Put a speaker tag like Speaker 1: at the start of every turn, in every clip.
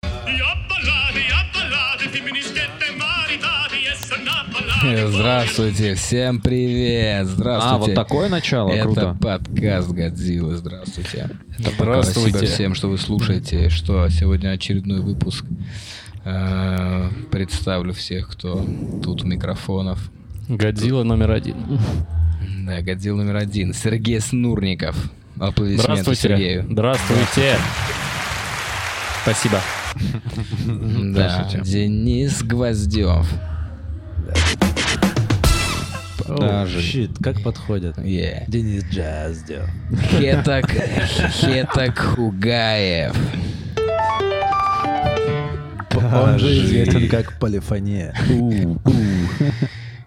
Speaker 1: Э, Здравствуйте, всем привет, здравствуйте.
Speaker 2: А, вот такое начало,
Speaker 1: Это
Speaker 2: круто.
Speaker 1: подкаст Годзиллы, здравствуйте.
Speaker 3: Это
Speaker 1: Спасибо
Speaker 3: здравствуйте.
Speaker 1: всем, что вы слушаете, что сегодня очередной выпуск. Э, Представлю всех, кто тут у микрофонов.
Speaker 3: Годзилла номер один.
Speaker 1: Да, Годзилла номер один, Сергей Снурников. Аплодисменты
Speaker 3: Здравствуйте.
Speaker 1: Сергею.
Speaker 3: Здравствуйте. Спасибо.
Speaker 1: Да, Денис Гвоздев.
Speaker 2: Да,
Speaker 4: Оу,
Speaker 2: Жень.
Speaker 4: щит, как подходит?
Speaker 1: Yeah.
Speaker 4: Денис Джаздев.
Speaker 1: Хетак, Хетак Хугаев.
Speaker 4: Он же известен как полифония.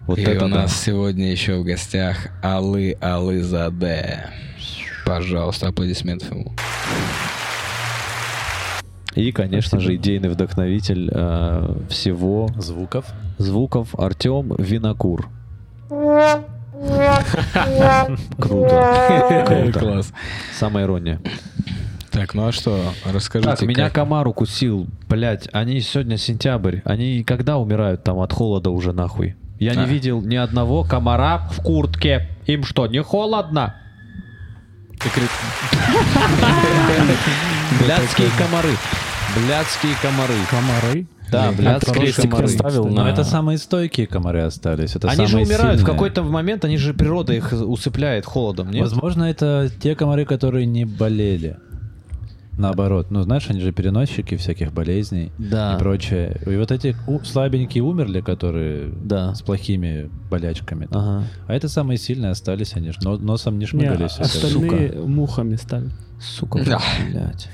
Speaker 2: Вот
Speaker 1: и
Speaker 2: это
Speaker 1: у
Speaker 2: да.
Speaker 1: нас сегодня еще в гостях Алы Алы Заде. Пожалуйста, аплодисментов ему.
Speaker 2: И, конечно же, идейный вдохновитель э, всего
Speaker 4: Звуков.
Speaker 2: звуков Артем Винокур. Круто. Круто.
Speaker 1: Класс.
Speaker 2: Самая ирония.
Speaker 1: Так, ну а что, расскажите.
Speaker 2: Так, меня
Speaker 1: как-
Speaker 2: комар укусил, блять. Они сегодня сентябрь. Они когда умирают там от холода уже нахуй? Я
Speaker 1: А.
Speaker 2: не видел ни одного комара в куртке. Им что, не холодно? Блядские комары. Блядские комары.
Speaker 3: Комары.
Speaker 2: Да, блядские
Speaker 3: крестик
Speaker 2: комары.
Speaker 3: поставил
Speaker 4: Но
Speaker 3: на...
Speaker 4: это самые стойкие комары остались. Это
Speaker 2: А. Они же
Speaker 4: самые
Speaker 2: умирают в
Speaker 4: сильные.
Speaker 2: какой-то момент, они же природа их усыпляет холодом, нет?
Speaker 4: Возможно, это те комары, которые не болели. Наоборот. Ну, знаешь, они же переносчики всяких болезней
Speaker 2: Да.
Speaker 4: и прочее. И вот эти у- слабенькие умерли, которые
Speaker 2: Да.
Speaker 4: с плохими болячками.
Speaker 2: Ага.
Speaker 4: А это самые сильные остались, они ж но- носом не
Speaker 5: Не,
Speaker 4: шмыгали. всё это.
Speaker 5: остальные мухами стали.
Speaker 2: Сука,
Speaker 1: Да.
Speaker 2: блядь.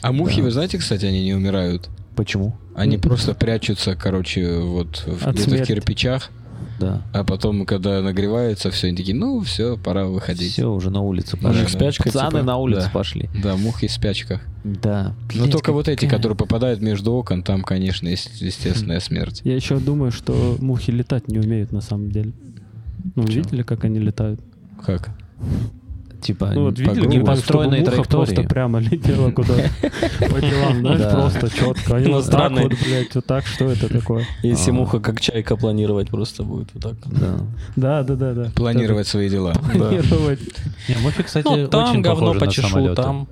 Speaker 1: А мухи, вы знаете, кстати, они не умирают.
Speaker 2: Почему?
Speaker 1: Они просто прячутся, короче, вот
Speaker 4: А
Speaker 1: в,
Speaker 5: От
Speaker 1: где-то в
Speaker 5: смерти.
Speaker 1: кирпичах,
Speaker 2: Да.
Speaker 1: а потом, когда нагреваются, все, они такие, ну, все, пора выходить.
Speaker 2: Все, уже на улицу
Speaker 1: Да,
Speaker 2: пошли.
Speaker 1: да.
Speaker 3: спячка,
Speaker 2: Пацаны
Speaker 3: типа.
Speaker 2: на улицу
Speaker 1: Да.
Speaker 2: пошли.
Speaker 1: Да, мухи в спячках.
Speaker 2: Да.
Speaker 1: Но только вот эти, которые попадают между окон, там, конечно, есть естественная смерть.
Speaker 5: Я еще думаю, что мухи летать не умеют на самом деле. Ну, видели, как они летают?
Speaker 1: Как?
Speaker 2: Типа
Speaker 5: ну, вот видели,
Speaker 2: не
Speaker 5: как
Speaker 2: построенные
Speaker 5: чтобы муха
Speaker 2: траектории.
Speaker 5: просто прямо летела куда-то по делам, знаешь,
Speaker 2: Да.
Speaker 5: просто четко. Они вот так
Speaker 3: Иностранные.
Speaker 5: вот, блядь, вот так, что это такое?
Speaker 3: Если муха как чайка планировать просто будет вот так.
Speaker 2: А. Да.
Speaker 3: Ну,
Speaker 5: Да, да, да, да.
Speaker 1: Планировать свои дела.
Speaker 5: Планировать.
Speaker 4: Не, мухи, кстати,
Speaker 3: Ну, там
Speaker 4: очень
Speaker 3: говно
Speaker 4: похожи на
Speaker 3: почешу,
Speaker 4: самолеты.
Speaker 3: там.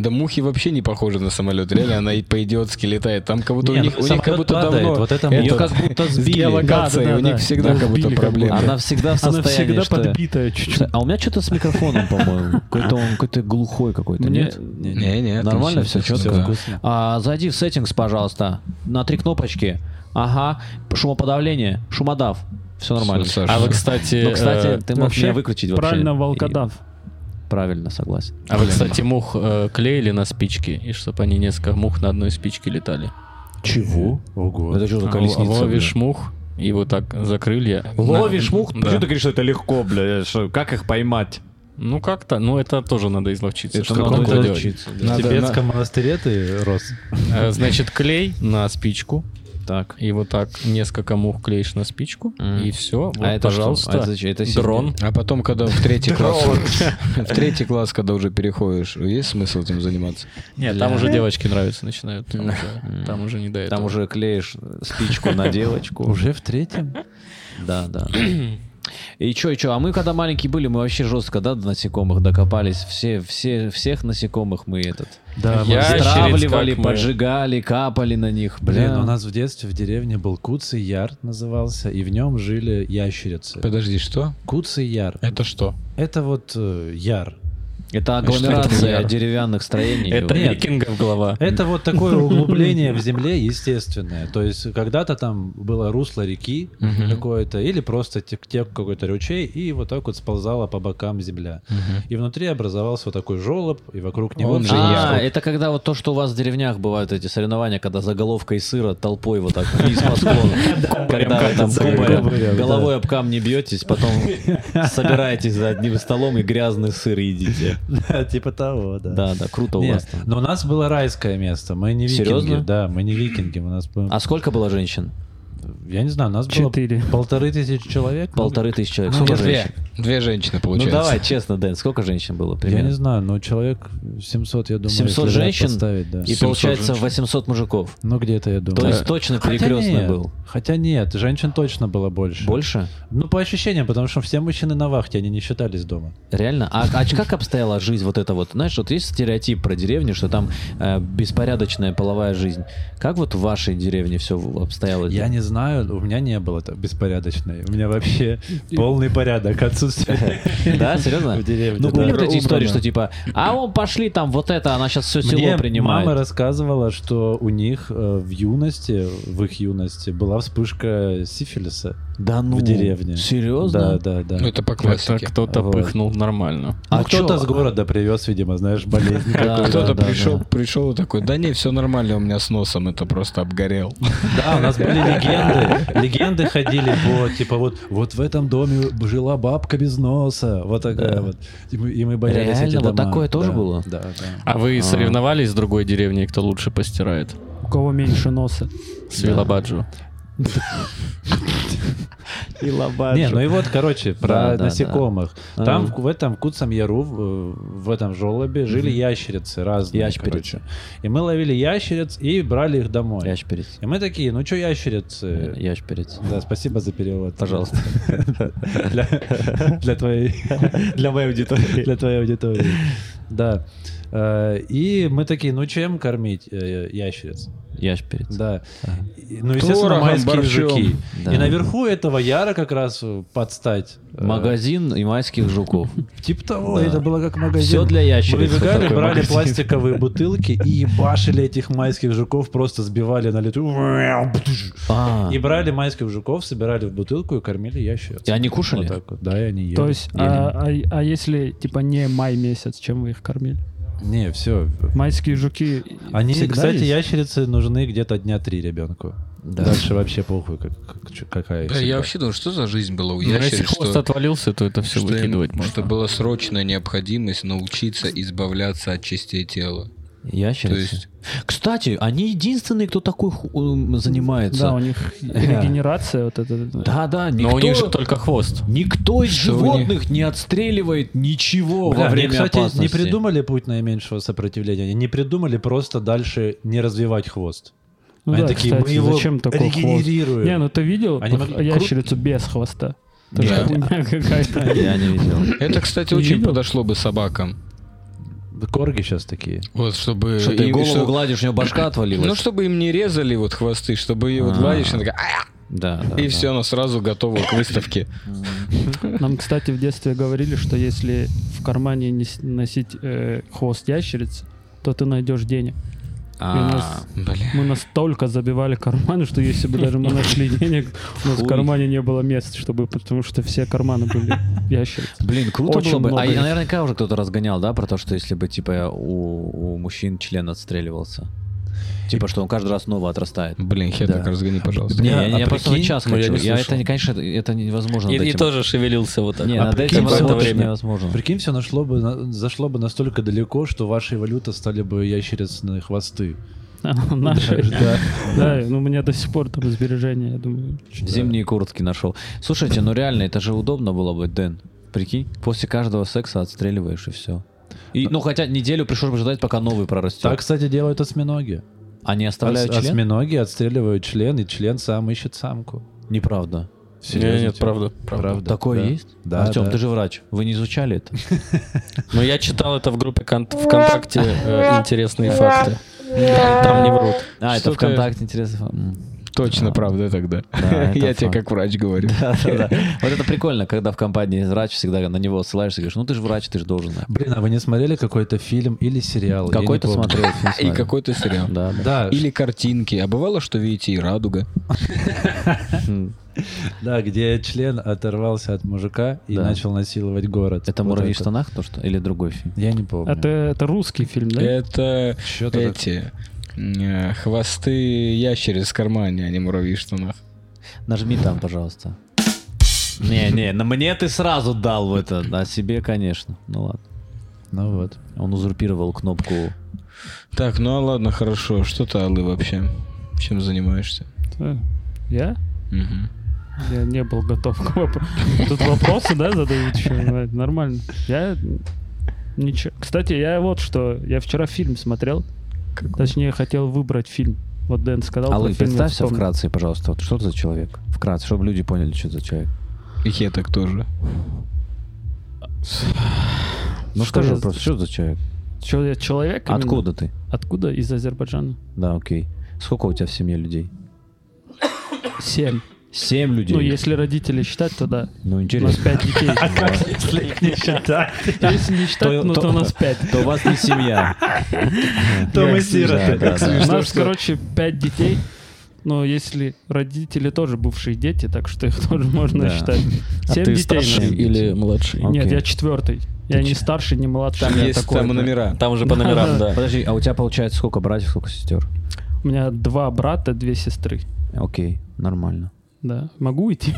Speaker 1: Да мухи вообще не похожи на самолет. Реально, она и по-идиотски летает. Там как будто
Speaker 4: Не,
Speaker 1: у них,
Speaker 4: ну,
Speaker 1: у них как
Speaker 4: самолет
Speaker 1: будто
Speaker 4: падает,
Speaker 1: давно...
Speaker 4: вот это
Speaker 2: Ее
Speaker 4: Этот-
Speaker 2: как будто
Speaker 1: С
Speaker 2: сбили.
Speaker 1: геолокацией
Speaker 5: Да, да,
Speaker 1: у
Speaker 5: да,
Speaker 1: них
Speaker 5: да.
Speaker 1: всегда
Speaker 5: Да,
Speaker 1: как будто
Speaker 5: сбили как
Speaker 1: проблемы.
Speaker 5: будто.
Speaker 2: Она всегда в
Speaker 5: Она
Speaker 2: состоянии,
Speaker 5: всегда
Speaker 2: что-
Speaker 5: подбитая чуть-чуть.
Speaker 2: что- А у меня что-то с микрофоном, по-моему. Какой-то он какой-то глухой какой-то.
Speaker 5: Мне-
Speaker 2: Нет?
Speaker 1: Не, не,
Speaker 2: Нормально
Speaker 1: отлично,
Speaker 2: все,
Speaker 1: отлично,
Speaker 2: четко.
Speaker 1: да.
Speaker 2: А, зайди в settings, пожалуйста. На три кнопочки. Ага. Шумоподавление. Шумодав. Все нормально.
Speaker 1: Всё, Саша.
Speaker 3: А вы, кстати...
Speaker 2: Ну, кстати,
Speaker 3: э,
Speaker 2: ты можешь меня выключить вообще.
Speaker 5: Правильно,
Speaker 2: И-
Speaker 5: волкодав.
Speaker 2: Правильно, согласен.
Speaker 3: А вы,
Speaker 1: Блин.
Speaker 3: кстати, мух э, клеили на спички, и чтобы они несколько мух на одной спичке летали.
Speaker 4: Чего? Ого.
Speaker 2: Это что за колесница?
Speaker 3: Ловишь мух, и вот так за крылья.
Speaker 2: Ловишь
Speaker 3: На-
Speaker 2: мух?
Speaker 3: Да.
Speaker 2: Почему ты говоришь, что это легко, бля? Что- Как их поймать?
Speaker 3: Ну как-то, ну это тоже надо изловчиться.
Speaker 2: Это
Speaker 3: чтобы
Speaker 2: надо
Speaker 3: такое делать.
Speaker 2: изловчиться,
Speaker 3: В
Speaker 1: Надо-
Speaker 3: тибетском,
Speaker 4: Тибетском монастыре ты рос?
Speaker 3: э, Значит, клей на спичку,
Speaker 2: Так.
Speaker 3: и вот так несколько мух клеишь на спичку,
Speaker 2: Мгм.
Speaker 3: и все. Вот,
Speaker 2: А это что?
Speaker 3: пожалуйста,
Speaker 2: А это зачем? Это сильно.
Speaker 3: дрон.
Speaker 1: А потом, когда в третий класс, в третий класс, когда уже переходишь, есть смысл этим заниматься?
Speaker 3: Нет, там уже девочки нравятся, начинают. Там, уже, там уже не до этого.
Speaker 2: Там уже клеишь спичку на девочку.
Speaker 4: Уже в третьем?
Speaker 2: Да, да. И чё, и чё, а мы когда маленькие были, мы вообще жестко, да, до насекомых докопались. Все, все, всех насекомых мы этот...
Speaker 4: Да,
Speaker 3: Я-
Speaker 4: мы-
Speaker 3: Ящериц, как
Speaker 2: Стравливали,
Speaker 3: мы.
Speaker 2: поджигали, капали на них.
Speaker 4: Блин, ну,
Speaker 2: Бля,
Speaker 4: у нас в детстве в деревне был Куцый Яр назывался, и в нем жили ящерицы.
Speaker 1: Подожди, что?
Speaker 4: Куцый Яр.
Speaker 1: Это что?
Speaker 4: Это вот э, Яр.
Speaker 2: Это
Speaker 1: что это
Speaker 2: агломерация
Speaker 1: такое?
Speaker 2: деревянных строений.
Speaker 3: Это
Speaker 4: Нет.
Speaker 3: викингов голова.
Speaker 4: Это вот такое углубление в земле естественное. То есть когда-то там было русло реки
Speaker 1: Мгм.
Speaker 4: какое-то, или просто тек, тек какой-то ручей, и вот так вот сползала по бокам земля. И внутри образовался вот такой жолоб, и вокруг него...
Speaker 1: Он же
Speaker 4: всё-
Speaker 2: А,
Speaker 1: яр.
Speaker 2: это когда вот то, что у вас в деревнях бывают эти соревнования, когда за головкой сыра толпой вот так вниз по склону. Когда вы там
Speaker 4: Кубарем,
Speaker 2: кубарем,
Speaker 4: да.
Speaker 2: головой об камни бьетесь, потом собираетесь за одним столом и грязный сыр едите.
Speaker 4: Типа того, да.
Speaker 2: Да, да, круто у
Speaker 4: Не,
Speaker 2: вас там.
Speaker 4: Но у нас было райское место. Мы не викинги.
Speaker 2: Серьезно?
Speaker 4: Да, мы не викинги. У нас было-
Speaker 2: А сколько было женщин?
Speaker 4: Я не знаю, нас было
Speaker 5: Четыре.
Speaker 4: полторы тысячи человек. ну,
Speaker 2: Полторы тысячи человек.
Speaker 4: Ну,
Speaker 2: Сколько
Speaker 4: если-
Speaker 1: Две.
Speaker 2: женщин?
Speaker 1: Две женщины,
Speaker 2: Ну
Speaker 1: получается.
Speaker 2: давай, честно, Дэн, сколько женщин было
Speaker 4: Я
Speaker 2: примерно?
Speaker 4: не знаю, но человек 700, я думаю,
Speaker 2: 700
Speaker 4: если ряд
Speaker 2: женщин
Speaker 4: поставить, да.
Speaker 2: И
Speaker 1: 700
Speaker 2: получается
Speaker 1: женщин.
Speaker 2: 800 мужиков.
Speaker 4: Ну где-то, я думаю.
Speaker 2: То есть точно
Speaker 4: Хотя
Speaker 2: перекрестный
Speaker 4: нет,
Speaker 2: был.
Speaker 4: Хотя нет, женщин точно было больше.
Speaker 2: Больше?
Speaker 4: Ну, по ощущениям, потому что все мужчины на вахте, они не считались дома.
Speaker 2: Реально? А, а как обстояла жизнь вот эта вот? Знаешь, вот есть стереотип про деревню, что там э, беспорядочная половая жизнь. Как вот в вашей деревне все обстояло?
Speaker 4: Я не знаю, у меня не было так беспорядочной. У меня вообще полный порядок, отсутствие
Speaker 2: Да, серьезно?
Speaker 4: в деревне.
Speaker 2: Ну,
Speaker 4: да.
Speaker 2: были вот эти
Speaker 1: Убрано.
Speaker 2: истории, что типа, а он пошли там вот это, она сейчас все
Speaker 4: Мне
Speaker 2: село
Speaker 4: мама
Speaker 2: принимает.
Speaker 4: рассказывала, что у них э, в юности, в их юности, была вспышка сифилиса
Speaker 2: Да ну,
Speaker 4: в деревне.
Speaker 2: Серьезно?
Speaker 4: Да, да, да.
Speaker 1: Ну, это по
Speaker 3: Это
Speaker 1: классике.
Speaker 3: кто-то
Speaker 4: Вот.
Speaker 3: пыхнул нормально.
Speaker 2: А
Speaker 4: Ну, кто-то
Speaker 2: чё?
Speaker 4: с города привез, видимо, знаешь, болезнь.
Speaker 2: Да,
Speaker 4: какую-то.
Speaker 1: Кто-то
Speaker 2: да,
Speaker 1: пришел,
Speaker 2: да.
Speaker 1: пришел и такой, да не, все нормально у меня с носом, это просто обгорел.
Speaker 4: Да, у нас были легенды. Легенды ходили по, типа, вот, вот в этом доме жила бабка без носа. Вот такая вот. И мы, и мы боялись эти
Speaker 2: Реально, вот
Speaker 4: дома.
Speaker 2: такое тоже
Speaker 4: Да,
Speaker 2: было?
Speaker 4: Да, да.
Speaker 3: А вы соревновались с другой деревней, кто лучше постирает?
Speaker 5: У кого меньше носа.
Speaker 3: С Вилабаджо.
Speaker 2: И
Speaker 4: Не, ну и вот, короче,
Speaker 2: Да,
Speaker 4: про
Speaker 2: да,
Speaker 4: насекомых. Там
Speaker 2: Ага.
Speaker 4: в этом Куцам Яру, в в этом жолобе, жили ящерицы разные.
Speaker 2: Ящерицы.
Speaker 4: короче. И мы ловили ящериц и брали их домой.
Speaker 2: Ящперец.
Speaker 4: И мы такие, ну что ящерицы?
Speaker 2: Ящперец.
Speaker 4: Да, спасибо за перевод.
Speaker 2: Э, Пожалуйста.
Speaker 4: Для, для твоей... Для моей аудитории. Для твоей аудитории. Да. Э, И мы такие, ну чем кормить э, ящериц?
Speaker 2: Ящперец.
Speaker 4: Да. И, Ну, естественно,
Speaker 1: Творогом,
Speaker 4: майские
Speaker 1: борщом.
Speaker 4: жуки.
Speaker 2: Да.
Speaker 4: И наверху этого Яра как раз э, подстать. э,
Speaker 2: Магазин и майских жуков.
Speaker 4: Типа того,
Speaker 2: Да.
Speaker 4: это было как магазин.
Speaker 2: Всё для ящериц,
Speaker 4: Мы
Speaker 2: вот
Speaker 4: выбегали,
Speaker 2: такой
Speaker 4: брали
Speaker 2: магазин.
Speaker 4: пластиковые бутылки и ебашили этих майских жуков, просто сбивали на лету.
Speaker 2: А,
Speaker 4: И брали майских жуков, собирали в бутылку и кормили ящериц.
Speaker 2: и они кушали?
Speaker 4: Вот так вот. Да, и они ели.
Speaker 5: То есть, а, а- а если типа не май месяц, чем вы их кормили?
Speaker 4: Не, все.
Speaker 5: Майские жуки
Speaker 4: Они,
Speaker 5: всегда
Speaker 4: кстати,
Speaker 5: есть?
Speaker 4: ящерицы нужны где-то дня три ребенку.
Speaker 2: Да.
Speaker 4: Дальше вообще похуй, как, как- чё- какая их
Speaker 1: Да, я
Speaker 4: судьба.
Speaker 1: вообще думаю, что за жизнь была у
Speaker 3: Ну, Если
Speaker 1: ящериц,
Speaker 3: хвост
Speaker 1: что,
Speaker 3: отвалился, то это все
Speaker 1: что, им-
Speaker 3: выкидывать
Speaker 1: что
Speaker 3: можно.
Speaker 1: была срочная необходимость научиться избавляться от частей тела.
Speaker 2: Ящерицы.
Speaker 1: То есть-
Speaker 2: Кстати, они единственные, кто такой ху- м, занимается.
Speaker 5: Да, у них регенерация вот эта.
Speaker 2: да, да, никто...
Speaker 3: Но А у них же только хвост.
Speaker 2: Никто из
Speaker 1: Что вы не-
Speaker 2: животных не отстреливает ничего
Speaker 4: Бля,
Speaker 2: во
Speaker 4: они,
Speaker 2: время
Speaker 4: кстати,
Speaker 2: опасности.
Speaker 4: не придумали путь наименьшего сопротивления. Они не придумали просто дальше не развивать хвост.
Speaker 5: Ну
Speaker 4: Они
Speaker 5: да,
Speaker 4: такие,
Speaker 5: кстати,
Speaker 4: мы его
Speaker 5: зачем такой хвост?
Speaker 4: регенерируем.
Speaker 5: Не, ну ты видел
Speaker 4: Они
Speaker 5: п-
Speaker 4: могли-
Speaker 5: ящерицу без хвоста? Это же
Speaker 1: Да.
Speaker 5: хуйня какая-то.
Speaker 2: Я не видел.
Speaker 1: Это, кстати,
Speaker 5: Ты
Speaker 1: очень
Speaker 5: видел?
Speaker 1: подошло бы собакам.
Speaker 4: Корги сейчас такие.
Speaker 1: Вот, чтобы...
Speaker 2: Что ты
Speaker 1: им-
Speaker 2: голову
Speaker 1: что-
Speaker 2: гладишь, у него башка отвалилась.
Speaker 1: Ну, чтобы им не резали вот хвосты, чтобы ее вот
Speaker 2: А.
Speaker 1: гладишь, она такая, «Ай!»
Speaker 2: да, да,
Speaker 1: и
Speaker 2: да.
Speaker 1: все, она сразу готова к выставке.
Speaker 5: Нам, кстати, в детстве говорили, что если в кармане нес- носить э, хвост ящерицы, то ты найдешь денег. И у
Speaker 2: А,
Speaker 5: нас-
Speaker 1: Бля.
Speaker 5: мы настолько забивали карманы, что если бы даже мы нашли денег, у нас в
Speaker 2: Фу.
Speaker 5: кармане не было места, чтобы, потому что все карманы были ящерицы.
Speaker 2: Блин, круто
Speaker 5: Очень
Speaker 2: было бы. А
Speaker 5: много
Speaker 2: и
Speaker 5: их.
Speaker 2: наверняка уже кто-то разгонял, да, про то, что если бы, типа, у, у мужчин член отстреливался. Типа, что он каждый раз новый отрастает.
Speaker 1: Блин, хер
Speaker 2: Да.
Speaker 1: так разгони, пожалуйста.
Speaker 2: Не,
Speaker 4: Не,
Speaker 2: я,
Speaker 4: а
Speaker 2: я просто
Speaker 4: прикинь,
Speaker 2: сейчас
Speaker 3: ну, я
Speaker 2: хочу.
Speaker 3: не
Speaker 2: Я,
Speaker 3: слышал.
Speaker 2: это не, конечно, это- это невозможно.
Speaker 3: И,
Speaker 2: над
Speaker 3: и
Speaker 2: этим.
Speaker 3: тоже шевелился вот так.
Speaker 2: Не,
Speaker 3: А
Speaker 2: над
Speaker 3: прикинь,
Speaker 2: этим
Speaker 3: в это
Speaker 2: работать
Speaker 3: время.
Speaker 2: невозможно.
Speaker 4: Прикинь, все нашло бы, на- зашло бы настолько далеко, что вашей валюты стали бы ящерицные хвосты.
Speaker 5: А, Наши.
Speaker 4: Да.
Speaker 5: Да, ну у меня до сих пор там сбережения, я думаю.
Speaker 2: Зимние куртки нашел. Слушайте, ну реально, это же удобно было бы, Дэн. Прикинь, после каждого секса отстреливаешь и все. И, ну хотя неделю пришлось бы ждать, пока новый прорастет.
Speaker 4: Так, кстати, делают осьминоги.
Speaker 2: Они оставляют
Speaker 4: Ос-
Speaker 2: член?
Speaker 4: Осьминоги отстреливают член, и член сам ищет самку.
Speaker 2: Неправда.
Speaker 3: Не,
Speaker 4: Серьезно
Speaker 3: Нет,
Speaker 4: тебе?
Speaker 3: правда.
Speaker 4: Правда.
Speaker 2: Такое
Speaker 4: да.
Speaker 2: есть?
Speaker 4: Да,
Speaker 2: Артем,
Speaker 4: да.
Speaker 2: ты же врач. Вы не изучали это?
Speaker 3: Но Ну, я читал это в группе кон- ВКонтакте э, «Интересные факты». Там не врут.
Speaker 2: А,
Speaker 1: Что
Speaker 2: это
Speaker 1: ты-
Speaker 2: ВКонтакте, интересно. М.
Speaker 1: Точно правда тогда.
Speaker 2: Да, это
Speaker 1: Я тебе
Speaker 2: факт.
Speaker 1: как врач говорю.
Speaker 2: Да-да-да. Вот это прикольно, когда в компании врач всегда на него ссылаешься и говоришь, ну ты же врач, ты же должен. знать».
Speaker 4: Блин, а вы не смотрели какой-то фильм или сериал? Я не
Speaker 2: Какой-то
Speaker 4: помню.
Speaker 2: смотрел фильм
Speaker 1: И
Speaker 2: смотрел.
Speaker 1: какой-то сериал.
Speaker 2: Да, да.
Speaker 4: Да,
Speaker 1: Или картинки. А бывало, что видите и радуга.
Speaker 2: М.
Speaker 4: да, где член оторвался от мужика и
Speaker 2: Да.
Speaker 4: начал насиловать город.
Speaker 2: Это
Speaker 4: Вот
Speaker 2: «Муравьи в
Speaker 4: это.
Speaker 2: штанах» то, что? Или другой фильм?
Speaker 4: Я не помню.
Speaker 5: Это, А это русский фильм, да?
Speaker 4: Э,
Speaker 1: Это
Speaker 4: Чё-то так-
Speaker 1: эти э, хвосты ящериц в кармане, а не муравьи в штанах.
Speaker 2: Нажми там, пожалуйста. Не, не, на мне ты сразу дал в это, а себе, конечно. Ну ладно.
Speaker 4: Ну вот.
Speaker 2: Он узурпировал кнопку.
Speaker 1: Так, ну а ладно, хорошо. Что ты, Аллы, вообще? Чем занимаешься?
Speaker 5: Э, Я?
Speaker 1: Мгм.
Speaker 5: Я не был готов к вопросу. Тут вопросы, да, задают еще? Ну, это Нормально. Я ничего. Кстати, я вот что. Я вчера фильм смотрел. Точнее, хотел выбрать фильм. Вот Дэн сказал.
Speaker 2: Аллы,
Speaker 5: про фильм, я
Speaker 2: представься
Speaker 5: вспомнил.
Speaker 2: вкратце, пожалуйста, вот что ты за человек? Вкратце, чтобы люди поняли, что ты за человек.
Speaker 1: И я так тоже.
Speaker 2: Ну
Speaker 5: Что
Speaker 2: скажи
Speaker 5: я-
Speaker 2: просто, что ты за человек?
Speaker 5: Чё, я человек? именно?
Speaker 2: Откуда ты?
Speaker 5: Откуда? Из Азербайджана. Ну,
Speaker 2: Да, окей. Сколько у тебя в семье людей?
Speaker 5: Семь.
Speaker 2: Семь людей.
Speaker 5: Ну, если родители считать, то да.
Speaker 2: Ну,
Speaker 5: У нас
Speaker 2: интересно.
Speaker 5: пять детей. А
Speaker 4: Если их не считать,
Speaker 5: Если не считать,
Speaker 2: То-
Speaker 5: ну
Speaker 2: то-
Speaker 5: то у нас пять.
Speaker 2: То у вас не семья.
Speaker 4: то мы
Speaker 2: Да,
Speaker 4: сироты.
Speaker 2: да,
Speaker 5: У
Speaker 2: да.
Speaker 5: нас, короче, пять детей. Но если родители тоже бывшие дети, так что их тоже можно
Speaker 2: Да.
Speaker 5: считать.
Speaker 3: А
Speaker 5: Семь
Speaker 3: ты
Speaker 5: детей.
Speaker 3: старший
Speaker 5: нас.
Speaker 2: наверное.
Speaker 3: или младший?
Speaker 2: А.
Speaker 5: Нет,
Speaker 2: Окей.
Speaker 5: я четвертый. Я не старший, не младший.
Speaker 1: Там
Speaker 5: я
Speaker 1: есть
Speaker 5: такой,
Speaker 1: там и
Speaker 5: да.
Speaker 1: номера.
Speaker 3: Там же по номерам, да.
Speaker 2: Подожди, а у тебя получается сколько братьев, сколько сестер?
Speaker 5: У меня два брата, две сестры.
Speaker 2: Окей, нормально.
Speaker 5: Да. Могу идти?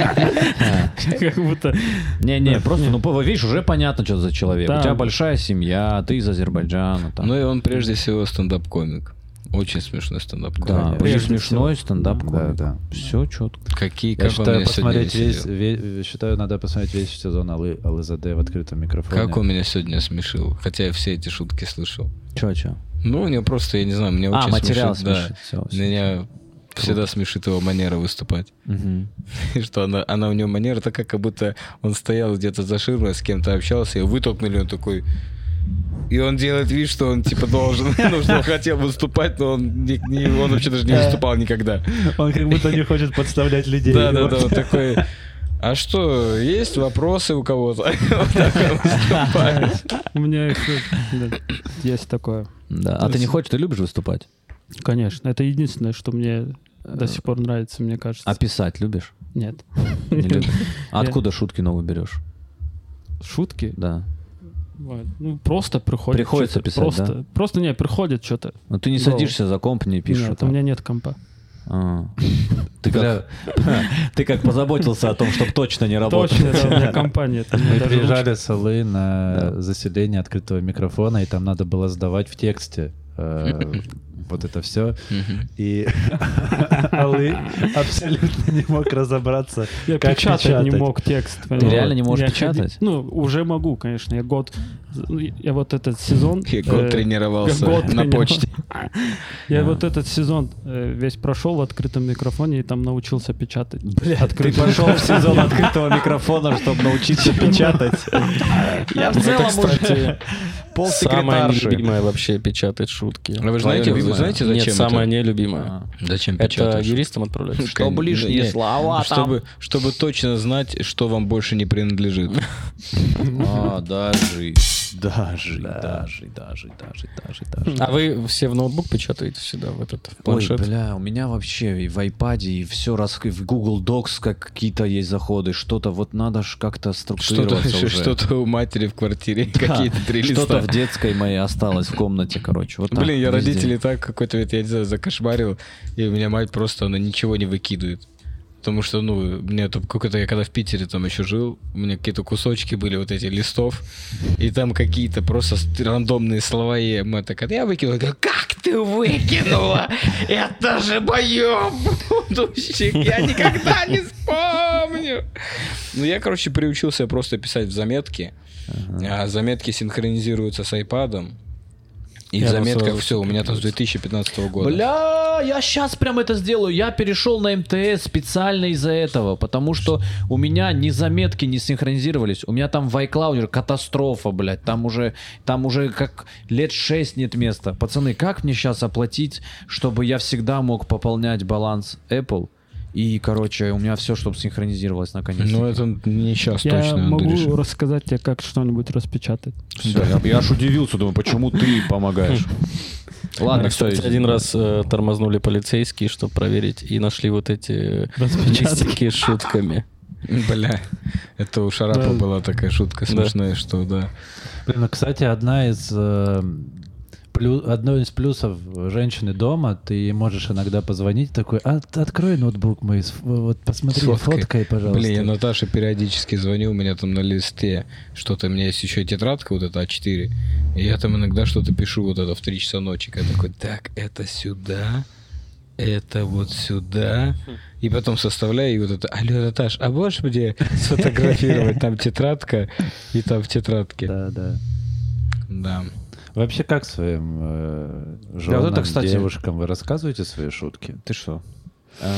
Speaker 5: Как будто...
Speaker 2: Не-не, просто, ну, по- видишь, уже понятно, что ты за человек.
Speaker 5: Да.
Speaker 2: У тебя большая семья, ты из Азербайджана. Там.
Speaker 1: Ну и он прежде всего стендап-комик. Очень смешной
Speaker 2: да,
Speaker 1: стендап-комик.
Speaker 5: Прежде
Speaker 2: очень смешной стендап
Speaker 6: Да, да.
Speaker 2: Все четко.
Speaker 1: Какие,
Speaker 4: Я
Speaker 1: как он
Speaker 4: считаю,
Speaker 1: меня сегодня
Speaker 4: посмотреть весь,
Speaker 1: веселил.
Speaker 4: ве- считаю, надо посмотреть весь сезон Алы, ЛЗД в открытом микрофоне.
Speaker 1: Как он меня сегодня смешил. Хотя я все эти шутки слышал.
Speaker 2: Че, че?
Speaker 1: Ну, у него просто, я не знаю, мне
Speaker 2: А,
Speaker 1: очень
Speaker 2: материал
Speaker 1: смешит, да.
Speaker 2: смешит. Всё, всё.
Speaker 1: Меня всегда смешит его манера выступать.
Speaker 2: Мгм.
Speaker 1: И что она, она у него манера такая, как будто он стоял где-то за ширмой, с кем-то общался, и вытолкнули, он такой... И он делает вид, что он типа должен, ну, что он хотел выступать, но он, не- не- он вообще даже не выступал никогда.
Speaker 4: Он как будто не хочет подставлять людей.
Speaker 1: Да, да, да, он такой. А что, есть вопросы у кого-то? Вот так он выступает.
Speaker 5: У меня их, э, да, есть такое.
Speaker 2: Да. А ты не хочешь, ты любишь выступать?
Speaker 5: Конечно, это единственное, что мне до сих пор нравится, мне кажется.
Speaker 2: А писать любишь?
Speaker 5: Нет.
Speaker 2: Не любишь? А
Speaker 5: Я-
Speaker 2: откуда шутки новые берешь?
Speaker 5: Шутки?
Speaker 2: Да.
Speaker 5: Вот. Ну, просто приходит.
Speaker 2: Приходится
Speaker 5: что-то.
Speaker 2: писать,
Speaker 5: просто, Просто, не, приходит что-то.
Speaker 2: Ну ты не
Speaker 5: Голову.
Speaker 2: садишься за комп, не пишешь.
Speaker 5: Нет,
Speaker 2: там.
Speaker 5: у меня нет компа.
Speaker 2: А. Ты как, ты как позаботился о том, чтобы точно не работать.
Speaker 5: Точно, да, у меня компа нет.
Speaker 4: Мы
Speaker 5: Мне даже лучше.
Speaker 4: приезжали с Алы на
Speaker 2: Да.
Speaker 4: заселение открытого микрофона, и там надо было сдавать в тексте э, вот это все.
Speaker 1: Мгм.
Speaker 4: И Алы абсолютно не мог разобраться,
Speaker 5: Я
Speaker 4: как
Speaker 5: печатать, не
Speaker 4: печатать.
Speaker 5: мог текст. Ты
Speaker 2: реально не можешь печатать?
Speaker 5: Ну, уже могу, конечно. Я год... ну, Я вот этот сезон...
Speaker 1: И год
Speaker 5: э,
Speaker 1: тренировался
Speaker 5: год
Speaker 1: на
Speaker 5: тренировал.
Speaker 1: почте.
Speaker 5: Я вот этот сезон э, весь прошел в открытом микрофоне и там научился печатать.
Speaker 2: Ты пошел в сезон открытого микрофона, чтобы научиться печатать. Я
Speaker 3: Ну,
Speaker 2: в целом уже
Speaker 3: Самое
Speaker 2: полсекретарши.
Speaker 3: нелюбимое вообще печатать шутки.
Speaker 1: А вы
Speaker 3: Твоё
Speaker 1: знаете- вы
Speaker 3: любимое?
Speaker 1: знаете, зачем
Speaker 3: Нет, самое
Speaker 1: это?
Speaker 3: нелюбимое.
Speaker 1: Зачем
Speaker 3: Это
Speaker 1: печатаешь?
Speaker 3: юристам отправлять?
Speaker 1: Кон-
Speaker 2: Чтобы лишние
Speaker 1: не,
Speaker 2: слова там.
Speaker 1: чтобы, чтобы точно знать, что вам больше не принадлежит.
Speaker 2: А, даже, даже, даже, даже, даже, даже, даже.
Speaker 3: А вы все в ноутбук печатаете всегда, в этот, в
Speaker 2: Ой,
Speaker 3: планшет?
Speaker 2: бля, у меня вообще и в iPad, и все раз и в Google Docs как какие-то есть заходы, что-то вот надо ж как-то
Speaker 1: Что-то
Speaker 2: структурироваться уже.
Speaker 1: что-то у матери в квартире, какие-то три листа.
Speaker 2: Что-то в детской моей осталось в комнате, короче. Вот так,
Speaker 1: Ну, Блин, я
Speaker 2: везде.
Speaker 1: родителей так какой-то, это, я не знаю, закошмарил, и у меня мать просто, она ничего не выкидывает. Потому что, ну, у меня там какой-то, я когда в Питере там еще жил, у меня какие-то кусочки были вот эти листов, и там какие-то просто ст- рандомные слова, и мы такая, я выкинула, Я говорю, как ты выкинула? Это же мое будущее, я никогда не вспомню. Ну, я, короче, приучился просто писать в заметки, а заметки синхронизируются с айпадом, и в
Speaker 3: Я вот
Speaker 1: заметках
Speaker 3: сразу
Speaker 1: все, у меня там с 2015 года.
Speaker 2: Бля, я сейчас прям это сделаю. Я перешел на МТС специально из-за этого, потому что у меня ни заметки не синхронизировались. У меня там в iCloud уже катастрофа, блядь. Там уже, там уже как лет 6 нет места. Пацаны, как мне сейчас оплатить, чтобы я всегда мог пополнять баланс Apple? И, короче, у меня все, чтобы синхронизировалось наконец.
Speaker 1: Ну, это не сейчас
Speaker 5: Я
Speaker 1: точно надо
Speaker 5: могу
Speaker 1: решить.
Speaker 5: рассказать тебе, как что-нибудь распечатать.
Speaker 2: я, я аж удивился, думаю, почему ты помогаешь? Ладно,
Speaker 3: Меня, кстати,
Speaker 2: кстати,
Speaker 3: один раз э, тормознули полицейские, чтобы проверить, и нашли вот эти листики с шутками.
Speaker 1: Бля, это у Шарапа
Speaker 5: Да.
Speaker 1: была такая шутка смешная, что да.
Speaker 4: Блин, ну, кстати, одна из э, плю- одно из плюсов женщины дома, ты ей можешь иногда позвонить такой, «А, т- открой ноутбук мой, сф- вот посмотри,
Speaker 1: Сфоткай.
Speaker 4: фоткай, пожалуйста.
Speaker 1: Блин, я Наташе периодически звоню, у меня там на листе что-то, у меня есть еще тетрадка вот эта А А4, и я там иногда что-то пишу вот это в 3 часа ночи, я такой, так, это сюда, это вот сюда. И потом составляю, и вот это, алло, Наташ, а можешь мне сфотографировать там тетрадка и там в тетрадке?
Speaker 4: Да, да.
Speaker 1: Да.
Speaker 4: Вообще, как своим э, женам,
Speaker 2: вот это, кстати.
Speaker 4: девушкам вы рассказываете свои шутки?
Speaker 2: Ты что? Э,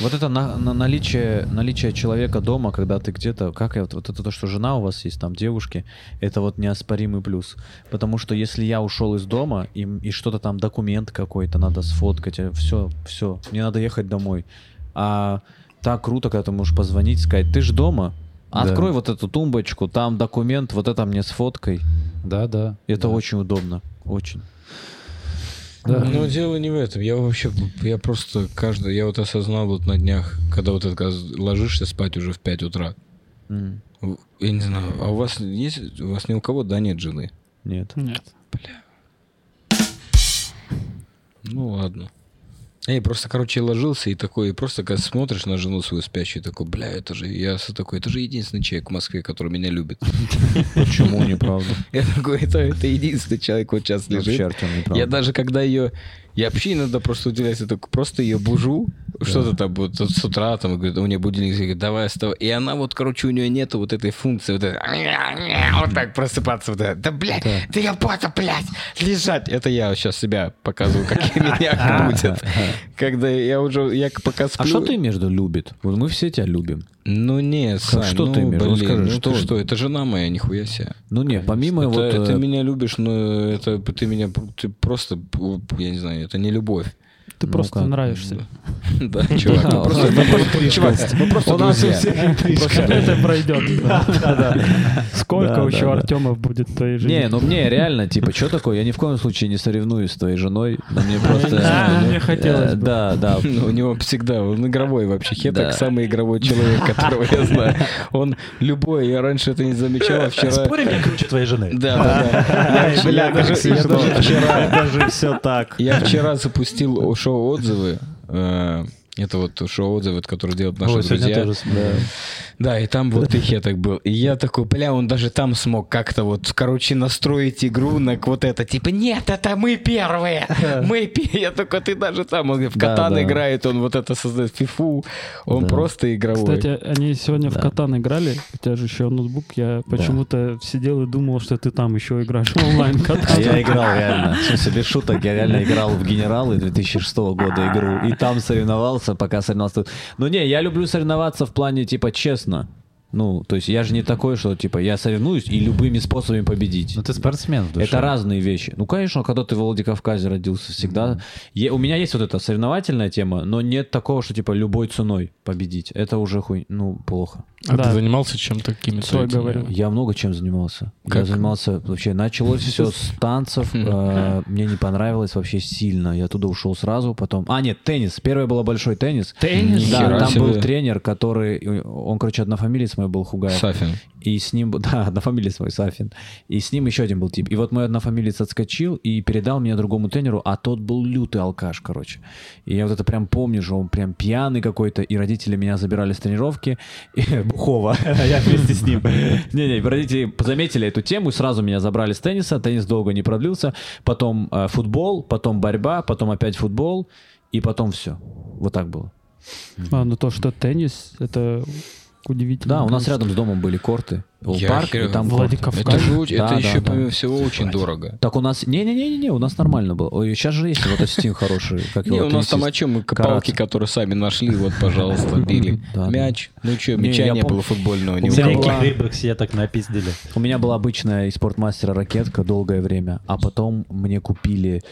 Speaker 2: Вот это на, на- наличие, наличие человека дома, когда ты где-то, как я, вот, вот это то, что жена у вас есть, там девушки, это вот неоспоримый плюс. Потому что если я ушел из дома, и, м- и что-то там, документ какой-то надо сфоткать, все, все, мне надо ехать домой. А так круто, когда ты можешь позвонить, сказать, ты ж дома,
Speaker 4: Да.
Speaker 2: открой вот эту тумбочку, там документ, вот это мне сфоткай.
Speaker 4: Да, да.
Speaker 2: Это
Speaker 4: да.
Speaker 2: очень удобно, очень.
Speaker 4: Да.
Speaker 1: Но дело не в этом. Я вообще, я просто каждый, я вот осознал вот на днях, когда вот это, когда ложишься спать уже в 5 утра.
Speaker 2: М,
Speaker 1: Я не знаю, а у вас есть, у вас ни у кого, да, нет жены?
Speaker 2: Нет.
Speaker 5: Нет.
Speaker 1: Ну ладно. Я просто, короче, ложился и такой, и просто когда смотришь на жену свою спящую, такой, бля, это же, я с- такой, это же единственный человек в Москве, который меня любит.
Speaker 2: Почему неправда?
Speaker 1: Я такой, это, это единственный человек вот сейчас
Speaker 2: Вообще,
Speaker 1: лежит.
Speaker 2: Артем, неправда.
Speaker 1: Я даже когда ее, я вообще иногда просто удивляюсь, я такой, просто ее бужу, что-то там вот, вот с утра, там, говорит, у нее будильник, говорит, давай вставай. И она вот, короче, у нее нету вот этой функции, вот, этой, вот так просыпаться, вот это, да, блядь, да я пота, блядь, лежать. Это я сейчас себя показываю, как меня крутят. Когда я уже, я пока сплю.
Speaker 2: А что ты между любит? Вот мы все тебя любим.
Speaker 1: Ну не, Сань,
Speaker 2: что
Speaker 1: ну,
Speaker 2: ты имеешь?
Speaker 1: блин,
Speaker 2: Расскажи,
Speaker 1: ну
Speaker 2: что
Speaker 1: ты
Speaker 2: он?
Speaker 1: что, это жена моя, нихуя себе.
Speaker 2: Ну не, помимо
Speaker 1: Это,
Speaker 2: вот... э,
Speaker 1: ты меня любишь, но это ты меня ты просто, я не знаю, это не любовь.
Speaker 5: Ты
Speaker 2: Ну
Speaker 5: просто
Speaker 2: как?
Speaker 5: нравишься.
Speaker 1: Да, чувак,
Speaker 2: Да,
Speaker 1: ну просто-
Speaker 2: у нас-
Speaker 1: просто- чувак, мы просто
Speaker 2: у нас
Speaker 1: друзья.
Speaker 2: у всех
Speaker 5: Это пройдет. Сколько
Speaker 2: Да,
Speaker 5: еще
Speaker 2: да, да.
Speaker 5: Артемов будет в твоей жизни?
Speaker 2: Не, ну мне реально, типа, что такое? Я ни в коем случае не соревнуюсь с твоей женой. но Мне просто...
Speaker 5: знаю,
Speaker 2: э,
Speaker 5: мне хотелось
Speaker 2: э,
Speaker 5: бы.
Speaker 2: Да, да.
Speaker 1: Ну, у него всегда, он игровой вообще. Хетак
Speaker 2: Да.
Speaker 1: самый игровой человек, которого я знаю. Он любой, я раньше это не замечал, а вчера...
Speaker 4: Спорим, я круче твоей жены?
Speaker 1: Да, да, да. Я вчера- я даже- я даже вчера-
Speaker 6: все так.
Speaker 1: Я вчера запустил шоу отзывы. э, Это вот шоу отзывы, которые делают наши
Speaker 4: Ой, сегодня
Speaker 1: друзья.
Speaker 4: тоже смотрел.
Speaker 1: Да, и там вот их я так был. И я такой, бля, он даже там смог как-то вот, короче, настроить игру на к- вот это. Типа, нет, это мы первые. Мы пе-». Я только ты даже там. Он в
Speaker 2: Да,
Speaker 1: катан
Speaker 2: да.
Speaker 1: играет, он вот это создает фифу. Он
Speaker 2: Да.
Speaker 1: просто игровой.
Speaker 5: Кстати, они сегодня в
Speaker 2: Да.
Speaker 5: Катан играли, у тебя же еще ноутбук, я почему-то сидел и думал, что ты там еще играешь в онлайн
Speaker 2: А
Speaker 5: Катан.
Speaker 2: я играл реально. В смысле, без шуток, я реально играл в генералы 2006 года игру. И там соревновался, пока соревновался. Ну не, я люблю соревноваться в плане, типа, честно. Ну, то есть я же не такой, что, типа, я соревнуюсь и любыми способами победить.
Speaker 4: Ну ты спортсмен в душе.
Speaker 2: Это разные вещи. Ну, конечно, когда ты в Владикавказе родился, всегда... Е- у меня есть вот эта соревновательная тема, но нет такого, что, типа, любой ценой победить. Это уже хуй... Ну, плохо.
Speaker 3: А
Speaker 5: Да.
Speaker 3: ты занимался чем-то
Speaker 5: Цой
Speaker 3: какими-то? этими?
Speaker 5: говорил.
Speaker 2: Я много чем занимался. Я
Speaker 1: Как?
Speaker 2: занимался вообще... Началось все с танцев. э, Мне не понравилось вообще сильно. Я оттуда ушел сразу, потом... А, нет, теннис. Первое было большой теннис.
Speaker 1: Теннис?
Speaker 2: Да,
Speaker 1: Нихера
Speaker 2: там был
Speaker 1: себе.
Speaker 2: тренер, который... Он, короче, однофамилец мой был, Хугаев.
Speaker 1: Сафин.
Speaker 2: И с ним, да, однофамилец мой, Сафин. И с ним еще один был тип. И вот мой однофамилец отскочил и передал меня другому тренеру, а тот был лютый алкаш, короче. И я вот это прям помню, что он прям пьяный какой-то, и родители меня забирали с тренировки. И, бухого, а я вместе с ним. Не-не, родители заметили эту тему, и сразу меня забрали с тенниса. Теннис долго не продлился. Потом э, футбол, потом борьба, потом опять футбол, и потом все. Вот так было.
Speaker 5: А, ну то, что теннис, это удивительно.
Speaker 2: Да, у нас
Speaker 5: конечно.
Speaker 2: рядом с домом были корты. Был
Speaker 1: Я
Speaker 2: парк, и
Speaker 1: говорю,
Speaker 2: там корты.
Speaker 1: Это,
Speaker 5: Владикавказ.
Speaker 1: же очень- это
Speaker 2: Да, да,
Speaker 1: еще,
Speaker 2: да.
Speaker 1: помимо всего, очень дорого.
Speaker 2: Так у нас... Не-не-не-не, у нас нормально было. Ой, сейчас же есть вот этот стим хороший. Как
Speaker 1: Не,
Speaker 2: его,
Speaker 1: у нас там о
Speaker 2: теннисист.
Speaker 1: чем? Мы
Speaker 2: Карат.
Speaker 1: палки, которые сами нашли, вот, пожалуйста, били.
Speaker 2: Да, да.
Speaker 1: Мяч. Ну что,
Speaker 2: Не,
Speaker 1: мяча
Speaker 2: я
Speaker 1: не
Speaker 2: пом-
Speaker 1: было футбольного. ни у
Speaker 2: помню.
Speaker 1: кого.
Speaker 2: была-
Speaker 4: Всяких рыбок все так напиздили.
Speaker 2: У меня была обычная из спортмастера ракетка долгое время, а потом мне купили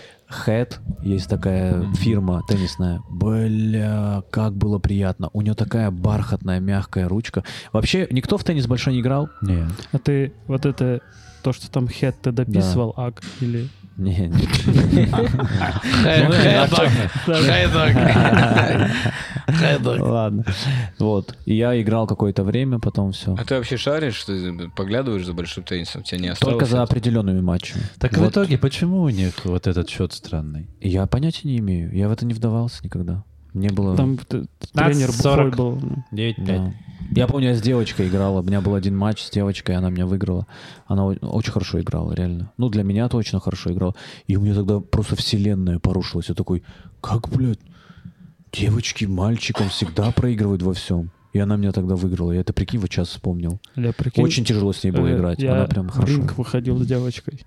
Speaker 2: Head, есть такая фирма теннисная. Бля, как было приятно. У нее такая бархатная, мягкая ручка. Вообще, никто в теннис большой не играл?
Speaker 4: Нет.
Speaker 5: А ты вот это, то, что там хет ты дописывал, ак, или...
Speaker 2: Не, не. Ладно. Вот. И я играл какое-то время, потом все.
Speaker 1: А ты вообще шаришь? Ты поглядываешь за большим теннисом? Тебя не осталось?
Speaker 2: Только за
Speaker 1: этого?
Speaker 2: определенными матчами.
Speaker 4: Так в
Speaker 2: Вот.
Speaker 4: итоге, почему у них вот этот счет странный?
Speaker 2: Я понятия не имею. Я в это не вдавался никогда. Мне было...
Speaker 5: Там т- тренер
Speaker 4: 40.
Speaker 5: бухой был. ну,
Speaker 2: Да. Я помню, я с девочкой играла. У меня был один матч с девочкой, она меня выиграла. Она о- очень хорошо играла, реально. Ну, для меня точно хорошо играла. И у меня тогда просто вселенная порушилась. Я такой, как, блядь, девочки мальчикам всегда проигрывают во всем. И она меня тогда выиграла. Я это, прикинь, вот сейчас вспомнил.
Speaker 5: Ля, прикинь,
Speaker 2: Очень тяжело с ней было
Speaker 5: э,
Speaker 2: играть.
Speaker 5: я
Speaker 2: Она прям
Speaker 5: в
Speaker 2: хорошо.
Speaker 5: ринг выходил с девочкой.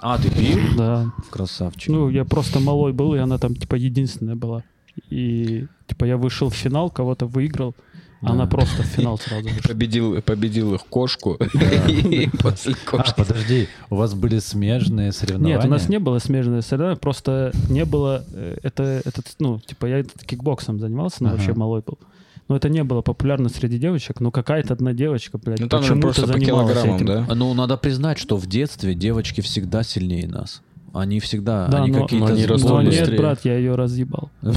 Speaker 2: А, ты пил?
Speaker 5: Да.
Speaker 2: Красавчик.
Speaker 5: Ну, я просто малой был, и она там, типа, единственная была. И, типа, я вышел в финал, кого-то выиграл, а она просто в финал сразу вышла.
Speaker 1: Победил, победил их кошку. И после
Speaker 4: А,
Speaker 1: кошки.
Speaker 4: подожди, у вас были смежные соревнования?
Speaker 5: Нет, у нас не было смежного соревнования, просто не было... э, Это, этот, ну, типа, я этот кикбоксом занимался, но
Speaker 4: Ага.
Speaker 5: вообще малой был. Но это не было популярно среди девочек, но какая-то одна девочка, блядь,
Speaker 1: Ну там же
Speaker 5: почему-то
Speaker 1: просто по
Speaker 5: занималась
Speaker 1: килограммам,
Speaker 5: этим.
Speaker 1: да?
Speaker 2: Ну, надо признать, что в детстве девочки всегда сильнее нас. Они всегда,
Speaker 5: Да,
Speaker 2: они
Speaker 5: но-
Speaker 2: какие-то...
Speaker 3: но они
Speaker 2: злые.
Speaker 3: растут
Speaker 5: Но нет,
Speaker 3: быстрее.
Speaker 5: брат, я ее разъебал.
Speaker 2: Ну,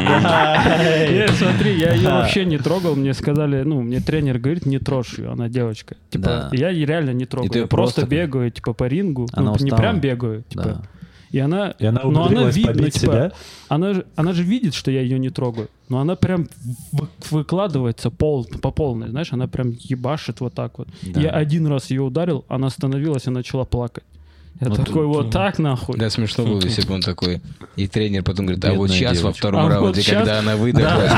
Speaker 5: Нет, смотри, я ее вообще не трогал. Мне сказали, ну, мне тренер говорит, не трожь ее, она девочка.
Speaker 2: Да.
Speaker 5: Типа, я ей реально не трогаю.
Speaker 2: ты
Speaker 5: Я просто
Speaker 2: просто-
Speaker 5: бегаю, типа, по рингу.
Speaker 2: Она
Speaker 5: Ну, не
Speaker 2: устала.
Speaker 5: прям бегаю, типа.
Speaker 2: Да.
Speaker 5: И она,
Speaker 4: И она
Speaker 5: но она
Speaker 4: умудрилась
Speaker 5: видно,
Speaker 4: побить
Speaker 5: типа,
Speaker 4: себя?
Speaker 5: она же, она же видит, что я ее не трогаю, но она прям вы- выкладывается пол, по полной, знаешь, она прям ебашит вот так вот.
Speaker 2: Да.
Speaker 5: Я один раз ее ударил, она остановилась и начала плакать. Я
Speaker 2: Вот
Speaker 5: такой, вот так нахуй.
Speaker 1: Да, смешно было, если бы он такой. И тренер потом говорит, а вот
Speaker 2: Бедная
Speaker 1: сейчас во
Speaker 2: девочка.
Speaker 1: втором
Speaker 5: А вот
Speaker 1: раунде,
Speaker 5: щас-
Speaker 1: когда она выдохлась,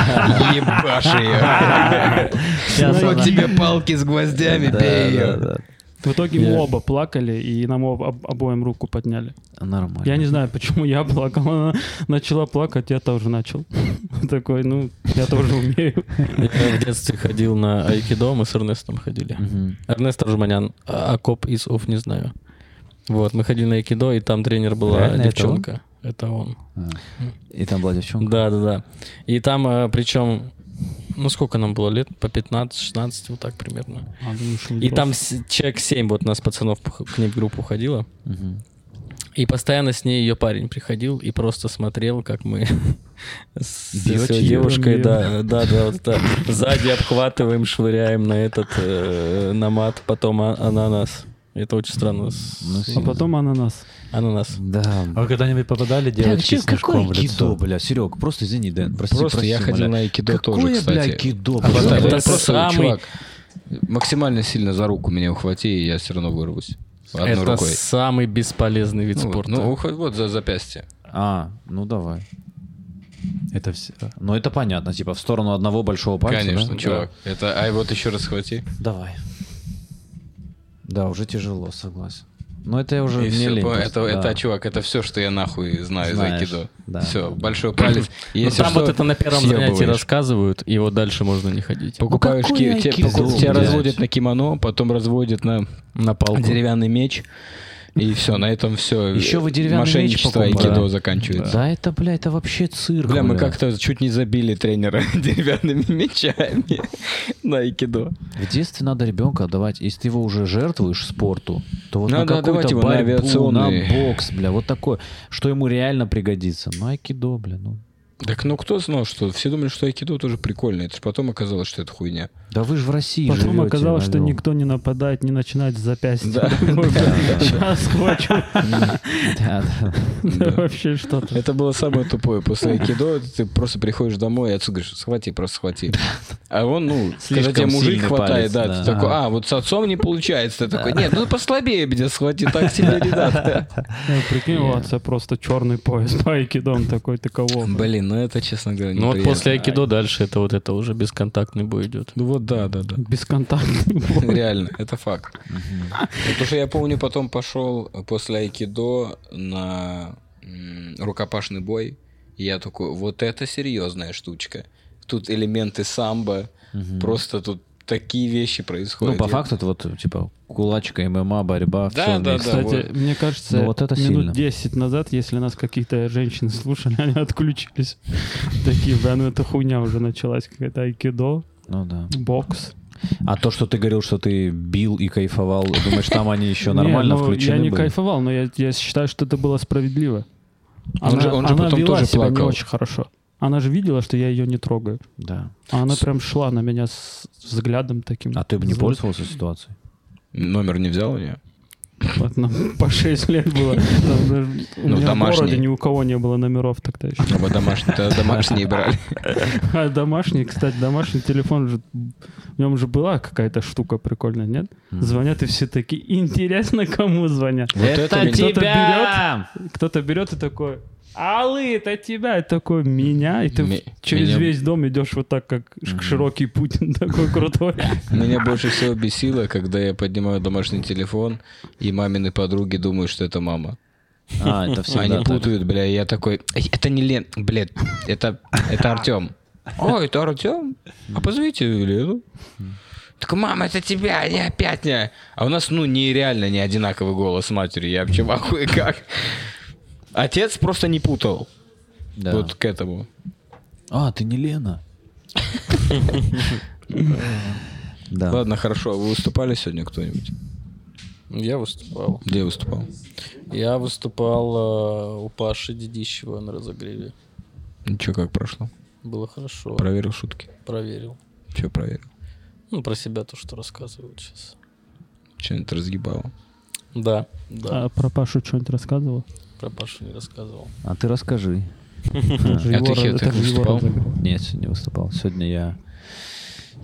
Speaker 1: ебашь ее.
Speaker 2: Щас
Speaker 1: Вот
Speaker 2: она-
Speaker 1: тебе палки с гвоздями,
Speaker 2: Да,
Speaker 1: бей
Speaker 2: да,
Speaker 1: ее.
Speaker 2: да.
Speaker 5: В итоге мы оба плакали и нам об- об- обоим руку подняли.
Speaker 2: Нормально.
Speaker 5: Я не знаю, почему я плакал. Она начала плакать, я тоже начал. Такой, ну, я тоже умею.
Speaker 3: Я в детстве ходил на айкидо, мы с Эрнестом ходили.
Speaker 2: Мгм.
Speaker 3: Эрнест Аржуманян, а- Акоп из Уф, не знаю. Вот, мы ходили на айкидо, и там тренер была
Speaker 4: Реально это
Speaker 3: девчонка. Это он.
Speaker 2: И там была девчонка.
Speaker 3: Да, да, да. И там, э, причем, ну сколько нам было лет? По 15-16, вот так примерно. И там с- человек 7, вот нас пацанов пох- к ней в группу ходило.
Speaker 2: Мгм.
Speaker 3: И постоянно с ней ее парень приходил и просто смотрел, как мы с
Speaker 2: Бьёте
Speaker 3: своей
Speaker 2: её?
Speaker 3: девушкой, да, да, да, вот это, сзади обхватываем, швыряем на этот э, на мат, потом а- ананас. Это очень странно. с-
Speaker 2: Ну,
Speaker 5: А
Speaker 2: сильно.
Speaker 5: потом ананас.
Speaker 3: Ананас.
Speaker 2: Да.
Speaker 4: А вы когда-нибудь попадали девочки
Speaker 2: чё,
Speaker 4: с мешком в лицо?
Speaker 2: айкидо, бля, Серег, просто извини, Дэн, прости,
Speaker 1: Просто
Speaker 2: прости,
Speaker 1: я
Speaker 2: бля.
Speaker 1: ходил на айкидо тоже,
Speaker 2: Какое, бля,
Speaker 1: кстати.
Speaker 2: айкидо,
Speaker 1: А потом
Speaker 2: бля?
Speaker 3: Это
Speaker 1: я просто,
Speaker 3: самый-
Speaker 1: чувак, максимально сильно за руку меня ухвати, и я все равно вырвусь. Одной
Speaker 3: это
Speaker 1: рукой.
Speaker 3: самый бесполезный вид
Speaker 1: Ну, вот,
Speaker 3: спорта.
Speaker 1: ну, ухо- вот за запястье.
Speaker 2: А, ну давай.
Speaker 4: Это все.
Speaker 2: Ну это понятно, типа в сторону одного большого пальца,
Speaker 1: Конечно,
Speaker 2: да?
Speaker 1: чувак. Это, ай, вот еще раз хвати.
Speaker 2: Да. Давай. Да, уже тяжело, согласен. Но это я уже
Speaker 1: И
Speaker 2: не
Speaker 1: всё,
Speaker 2: лень
Speaker 1: по-
Speaker 2: просто,
Speaker 1: это,
Speaker 2: да.
Speaker 1: это, чувак, это все, что я нахуй знаю
Speaker 2: Знаешь,
Speaker 1: за айкидо.
Speaker 2: да.
Speaker 1: Все, большой палец.
Speaker 3: Ну,
Speaker 1: Если
Speaker 3: там
Speaker 1: что,
Speaker 3: вот это на первом занятии
Speaker 1: съебываешь.
Speaker 3: рассказывают, и вот дальше можно не ходить. Ну,
Speaker 1: Покупаешь
Speaker 2: какое
Speaker 1: ки- те-
Speaker 2: айкидо,
Speaker 1: покуп- тебя
Speaker 2: блядь?
Speaker 1: разводят на кимоно, потом разводят на
Speaker 3: На палку.
Speaker 1: деревянный меч. И все, на этом все.
Speaker 2: Еще вы деревянный меч
Speaker 1: Мошенничество
Speaker 2: покупали.
Speaker 1: айкидо
Speaker 2: Да.
Speaker 1: заканчивается.
Speaker 2: Да это, бля, это вообще цирк,
Speaker 1: Бля, мы как-то чуть не забили тренера деревянными мечами на айкидо.
Speaker 2: В детстве надо ребенка отдавать, если ты его уже жертвуешь спорту, то вот
Speaker 1: Надо
Speaker 2: на
Speaker 1: отдавать
Speaker 2: какую-то
Speaker 1: его на
Speaker 2: борьбу,
Speaker 1: авиационный.
Speaker 2: на бокс, бля, вот такое, что ему реально пригодится. Ну, айкидо, бля, ну.
Speaker 1: Так ну кто знал, что все думали, что айкидо тоже прикольно. Это ж потом оказалось, что это хуйня.
Speaker 2: Да вы же в России
Speaker 5: Потом
Speaker 2: живете,
Speaker 5: оказалось, что
Speaker 2: алло.
Speaker 5: никто не нападает, не начинает с запястья.
Speaker 1: Да.
Speaker 5: Сейчас хочу.
Speaker 2: Да, да.
Speaker 5: Вообще что-то.
Speaker 1: Это было самое тупое. После айкидо ты просто приходишь домой и отцу говоришь, схвати, просто схвати. А он, ну,
Speaker 2: Слишком
Speaker 1: когда тебе мужик
Speaker 2: сильный
Speaker 1: хватает,
Speaker 2: палец,
Speaker 1: да, ты
Speaker 2: да.
Speaker 1: такой, а, вот с отцом не получается. Ты такой, нет, ну послабее меня схвати, так сильно не надо.
Speaker 5: Я Ну, Прикинь, у отца просто черный пояс по айкидо, он такой, ты кого?
Speaker 1: Блин, ну это, честно говоря,
Speaker 3: Ну вот
Speaker 1: неприятно.
Speaker 3: после айкидо дальше это вот это уже бесконтактный бой идет.
Speaker 1: Ну вот да, да, да.
Speaker 5: Бесконтактный.
Speaker 1: Реально, это факт. Потому что я помню, потом пошел после айкидо на м, рукопашный бой. И я такой, вот это серьезная штучка. Тут элементы самбо. Просто тут такие вещи происходят.
Speaker 2: Ну, по
Speaker 1: Я-
Speaker 2: факту это вот, типа, кулачка, ММА, борьба,
Speaker 1: Да, да,
Speaker 2: все
Speaker 1: да.
Speaker 5: Кстати,
Speaker 1: вот.
Speaker 5: мне кажется,
Speaker 2: Ну, вот это
Speaker 5: минут
Speaker 2: сильно.
Speaker 5: 10 назад, если нас какие-то женщины слушали, они отключились. Такие, бля, ну это хуйня уже началась. Какая-то айкидо,
Speaker 2: Ну да.
Speaker 5: бокс.
Speaker 2: А то, что ты говорил, что ты бил и кайфовал, думаешь, там они еще
Speaker 5: Не,
Speaker 2: нормально
Speaker 5: ну,
Speaker 2: включены
Speaker 5: Я не
Speaker 2: были?
Speaker 5: кайфовал, но я, я считаю, что это было справедливо.
Speaker 1: Он же- он же
Speaker 5: она
Speaker 1: потом
Speaker 5: вела
Speaker 1: тоже
Speaker 5: себя не
Speaker 1: плакал.
Speaker 5: очень хорошо. Она же видела, что я ее не трогаю.
Speaker 2: Да.
Speaker 5: А она прям шла на меня с взглядом таким.
Speaker 2: А ты бы не
Speaker 5: злым.
Speaker 2: пользовался ситуацией?
Speaker 1: Номер не взял у нее?
Speaker 5: Вот нам По 6 лет было. Там даже- У
Speaker 1: Ну,
Speaker 5: меня в
Speaker 1: домашний.
Speaker 5: городе ни у кого не было номеров тогда еще.
Speaker 1: Оба домашние, тогда домашние брали.
Speaker 5: А домашний, кстати, домашний телефон же, в нем же была какая-то штука прикольная, нет? Звонят и все такие, интересно, кому звонят.
Speaker 1: Вот это меня-
Speaker 5: Кто-то берет, кто-то берет и такой, Аллы, это тебя, это такой меня, и ты
Speaker 1: Ме-
Speaker 5: через
Speaker 1: меня-
Speaker 5: весь дом идешь вот так, как ш- широкий Путин такой крутой.
Speaker 1: Меня больше всего бесило, когда я поднимаю домашний телефон, и мамины подруги думают, что это мама.
Speaker 2: А, это
Speaker 1: Они
Speaker 2: всегда так.
Speaker 1: путают, бля, и я такой, «Эй, это не Лен, блядь, это, это Артем. О, это Артем? А позовите Лену. Так, мама, это тебя, не опять не. А у нас, ну, нереально не одинаковый голос с матерью, я вообще в ахуе как. Отец просто не путал.
Speaker 2: Да.
Speaker 1: Вот к этому.
Speaker 2: А, ты не Лена. Да.
Speaker 1: Ладно, хорошо. Вы выступали сегодня кто-нибудь?
Speaker 3: Я выступал.
Speaker 1: Где выступал?
Speaker 3: Я выступал э, у Паши Дедищева на разогреве.
Speaker 1: Ничего, как прошло?
Speaker 3: Было хорошо.
Speaker 1: Проверил шутки.
Speaker 3: Проверил.
Speaker 1: Че проверил?
Speaker 3: Ну, про себя то, что рассказывают сейчас.
Speaker 1: Что-нибудь разгибало.
Speaker 3: Да, да.
Speaker 5: А про Пашу что-нибудь рассказывал?
Speaker 3: Про Пашу не рассказывал.
Speaker 2: А ты расскажи.
Speaker 5: Это же
Speaker 1: А
Speaker 5: его
Speaker 1: ты
Speaker 5: раз-
Speaker 1: хе-
Speaker 5: это
Speaker 1: ты
Speaker 5: же его
Speaker 1: выступал?
Speaker 5: разыгрыш.
Speaker 2: Нет, сегодня не выступал. Сегодня я...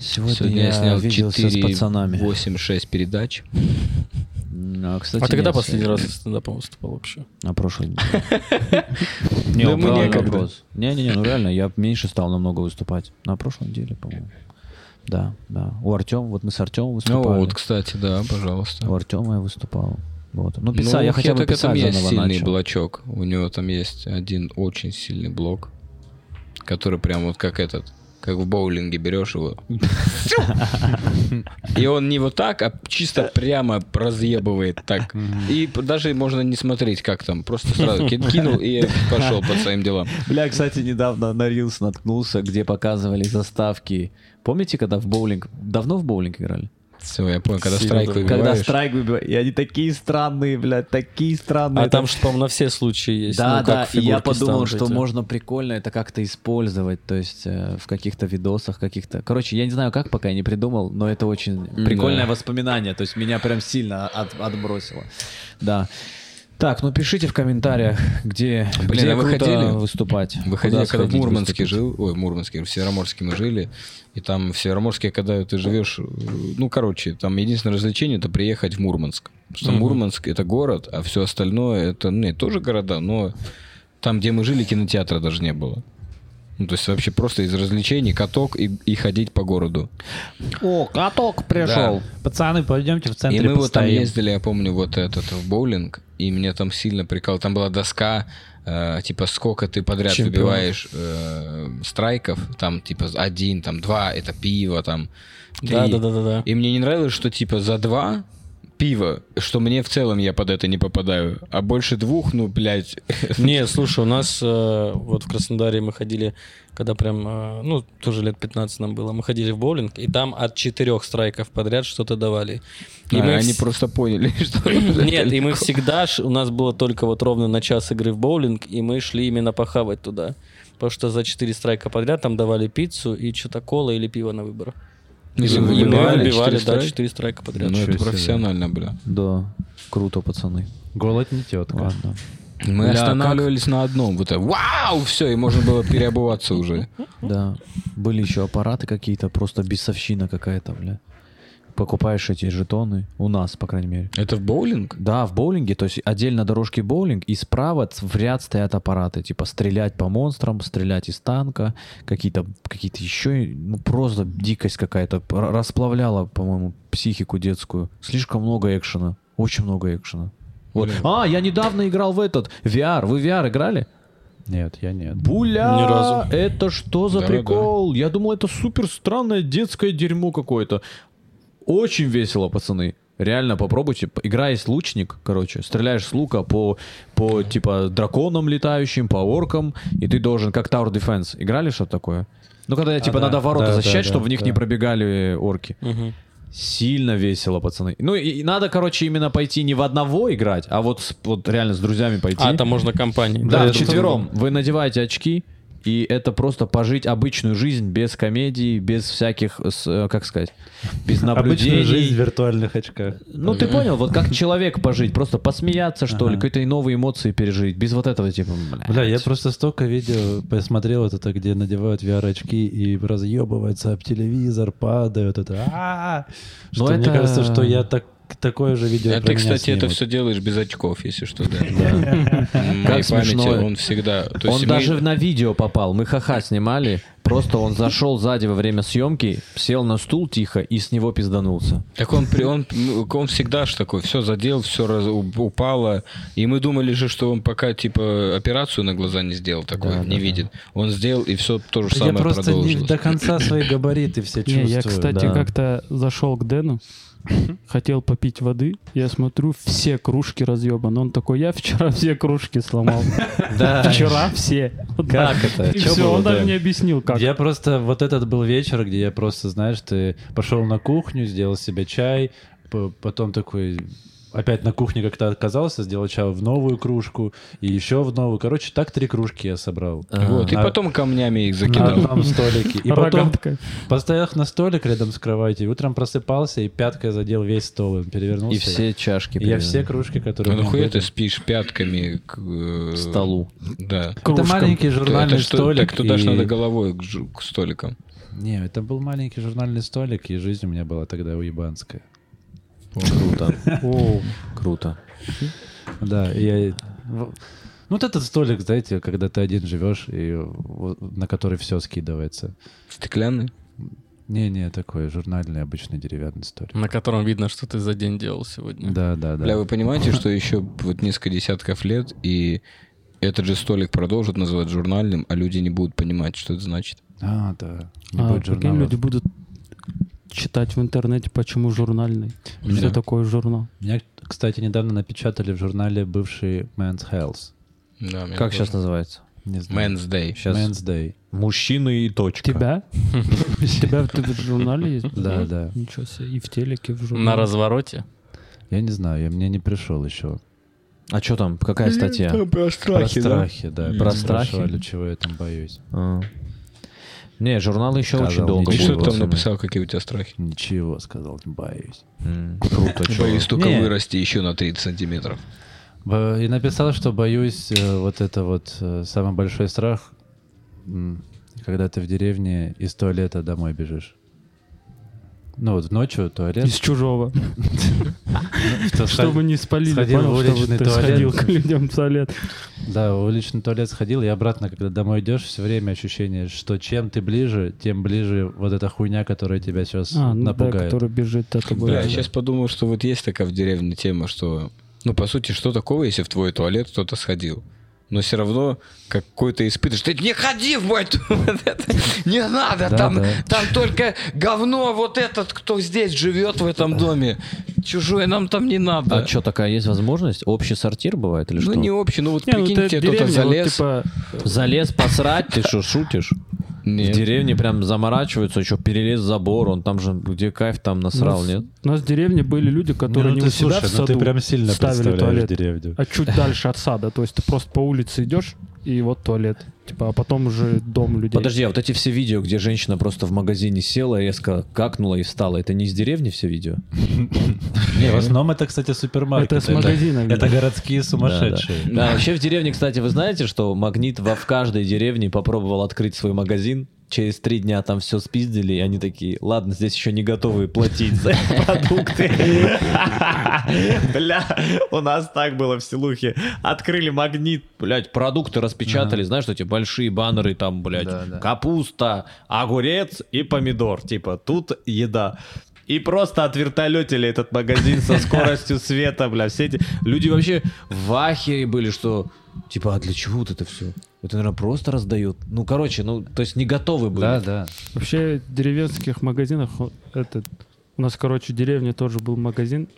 Speaker 2: Сегодня,
Speaker 1: Сегодня я снял
Speaker 2: виделся с
Speaker 1: 4,
Speaker 2: пацанами.
Speaker 1: 8-6 передач.
Speaker 2: Ну, А, кстати,
Speaker 3: А ты когда
Speaker 2: нет,
Speaker 3: последний
Speaker 2: сегодня-
Speaker 3: раз со стендапом выступал вообще?
Speaker 2: На прошлой неделе. Не,
Speaker 1: Да
Speaker 2: он
Speaker 1: мы
Speaker 2: правильный
Speaker 1: некогда.
Speaker 2: вопрос. Не-не-не, ну реально, я меньше стал намного выступать. На прошлой неделе, по-моему. Да, да. У Артема, вот мы с Артемом
Speaker 1: Ну
Speaker 2: выступали.
Speaker 1: вот, кстати, да, пожалуйста.
Speaker 2: У Артема я выступал. Вот. Ну, писал,
Speaker 1: Ну,
Speaker 2: я
Speaker 1: у
Speaker 2: хотя бы
Speaker 1: Хетека там
Speaker 2: писать
Speaker 1: есть
Speaker 2: заново
Speaker 1: сильный
Speaker 2: начал.
Speaker 1: блочок. У него там есть один очень сильный блок, который прям вот как этот, как в боулинге берешь его. И он не вот так, а чисто прямо разъебывает так. И даже можно не смотреть, как там. Просто сразу ки- кинул и пошел по своим делам.
Speaker 2: Бля, кстати, недавно на Рилс наткнулся, где показывали заставки. Помните, когда в боулинг... Давно в боулинг играли?
Speaker 1: Все, я понял, когда
Speaker 3: Сильно
Speaker 1: страйк
Speaker 3: давно.
Speaker 2: Когда
Speaker 1: выбиваешь.
Speaker 2: страйк выбивает, и они такие странные, блядь, такие странные.
Speaker 3: А
Speaker 2: Это-
Speaker 3: там, что, по-моему, на все случаи есть.
Speaker 2: Да,
Speaker 3: ну,
Speaker 2: да,
Speaker 3: как
Speaker 2: и я
Speaker 3: фигурки
Speaker 2: подумал,
Speaker 3: станут
Speaker 2: что
Speaker 3: эти.
Speaker 2: можно прикольно это как-то использовать, то есть э, в каких-то видосах, каких-то... Короче, я не знаю как, пока я не придумал, но это очень прикольное воспоминание, то есть меня прям сильно от- отбросило. Да. Так, ну пишите в комментариях, где,
Speaker 1: Блин,
Speaker 2: где
Speaker 1: а вы
Speaker 2: круто
Speaker 1: хотели?
Speaker 2: выступать.
Speaker 1: Мы ходили, когда
Speaker 2: куда
Speaker 1: в
Speaker 2: сходить
Speaker 1: Мурманске
Speaker 2: выступить.
Speaker 1: жил, ой, в Мурманске, в Североморске мы жили, и там в Североморске, когда ты живешь, э, ну, короче, там единственное развлечение это приехать в Мурманск. Потому что Мурманск это город, а все остальное это, ну, нет, тоже города, но там, где мы жили, кинотеатра даже не было. Ну, то есть вообще просто из развлечений каток и, и ходить по городу.
Speaker 2: О, каток пришел.
Speaker 5: Пацаны, пойдемте в
Speaker 1: И
Speaker 5: центре
Speaker 1: мы вот там
Speaker 5: постоим.
Speaker 1: ездили, я помню, вот этот в боулинг, и меня там сильно прикал. Там была доска, э, типа, сколько ты подряд
Speaker 3: Чемпионов.
Speaker 1: выбиваешь э, страйков, там, типа, один, там, два, это пиво, там, три.
Speaker 3: Да, да, да, да, да.
Speaker 1: И мне не нравилось, что, типа, за два пиво, что мне в целом я под это не попадаю, а больше двух, ну, блядь,
Speaker 3: Не, слушай, у нас э, вот в Краснодаре мы ходили, когда прям, э, ну, тоже лет 15 нам было, мы ходили в боулинг, и там от четырех страйков подряд что-то давали. И
Speaker 1: а
Speaker 3: мы
Speaker 1: они
Speaker 3: вс-
Speaker 1: просто поняли, что... это
Speaker 3: Нет, и мы
Speaker 1: легко.
Speaker 3: всегда, ш- у нас было только вот ровно на час игры в боулинг, и мы шли именно похавать туда. Потому что за 4 страйка подряд там давали пиццу и что-то кола или пиво на выбор.
Speaker 1: Ну,
Speaker 3: И мы
Speaker 1: выбивали
Speaker 3: выбивали,
Speaker 1: четыре
Speaker 3: да,
Speaker 1: страйка?
Speaker 3: 4 страйка подряд.
Speaker 1: Ну, это
Speaker 2: себе.
Speaker 1: профессионально, бля.
Speaker 2: Да, круто, пацаны.
Speaker 4: Голод не тетка.
Speaker 2: Ладно.
Speaker 1: Мы
Speaker 2: Бля,
Speaker 1: останавливались на одном. Вот так, вау, все, и можно было переобуваться уже.
Speaker 2: Да. Были еще аппараты какие-то, просто бесовщина какая-то, бля. Покупаешь эти жетоны, у нас, по крайней мере.
Speaker 1: Это в боулинг?
Speaker 2: Да, в боулинге, то есть отдельно дорожки боулинг, и справа ц- в ряд стоят аппараты, типа стрелять по монстрам, стрелять из танка, какие-то какие еще, и- ну просто дикость какая-то, п- ра- расплавляла, по-моему, психику детскую. Слишком много экшена, очень много экшена. Вот.
Speaker 1: Блин.
Speaker 2: А, я недавно играл в этот, VR, вы в VR играли?
Speaker 4: Нет, я нет.
Speaker 2: Буля!
Speaker 3: Ни разу.
Speaker 2: Это что за
Speaker 1: Да,
Speaker 2: прикол? Я думал, это супер странное детское дерьмо какое-то. Очень весело, пацаны. Реально, попробуйте. П- Игра есть лучник, короче. Стреляешь с лука по, по типа, драконам летающим, по оркам, и ты должен, как Tower Defense. Играли что-то такое? Ну, когда я, типа,
Speaker 4: А, да.
Speaker 2: надо ворота
Speaker 4: Да, да,
Speaker 2: защищать,
Speaker 4: да,
Speaker 2: чтобы в них
Speaker 4: да.
Speaker 2: не пробегали орки.
Speaker 3: Мгм.
Speaker 2: Сильно весело, пацаны. Ну, и, и надо, короче, именно пойти не в одного играть, а вот, с- вот реально с друзьями пойти.
Speaker 3: А, там можно компании.
Speaker 2: Да,
Speaker 3: я
Speaker 2: вчетвером. Вы надеваете очки, и это просто пожить обычную жизнь без комедии, без всяких, э, с, э, как сказать, без
Speaker 4: Обычная жизнь в
Speaker 2: наблюдений.
Speaker 4: виртуальных очках.
Speaker 2: Ну, ты понял, вот как человек пожить, просто посмеяться, что ли, какие-то новые эмоции пережить, без вот этого типа, блядь.
Speaker 4: Бля, я просто столько видео посмотрел вот это, где надевают VR-очки и разъебываются об телевизор, падают. Это, а-а-а.
Speaker 2: Но
Speaker 4: Что Мне
Speaker 2: это-
Speaker 4: кажется, что я так такое же видео
Speaker 1: А
Speaker 4: про
Speaker 1: ты,
Speaker 4: меня
Speaker 1: кстати, это
Speaker 4: снимут.
Speaker 1: все делаешь без очков, если что, да. В
Speaker 2: Как
Speaker 1: моей памяти
Speaker 2: смешно.
Speaker 1: он всегда... то
Speaker 2: Он
Speaker 1: есть мы-
Speaker 2: даже на видео попал. Мы ха-ха снимали. Просто он зашел сзади во время съемки, сел на стул тихо и с него пизданулся.
Speaker 1: Так он, при- он, ну, он всегда ж такой, все задел, все раз, у- упало. И мы думали же, что он пока типа операцию на глаза не сделал такой,
Speaker 2: Да,
Speaker 1: не
Speaker 2: да,
Speaker 1: видит. Он сделал, и все то же
Speaker 4: Я
Speaker 1: самое
Speaker 4: просто не
Speaker 1: продолжилось.
Speaker 4: до конца свои габариты все
Speaker 5: Не,
Speaker 4: чувствую.
Speaker 5: я, кстати,
Speaker 4: да.
Speaker 5: как-то зашел к Дэну, хотел попить воды, я смотрю, все кружки разъебаны. Он такой, я вчера все кружки сломал.
Speaker 2: Да.
Speaker 5: Вчера все. Вот так.
Speaker 2: Как это?
Speaker 5: И
Speaker 2: Чё
Speaker 5: все,
Speaker 2: было,
Speaker 5: он даже
Speaker 2: да?
Speaker 5: не объяснил, как.
Speaker 4: Я просто... Вот этот был вечер, где я просто, знаешь, ты пошел на кухню, сделал себе чай, п- потом такой... Опять на кухне как-то оказался, сделал чай в новую кружку и еще в новую. Короче, так три кружки я собрал.
Speaker 1: Вот, и
Speaker 4: А-
Speaker 1: потом камнями их
Speaker 4: на
Speaker 1: закидал.
Speaker 4: одном столике. И потом
Speaker 5: Рогатка.
Speaker 4: поставил их на столик рядом с кроватью. Утром просыпался и пяткой задел весь стол. Он перевернулся.
Speaker 2: И все чашки.
Speaker 4: И я
Speaker 2: привязаны
Speaker 4: все кружки, которые...
Speaker 1: Ну
Speaker 4: у меня
Speaker 1: нахуя ты
Speaker 4: были-
Speaker 1: спишь пятками к э,
Speaker 2: к столу.
Speaker 1: Да.
Speaker 4: Это маленький журнальный
Speaker 1: Это что,
Speaker 4: столик.
Speaker 1: Так туда ж
Speaker 4: и-
Speaker 1: надо головой к, жу- к столикам.
Speaker 4: Не, это был маленький журнальный столик, и жизнь у меня была тогда уебанская. Круто.
Speaker 2: Круто.
Speaker 4: Да, и я... в- Ну, вот этот столик, знаете, когда ты один живешь, и вот на который все скидывается.
Speaker 1: Стеклянный?
Speaker 4: Не-не, такой журнальный обычный деревянный столик.
Speaker 3: На котором видно, что ты за день делал сегодня.
Speaker 4: Да, да,
Speaker 1: Бля,
Speaker 4: да.
Speaker 1: вы понимаете, что еще вот несколько десятков лет, и этот же столик продолжат называть журнальным, а люди не будут понимать, что это значит.
Speaker 4: А, да. Не
Speaker 5: А,
Speaker 4: будет
Speaker 5: прикинь,
Speaker 4: журналов.
Speaker 5: люди будут читать в интернете, почему журнальный. Что
Speaker 1: Да.
Speaker 5: такое журнал?
Speaker 4: Меня, кстати, недавно напечатали в журнале бывший Men's Health.
Speaker 1: Да, мне
Speaker 2: Как
Speaker 1: тоже.
Speaker 2: сейчас называется?
Speaker 4: Не знаю.
Speaker 1: Men's Day.
Speaker 2: Сейчас
Speaker 4: Men's Day.
Speaker 2: мужчины и точка.
Speaker 5: Тебя? Тебя в ты в журнале есть?
Speaker 4: Да, да.
Speaker 5: Ничего себе. И в телеке, и в журнале.
Speaker 3: На развороте.
Speaker 4: Я не знаю, я мне не пришел еще.
Speaker 2: А что там? Какая статья?
Speaker 4: Про страхи, да.
Speaker 2: Про
Speaker 4: меня
Speaker 2: страхи?
Speaker 4: спрашивали, чего я там боюсь.
Speaker 2: А. Не, журнал еще
Speaker 4: Сказал,
Speaker 2: очень долго.
Speaker 1: И что
Speaker 2: будет,
Speaker 4: ничего.
Speaker 1: ты там
Speaker 2: пацаны.
Speaker 1: написал, какие у тебя страхи?
Speaker 4: Ничего, сказал, не боюсь.
Speaker 2: М, Круто, чё.
Speaker 1: Боюсь только
Speaker 4: Не.
Speaker 1: вырасти еще на 30 сантиметров.
Speaker 4: Б- И написал, что боюсь э, вот это вот э, самый большой страх, м, когда ты в деревне из туалета домой бежишь. Ну вот ночью туалет,
Speaker 5: Из чужого.
Speaker 4: в то-
Speaker 5: Чтобы не спалили,
Speaker 4: сходил
Speaker 5: понял,
Speaker 4: в
Speaker 5: что
Speaker 4: уличный
Speaker 5: вот ты
Speaker 4: туалет.
Speaker 5: сходил к людям в туалет.
Speaker 4: да, в уличный туалет сходил, и обратно, когда домой идешь, все время ощущение, что чем ты ближе, тем ближе вот эта хуйня, которая тебя сейчас
Speaker 5: А, ну да,
Speaker 4: напугает.
Speaker 5: который бежит от тобой.
Speaker 1: Бля, я сейчас подумал, что вот есть такая в деревне тема, что, ну, по сути, что такого, если в твой туалет кто-то сходил? Но все равно какой-то испытываешь. Ты не ходи в мой туалет! Не надо!
Speaker 4: Да,
Speaker 1: Там,
Speaker 4: да.
Speaker 1: там только говно вот этот, кто здесь живет в этом доме. Чужое нам там не надо.
Speaker 2: А что, такая есть возможность? Общий сортир бывает или
Speaker 1: ну,
Speaker 2: что?
Speaker 1: не общий, ну вот
Speaker 5: Не, ну
Speaker 1: прикинь,
Speaker 5: ты
Speaker 1: тебе
Speaker 5: деревня,
Speaker 1: кто-то
Speaker 5: вот
Speaker 1: залез.
Speaker 5: типа,
Speaker 2: Залез посрать, ты что, шутишь? В
Speaker 1: Нет.
Speaker 2: деревне прям заморачиваются, еще перелез забор, он там же, где кайф, там
Speaker 5: у
Speaker 2: насрал,
Speaker 5: нас-
Speaker 1: Ну,
Speaker 2: нет?
Speaker 5: У нас в деревне были люди, которые не у себя в
Speaker 4: ну ты
Speaker 5: саду
Speaker 4: прям сильно
Speaker 5: ставили
Speaker 4: представляешь
Speaker 5: туалет,
Speaker 4: деревню.
Speaker 5: а чуть дальше от сада. То есть ты просто по улице идешь, и вот туалет. Типа, а потом уже дом людей.
Speaker 2: Подожди, а вот эти все видео, где женщина просто в магазине села, резко какнула и встала, это не из деревни все видео?
Speaker 4: Не, в основном это, кстати, супермаркет.
Speaker 5: Это с магазина. видно.
Speaker 4: Это городские
Speaker 2: Да,
Speaker 4: сумасшедшие.
Speaker 2: да. Да, вообще в деревне, кстати, вы знаете, что магнит во в каждой деревне попробовал открыть свой магазин. Через три дня там все спиздили, и они такие, ладно, здесь еще не готовы платить за продукты. Бля, у нас так было в селухе. Открыли магнит, блядь, продукты распечатали, знаешь, эти большие баннеры там, блядь,
Speaker 4: Да, да.
Speaker 2: капуста, огурец и помидор. Типа, тут еда. И просто отвертолетили этот магазин со скоростью света, бля. Все эти люди вообще в ахере были, что типа, а для чего вот это все? Это, наверное, просто раздают. Ну, короче, ну, то есть не готовы были.
Speaker 4: Да, да.
Speaker 5: Вообще в деревенских магазинах о, этот у нас, короче, в деревне тоже был магазин.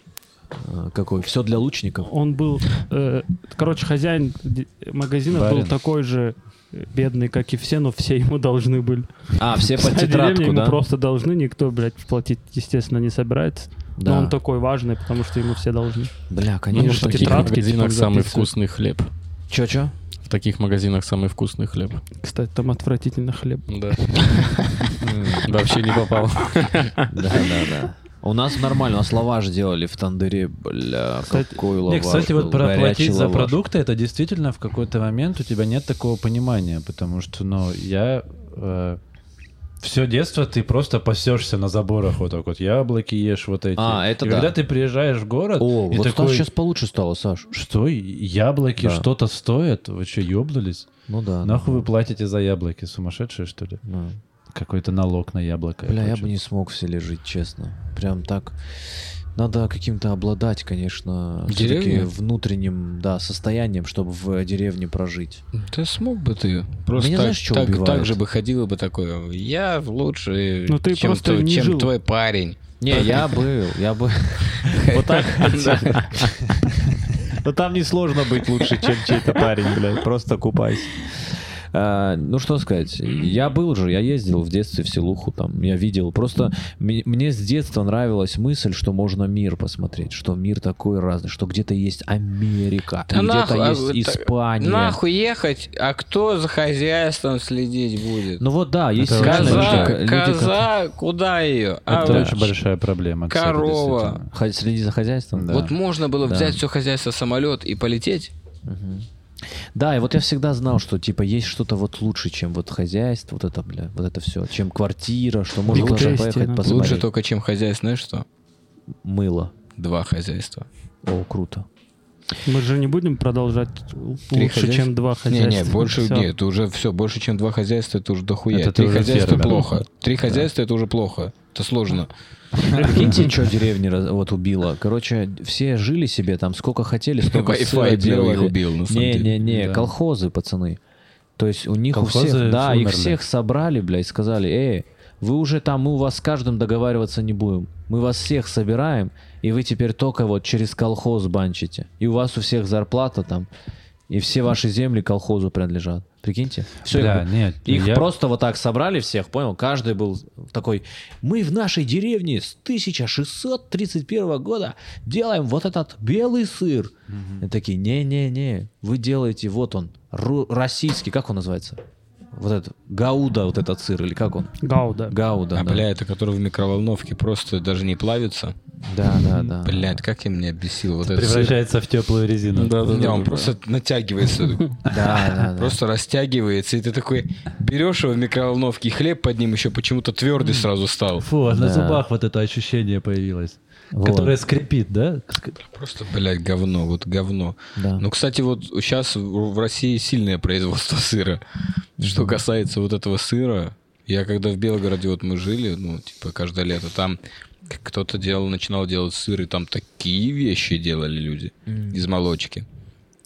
Speaker 2: А, Какой? Все для лучников.
Speaker 5: Он был, э, короче, хозяин де- магазина был
Speaker 4: Барин.
Speaker 5: такой же э, бедный, как и все, но все ему должны были.
Speaker 2: А, все по
Speaker 5: Вся деревня
Speaker 2: тетрадку,
Speaker 5: ему
Speaker 2: да?
Speaker 5: просто должны, никто, блядь, платить, естественно, не собирается.
Speaker 2: Да.
Speaker 5: Но он такой важный, потому что ему все должны.
Speaker 2: Бля,
Speaker 5: Ну,
Speaker 3: Ну,
Speaker 2: конечно.
Speaker 3: в таких
Speaker 5: тетрадки,
Speaker 3: магазинах
Speaker 5: типа,
Speaker 3: самый
Speaker 5: записывают.
Speaker 3: вкусный хлеб.
Speaker 2: Чё-чё?
Speaker 3: В таких магазинах самый вкусный хлеб.
Speaker 5: Кстати, там отвратительно хлеб.
Speaker 3: Да. Вообще не попал.
Speaker 2: Да, да, да. У нас нормально, у нас лаваш делали в тандыре, бля,
Speaker 5: Кстати-
Speaker 2: какой лаваш
Speaker 4: Не, кстати,
Speaker 2: был,
Speaker 4: вот про
Speaker 2: горячий
Speaker 4: платить за
Speaker 2: лаваш.
Speaker 4: продукты, это действительно в какой-то момент у тебя нет такого понимания, потому что, ну, я э, все детство ты просто пасешься на заборах вот так вот яблоки ешь вот эти.
Speaker 2: А, это
Speaker 4: И
Speaker 2: да.
Speaker 4: когда ты приезжаешь в город,
Speaker 2: О,
Speaker 4: и
Speaker 2: вот
Speaker 4: такой,
Speaker 2: сейчас получше стало, Саш.
Speaker 4: что яблоки
Speaker 2: Да.
Speaker 4: что-то стоят? Вы что, ёбнулись?
Speaker 2: Ну да.
Speaker 4: Нахуй вы платите за яблоки, сумасшедшие что ли?
Speaker 2: да.
Speaker 4: Какой-то налог на яблоко.
Speaker 2: Бля, я
Speaker 4: плачу.
Speaker 2: бы не смог в селе жить, честно. Прям так. Надо каким-то обладать, конечно, все-таки
Speaker 1: Деревня?
Speaker 2: внутренним, да, состоянием, чтобы в деревне прожить.
Speaker 1: Да смог бы ты. Просто
Speaker 2: Меня
Speaker 1: так,
Speaker 2: знаешь, чё
Speaker 1: так-
Speaker 2: убивает?
Speaker 1: так же бы ходила бы такое. Я лучше,
Speaker 5: Ну ты
Speaker 1: чем,
Speaker 5: просто
Speaker 1: твой,
Speaker 5: не
Speaker 1: чем
Speaker 5: жил.
Speaker 1: твой парень.
Speaker 2: Не, я был, я бы...
Speaker 6: Вот так. Но там несложно быть лучше, чем чей-то парень, блядь. Просто купайся.
Speaker 2: А, ну что сказать, я был же, я ездил в детстве в селуху, там, я видел. Просто ми- мне с детства нравилась мысль, что можно мир посмотреть, что мир такой разный, что где-то есть Америка,
Speaker 1: Да
Speaker 2: и где-то
Speaker 1: нахуй, а
Speaker 2: есть
Speaker 1: вот так-
Speaker 2: Испания.
Speaker 1: Нахуй ехать, а кто за хозяйством следить будет?
Speaker 2: Ну вот да, есть
Speaker 4: Это
Speaker 2: реально
Speaker 4: очень
Speaker 1: коза,
Speaker 2: люди, люди, которые-
Speaker 1: коза, куда ее? А
Speaker 4: Это
Speaker 1: вот
Speaker 4: очень большая проблема. кстати,
Speaker 1: корова.
Speaker 4: действительно.
Speaker 2: Ходить Следить за хозяйством?
Speaker 4: Да.
Speaker 1: Вот можно было
Speaker 2: Да.
Speaker 1: взять все хозяйство самолет и полететь.
Speaker 2: Мгм. Да, и вот я всегда знал, что типа есть что-то вот лучше, чем вот хозяйство, вот это, бля, вот это все, чем квартира, что можно
Speaker 5: Лучше
Speaker 2: даже
Speaker 5: истина.
Speaker 2: поехать
Speaker 5: Лучше
Speaker 2: посмотреть.
Speaker 1: ну, Лучше только, чем хозяйство, знаешь что?
Speaker 2: Мыло.
Speaker 1: Два хозяйства.
Speaker 2: О, круто.
Speaker 5: Мы же не будем продолжать
Speaker 1: Три
Speaker 5: лучше, чем
Speaker 1: хозяйства?
Speaker 5: два
Speaker 1: Не,
Speaker 5: хозяйства.
Speaker 1: не, больше
Speaker 5: Всё.
Speaker 1: нет, это уже все, больше чем два хозяйства, это уже дохуя.
Speaker 4: Это ты
Speaker 1: Три
Speaker 4: уже
Speaker 1: хозяйства
Speaker 4: фермер.
Speaker 1: плохо. Три хозяйства это уже плохо. Это сложно.
Speaker 2: Прикиньте, что деревни раз- вот убила. Короче, все жили себе там, сколько хотели, столько
Speaker 1: Wi-Fi
Speaker 2: сыра
Speaker 1: первый их
Speaker 2: делали.
Speaker 1: убил, на самом деле.
Speaker 2: Не-не-не,
Speaker 4: Да.
Speaker 2: колхозы, пацаны. То есть у них
Speaker 4: Колхозы
Speaker 2: у всех, да,
Speaker 4: умерли.
Speaker 2: их всех собрали, бля, и сказали, эй, вы уже там, мы у вас с каждым договариваться не будем. Мы вас всех собираем, и вы теперь только вот через колхоз банчите. И у вас у всех зарплата там, и все ваши земли колхозу принадлежат. Прикиньте? Все,
Speaker 4: Бля, нет,
Speaker 2: их
Speaker 4: я-
Speaker 2: просто вот так собрали всех, понял? Каждый был такой, мы в нашей деревне с 1631 года делаем вот этот белый сыр. И такие, не-не-не, вы делаете, вот он, ру- российский, как он называется? Вот этот, гауда вот этот сыр, или как он?
Speaker 5: Гауда.
Speaker 2: Гауда,
Speaker 1: а,
Speaker 2: да.
Speaker 1: бля, это который в микроволновке просто даже не плавится.
Speaker 2: Да, да, да.
Speaker 1: Блядь, как я меня бесил вот это.
Speaker 4: Превращается в теплую резину.
Speaker 1: Не, он просто натягивается,
Speaker 2: Да, да, да.
Speaker 1: просто растягивается, и ты такой берешь его в микроволновке, и хлеб под ним еще почему-то твердый сразу стал.
Speaker 4: Фу, а на
Speaker 2: Да.
Speaker 4: зубах вот это ощущение появилось.
Speaker 2: Вот.
Speaker 4: Которое скрипит, да? Ск-
Speaker 1: Просто, блядь, говно, вот говно.
Speaker 2: Да.
Speaker 1: Ну, кстати, вот сейчас в в России сильное производство сыра. Что касается вот этого сыра, я когда в Белгороде вот мы жили, ну, типа, каждое лето, там кто-то делал, начинал делать сыр, и там такие вещи делали люди
Speaker 2: М.
Speaker 1: из молочки.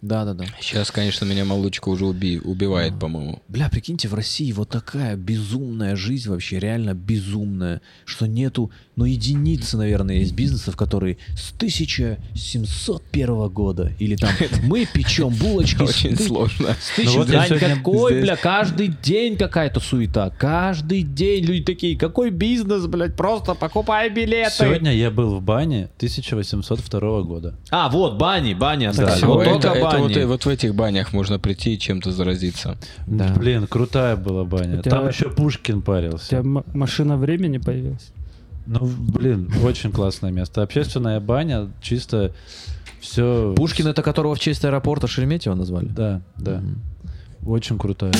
Speaker 2: Да, да, да.
Speaker 1: Сейчас, конечно, меня молочка уже уби- убивает, по-моему.
Speaker 2: Бля, прикиньте, в России вот такая безумная жизнь вообще, реально безумная, что нету, ну, единицы, наверное, есть бизнесов, которые с 1701 года, или там, мы печем булочки с
Speaker 1: Очень
Speaker 2: ты-
Speaker 1: сложно.
Speaker 2: с
Speaker 4: Ну
Speaker 2: тысячи...
Speaker 4: вот я
Speaker 2: Да,
Speaker 4: сегодня
Speaker 2: никакой,
Speaker 1: здесь-
Speaker 2: бля, каждый день какая-то суета, каждый день люди такие, какой бизнес, блядь, просто покупай билеты.
Speaker 4: Сегодня я был в бане 1802 года.
Speaker 2: А, вот, бани, бани остались,
Speaker 1: Всё,
Speaker 2: вот
Speaker 1: это,
Speaker 2: только
Speaker 1: это
Speaker 2: бани.
Speaker 1: вот, и- вот в этих банях можно прийти и чем-то заразиться.
Speaker 2: Да.
Speaker 4: Блин, крутая была баня.
Speaker 5: У тебя-
Speaker 4: Там еще Пушкин
Speaker 5: У
Speaker 4: парился.
Speaker 5: тебя м- машина времени появилась?
Speaker 4: Ну, блин, очень классное место. Общественная баня, чисто все...
Speaker 2: Пушкин, это которого в честь аэропорта Шереметьево назвали?
Speaker 4: Да, да.
Speaker 2: Мгм.
Speaker 4: Очень крутая.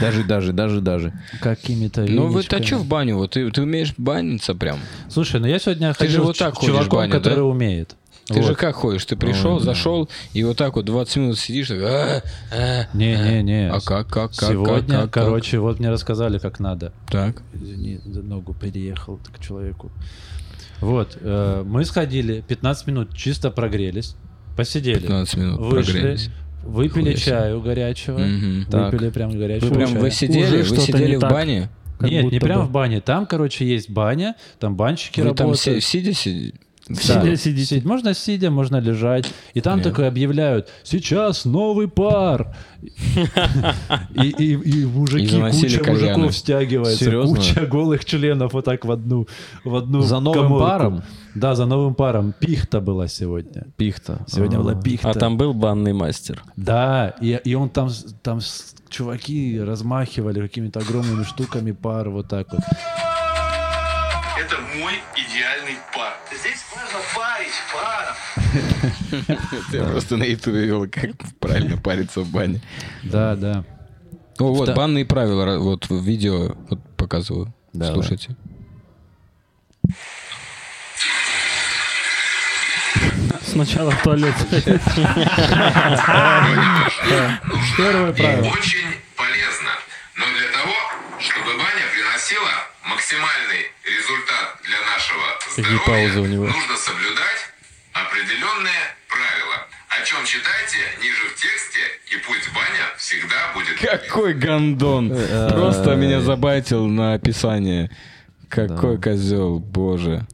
Speaker 2: Даже, даже, даже, даже.
Speaker 4: Какими-то
Speaker 1: Ну, вы
Speaker 4: веничками.
Speaker 1: а чё в баню? Вот ты, ты умеешь баниться прям.
Speaker 4: Слушай, ну я сегодня
Speaker 1: же
Speaker 4: ходил
Speaker 1: вот
Speaker 4: с
Speaker 1: так
Speaker 4: ч-
Speaker 1: ходишь в
Speaker 4: чуваком,
Speaker 1: баню, да?
Speaker 4: который умеет.
Speaker 1: Ты
Speaker 4: Вот.
Speaker 1: же как ходишь? Ты пришел, зашел, и вот так вот 20 минут сидишь, так, «А, а».
Speaker 4: Не-не-не.
Speaker 1: А как, как, как, как,
Speaker 4: Сегодня,
Speaker 1: как, как?
Speaker 4: короче, вот мне рассказали, как надо.
Speaker 1: Так.
Speaker 4: Извини, за ногу переехал к человеку. Вот, э, мы сходили, 15 минут чисто прогрелись, посидели,
Speaker 1: 15 минут
Speaker 4: вышли,
Speaker 1: прогрелись.
Speaker 4: выпили
Speaker 1: Хуя себе.
Speaker 4: чаю горячего,
Speaker 1: Мгм.
Speaker 4: выпили прям горячего
Speaker 1: Вы прям
Speaker 4: чая.
Speaker 1: вы сидели, вы
Speaker 5: что-то
Speaker 1: сидели
Speaker 5: не
Speaker 1: в
Speaker 5: так.
Speaker 1: бане?
Speaker 5: Как
Speaker 4: Нет, не
Speaker 5: будто
Speaker 4: прям
Speaker 5: бы.
Speaker 4: в бане, там, короче, есть баня, там банщики
Speaker 1: Вы там си-
Speaker 4: работают.
Speaker 1: сидя сидите?
Speaker 4: Да.
Speaker 5: Сидя сидите.
Speaker 4: Сидеть. Можно сидя, можно лежать. И там
Speaker 1: Нет.
Speaker 4: такое объявляют, сейчас новый пар. И, и- и мужики,
Speaker 1: И заносили
Speaker 4: куча
Speaker 1: кальяны.
Speaker 4: мужиков стягивается.
Speaker 2: Серьезно?
Speaker 4: Куча голых членов вот так в одну в одну
Speaker 2: За новым
Speaker 4: коморку.
Speaker 2: паром?
Speaker 4: Да, за новым паром. Пихта была сегодня.
Speaker 2: Пихта.
Speaker 4: Сегодня была пихта.
Speaker 3: А там был банный мастер.
Speaker 4: Да, и, и он там, с- там с- чуваки размахивали какими-то огромными штуками пар вот так вот.
Speaker 7: Это мой идеальный пар. Здесь важно парить, пара.
Speaker 1: Я просто на ютубе вел, как правильно париться в бане.
Speaker 4: Да, да.
Speaker 1: О, Ну вот,
Speaker 2: Вта-
Speaker 1: банные правила, ра- вот в видео вот показываю.
Speaker 4: Давай.
Speaker 1: Слушайте.
Speaker 5: Сначала в туалет. Первое правило.
Speaker 7: Очень полезно. Но для того, чтобы баня приносила максимальный результат для нашего здоровья,
Speaker 3: паузы у него?
Speaker 7: нужно соблюдать определенные правила. О чем читайте ниже в тексте, и пусть баня всегда будет
Speaker 1: Какой гандон! Просто меня забайтил на описание. Какой козел, боже.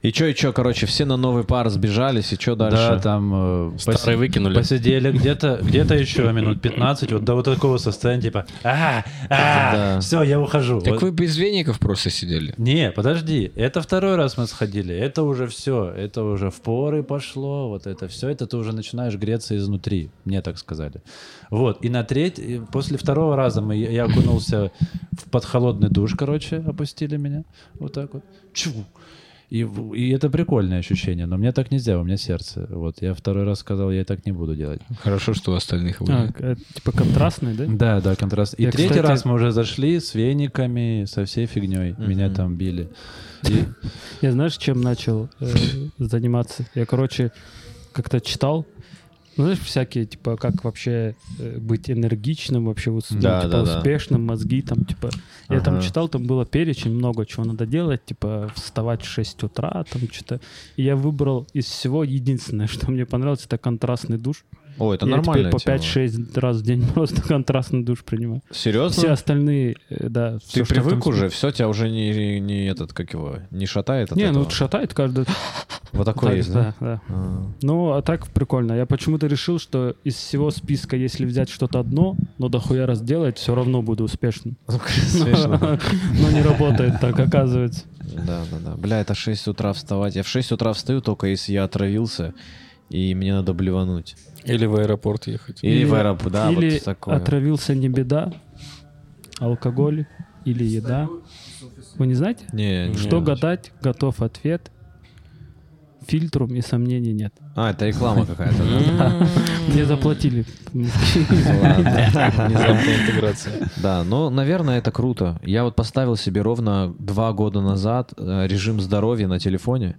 Speaker 2: И чё, и чё, короче, все на новый пар сбежались, и чё
Speaker 4: Да,
Speaker 2: дальше?
Speaker 4: там... э,
Speaker 3: Старые
Speaker 4: поси-
Speaker 3: выкинули.
Speaker 4: Посидели где-то где-то еще минут 15, вот до вот такого состояния, типа, а,
Speaker 2: Да.
Speaker 4: все, я ухожу.
Speaker 1: Так
Speaker 4: Вот-
Speaker 1: вы без веников просто сидели.
Speaker 4: Не, подожди, это второй раз мы сходили, это уже все, это уже в поры пошло, вот это все, это ты уже начинаешь греться изнутри, мне так сказали. Вот, и на треть, и после второго раза мы, я окунулся в подхолодный душ, короче, опустили меня, вот так вот, чу. И, в- и это прикольное ощущение, но мне так нельзя, у меня сердце. Вот, я второй раз сказал, я так не буду делать.
Speaker 1: Хорошо, что у остальных
Speaker 5: А,
Speaker 1: были.
Speaker 5: э, Типа контрастный, да?
Speaker 4: Да, да, контраст. И
Speaker 5: Я,
Speaker 4: третий
Speaker 5: кстати-
Speaker 4: раз мы уже зашли с вениками, со всей фигней, меня там били. И-
Speaker 5: Я знаешь, чем начал э, заниматься? Я, короче, как-то читал, ну, знаешь, всякие, типа, как вообще э, быть энергичным, вообще вот, ну,
Speaker 2: Да,
Speaker 5: типа,
Speaker 2: да, да.
Speaker 5: успешным, мозги там, типа. Я там
Speaker 2: Ага.
Speaker 5: читал, там было перечень много чего надо делать, типа, вставать в 6 утра, там что-то. И я выбрал из всего единственное, что мне понравилось, это контрастный душ.
Speaker 2: О, это
Speaker 5: я
Speaker 2: нормально.
Speaker 5: теперь по 5-6 раз в день просто контрастный душ принимаю. Все
Speaker 2: Серьезно?
Speaker 5: остальные, э, да.
Speaker 2: Ты
Speaker 5: всё, что
Speaker 2: привык
Speaker 5: там-
Speaker 2: уже, все, тебя уже не, не этот, как его, не шатает от
Speaker 5: Не, ну
Speaker 2: этого?
Speaker 5: вот шатает каждый.
Speaker 2: Вот такой
Speaker 5: Так,
Speaker 2: есть, да?
Speaker 5: да, да.
Speaker 2: А.
Speaker 5: Ну, а так прикольно. Я почему-то решил, что из всего списка, если взять что-то одно, но дохуя раз делать, все равно буду успешным.
Speaker 2: Смешно.
Speaker 5: Но не работает так, оказывается.
Speaker 2: Да, да, да. Бля, это 6 утра вставать. Я в 6 утра встаю, только если я отравился, и мне надо блевануть.
Speaker 3: Или в аэропорт ехать.
Speaker 2: Или в аэропорт, да,
Speaker 5: или
Speaker 2: вот такое.
Speaker 5: отравился не беда, алкоголь или еда. Вы не знаете?
Speaker 2: Не, не,
Speaker 5: Что
Speaker 2: не.
Speaker 5: гадать, готов ответ. Фильтрум и сомнений нет.
Speaker 2: А, это реклама какая-то, да?
Speaker 5: Мне заплатили.
Speaker 2: Ладно. Внезапная интеграция. Да, но, наверное, это круто. Я вот поставил себе ровно два года назад э, режим здоровья на телефоне,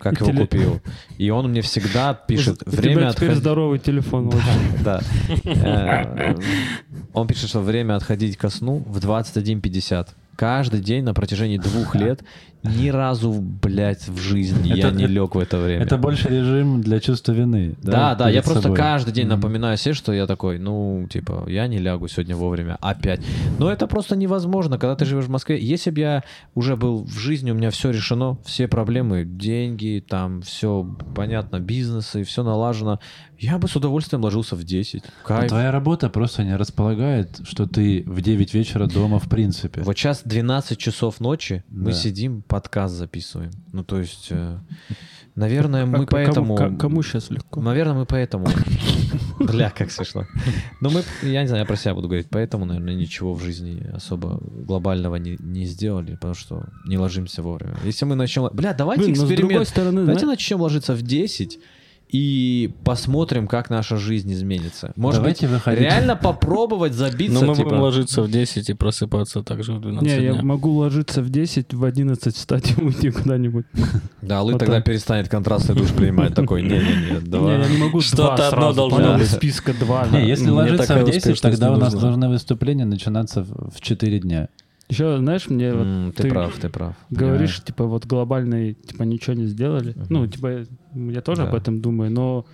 Speaker 2: как его
Speaker 5: Теле-
Speaker 2: купил. И он мне всегда пишет
Speaker 5: У тебя
Speaker 2: время
Speaker 5: теперь
Speaker 2: отходить.
Speaker 5: здоровый телефон. Владимир.
Speaker 2: Да. Э, Он пишет, что время отходить ко сну в 21.50. Каждый день на протяжении двух лет ни разу, блядь, в жизни я
Speaker 4: Это-
Speaker 2: не лег в это время.
Speaker 4: Это больше режим для чувства вины.
Speaker 2: Да, да,
Speaker 4: перед
Speaker 2: я просто
Speaker 4: собой.
Speaker 2: каждый день
Speaker 4: Мгм.
Speaker 2: напоминаю себе, что я такой, ну, типа, я не лягу сегодня вовремя опять. Но это просто невозможно, когда ты живешь в Москве. Если бы я уже был в жизни, у меня все решено, все проблемы, деньги, там все понятно, бизнесы, все налажено, я бы с удовольствием ложился в 10.
Speaker 4: Но
Speaker 2: Кайф.
Speaker 4: А твоя работа просто не располагает, что ты в 9 вечера дома в принципе.
Speaker 2: Вот сейчас 12 часов ночи, мы
Speaker 4: Да.
Speaker 2: сидим, подкаст записываем. Ну, то есть, э, наверное, мы
Speaker 5: А к- кому-
Speaker 2: поэтому...
Speaker 5: к- Кому сейчас легко?
Speaker 2: Наверное, мы поэтому... Бля, как смешно. Ну, мы, я не знаю, я про себя буду говорить, поэтому, наверное, ничего в жизни особо глобального не, не сделали, потому что не ложимся вовремя. Если мы начнем... Бля, давайте
Speaker 5: Блин, но с другой
Speaker 2: эксперимент.
Speaker 5: стороны,
Speaker 2: Давайте
Speaker 5: зна-
Speaker 2: начнем ложиться в 10 и посмотрим, как наша жизнь изменится. Может
Speaker 4: Давайте
Speaker 2: быть,
Speaker 4: выходить.
Speaker 2: реально попробовать забиться,
Speaker 3: Но Ну,
Speaker 5: Ну,
Speaker 3: мы
Speaker 2: типа...
Speaker 3: будем ложиться в 10 и просыпаться также в 12
Speaker 5: не, я
Speaker 3: дня.
Speaker 5: могу ложиться в 10, в 11 встать и уйти куда-нибудь.
Speaker 2: Да, Лы
Speaker 5: Вот
Speaker 2: тогда
Speaker 5: так.
Speaker 2: перестанет контрастный душ принимать такой. Не-не-не,
Speaker 5: Не,
Speaker 2: давай.
Speaker 5: я не могу
Speaker 3: Что-то
Speaker 5: два
Speaker 3: одно
Speaker 5: сразу,
Speaker 3: должно
Speaker 5: понял,
Speaker 3: быть.
Speaker 5: из списка два.
Speaker 4: Не, если
Speaker 3: Мне
Speaker 4: ложиться
Speaker 3: такая
Speaker 4: в 10,
Speaker 3: успешность
Speaker 4: тогда
Speaker 3: не
Speaker 4: у нас
Speaker 3: нужна.
Speaker 4: должны выступления начинаться в в 4 дня.
Speaker 5: Еще, знаешь, мне вот
Speaker 2: М, Ты
Speaker 5: ты
Speaker 2: прав, ты прав.
Speaker 5: говоришь, типа, вот глобальные, типа, ничего не сделали. Ну, типа, я тоже
Speaker 2: Да.
Speaker 5: об этом думаю, но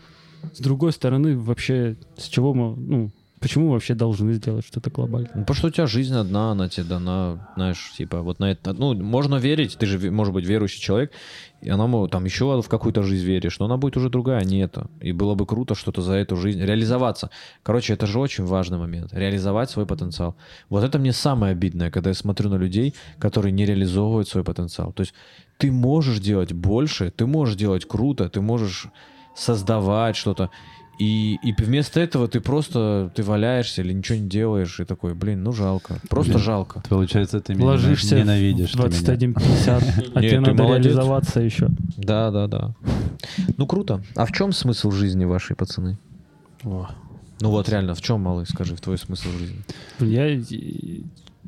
Speaker 5: с другой стороны, вообще, с чего мы, ну, почему вообще должны сделать что-то глобальное?
Speaker 2: Ну, потому что у тебя жизнь одна, она тебе дана, знаешь, типа, вот на это, ну, можно верить, ты же, ве- может быть, верующий человек, и она, мо- там, еще в какую-то жизнь веришь, но она будет уже другая, а не эта. И было бы круто что-то за эту жизнь, реализоваться. Короче, это же очень важный момент, реализовать свой потенциал. Вот это мне самое обидное, когда я смотрю на людей, которые не реализовывают свой потенциал. То есть ты можешь делать больше, ты можешь делать круто, ты можешь создавать что-то. И, и вместо этого ты просто ты валяешься или ничего не делаешь, и такой, блин, ну жалко. Просто
Speaker 4: Блин.
Speaker 2: жалко.
Speaker 4: Получается, ты меня
Speaker 5: Ложишься
Speaker 4: нена- ненавидишь.
Speaker 5: в
Speaker 4: ты меня.
Speaker 5: 21.50, а
Speaker 2: Не,
Speaker 5: тебе
Speaker 2: ты
Speaker 5: надо
Speaker 2: молодец.
Speaker 5: реализоваться еще.
Speaker 2: Да, да, да. Ну круто. А в чем смысл жизни вашей, пацаны? Ну вот реально, в чем, малый, скажи, в твой смысл жизни?
Speaker 5: Я, э,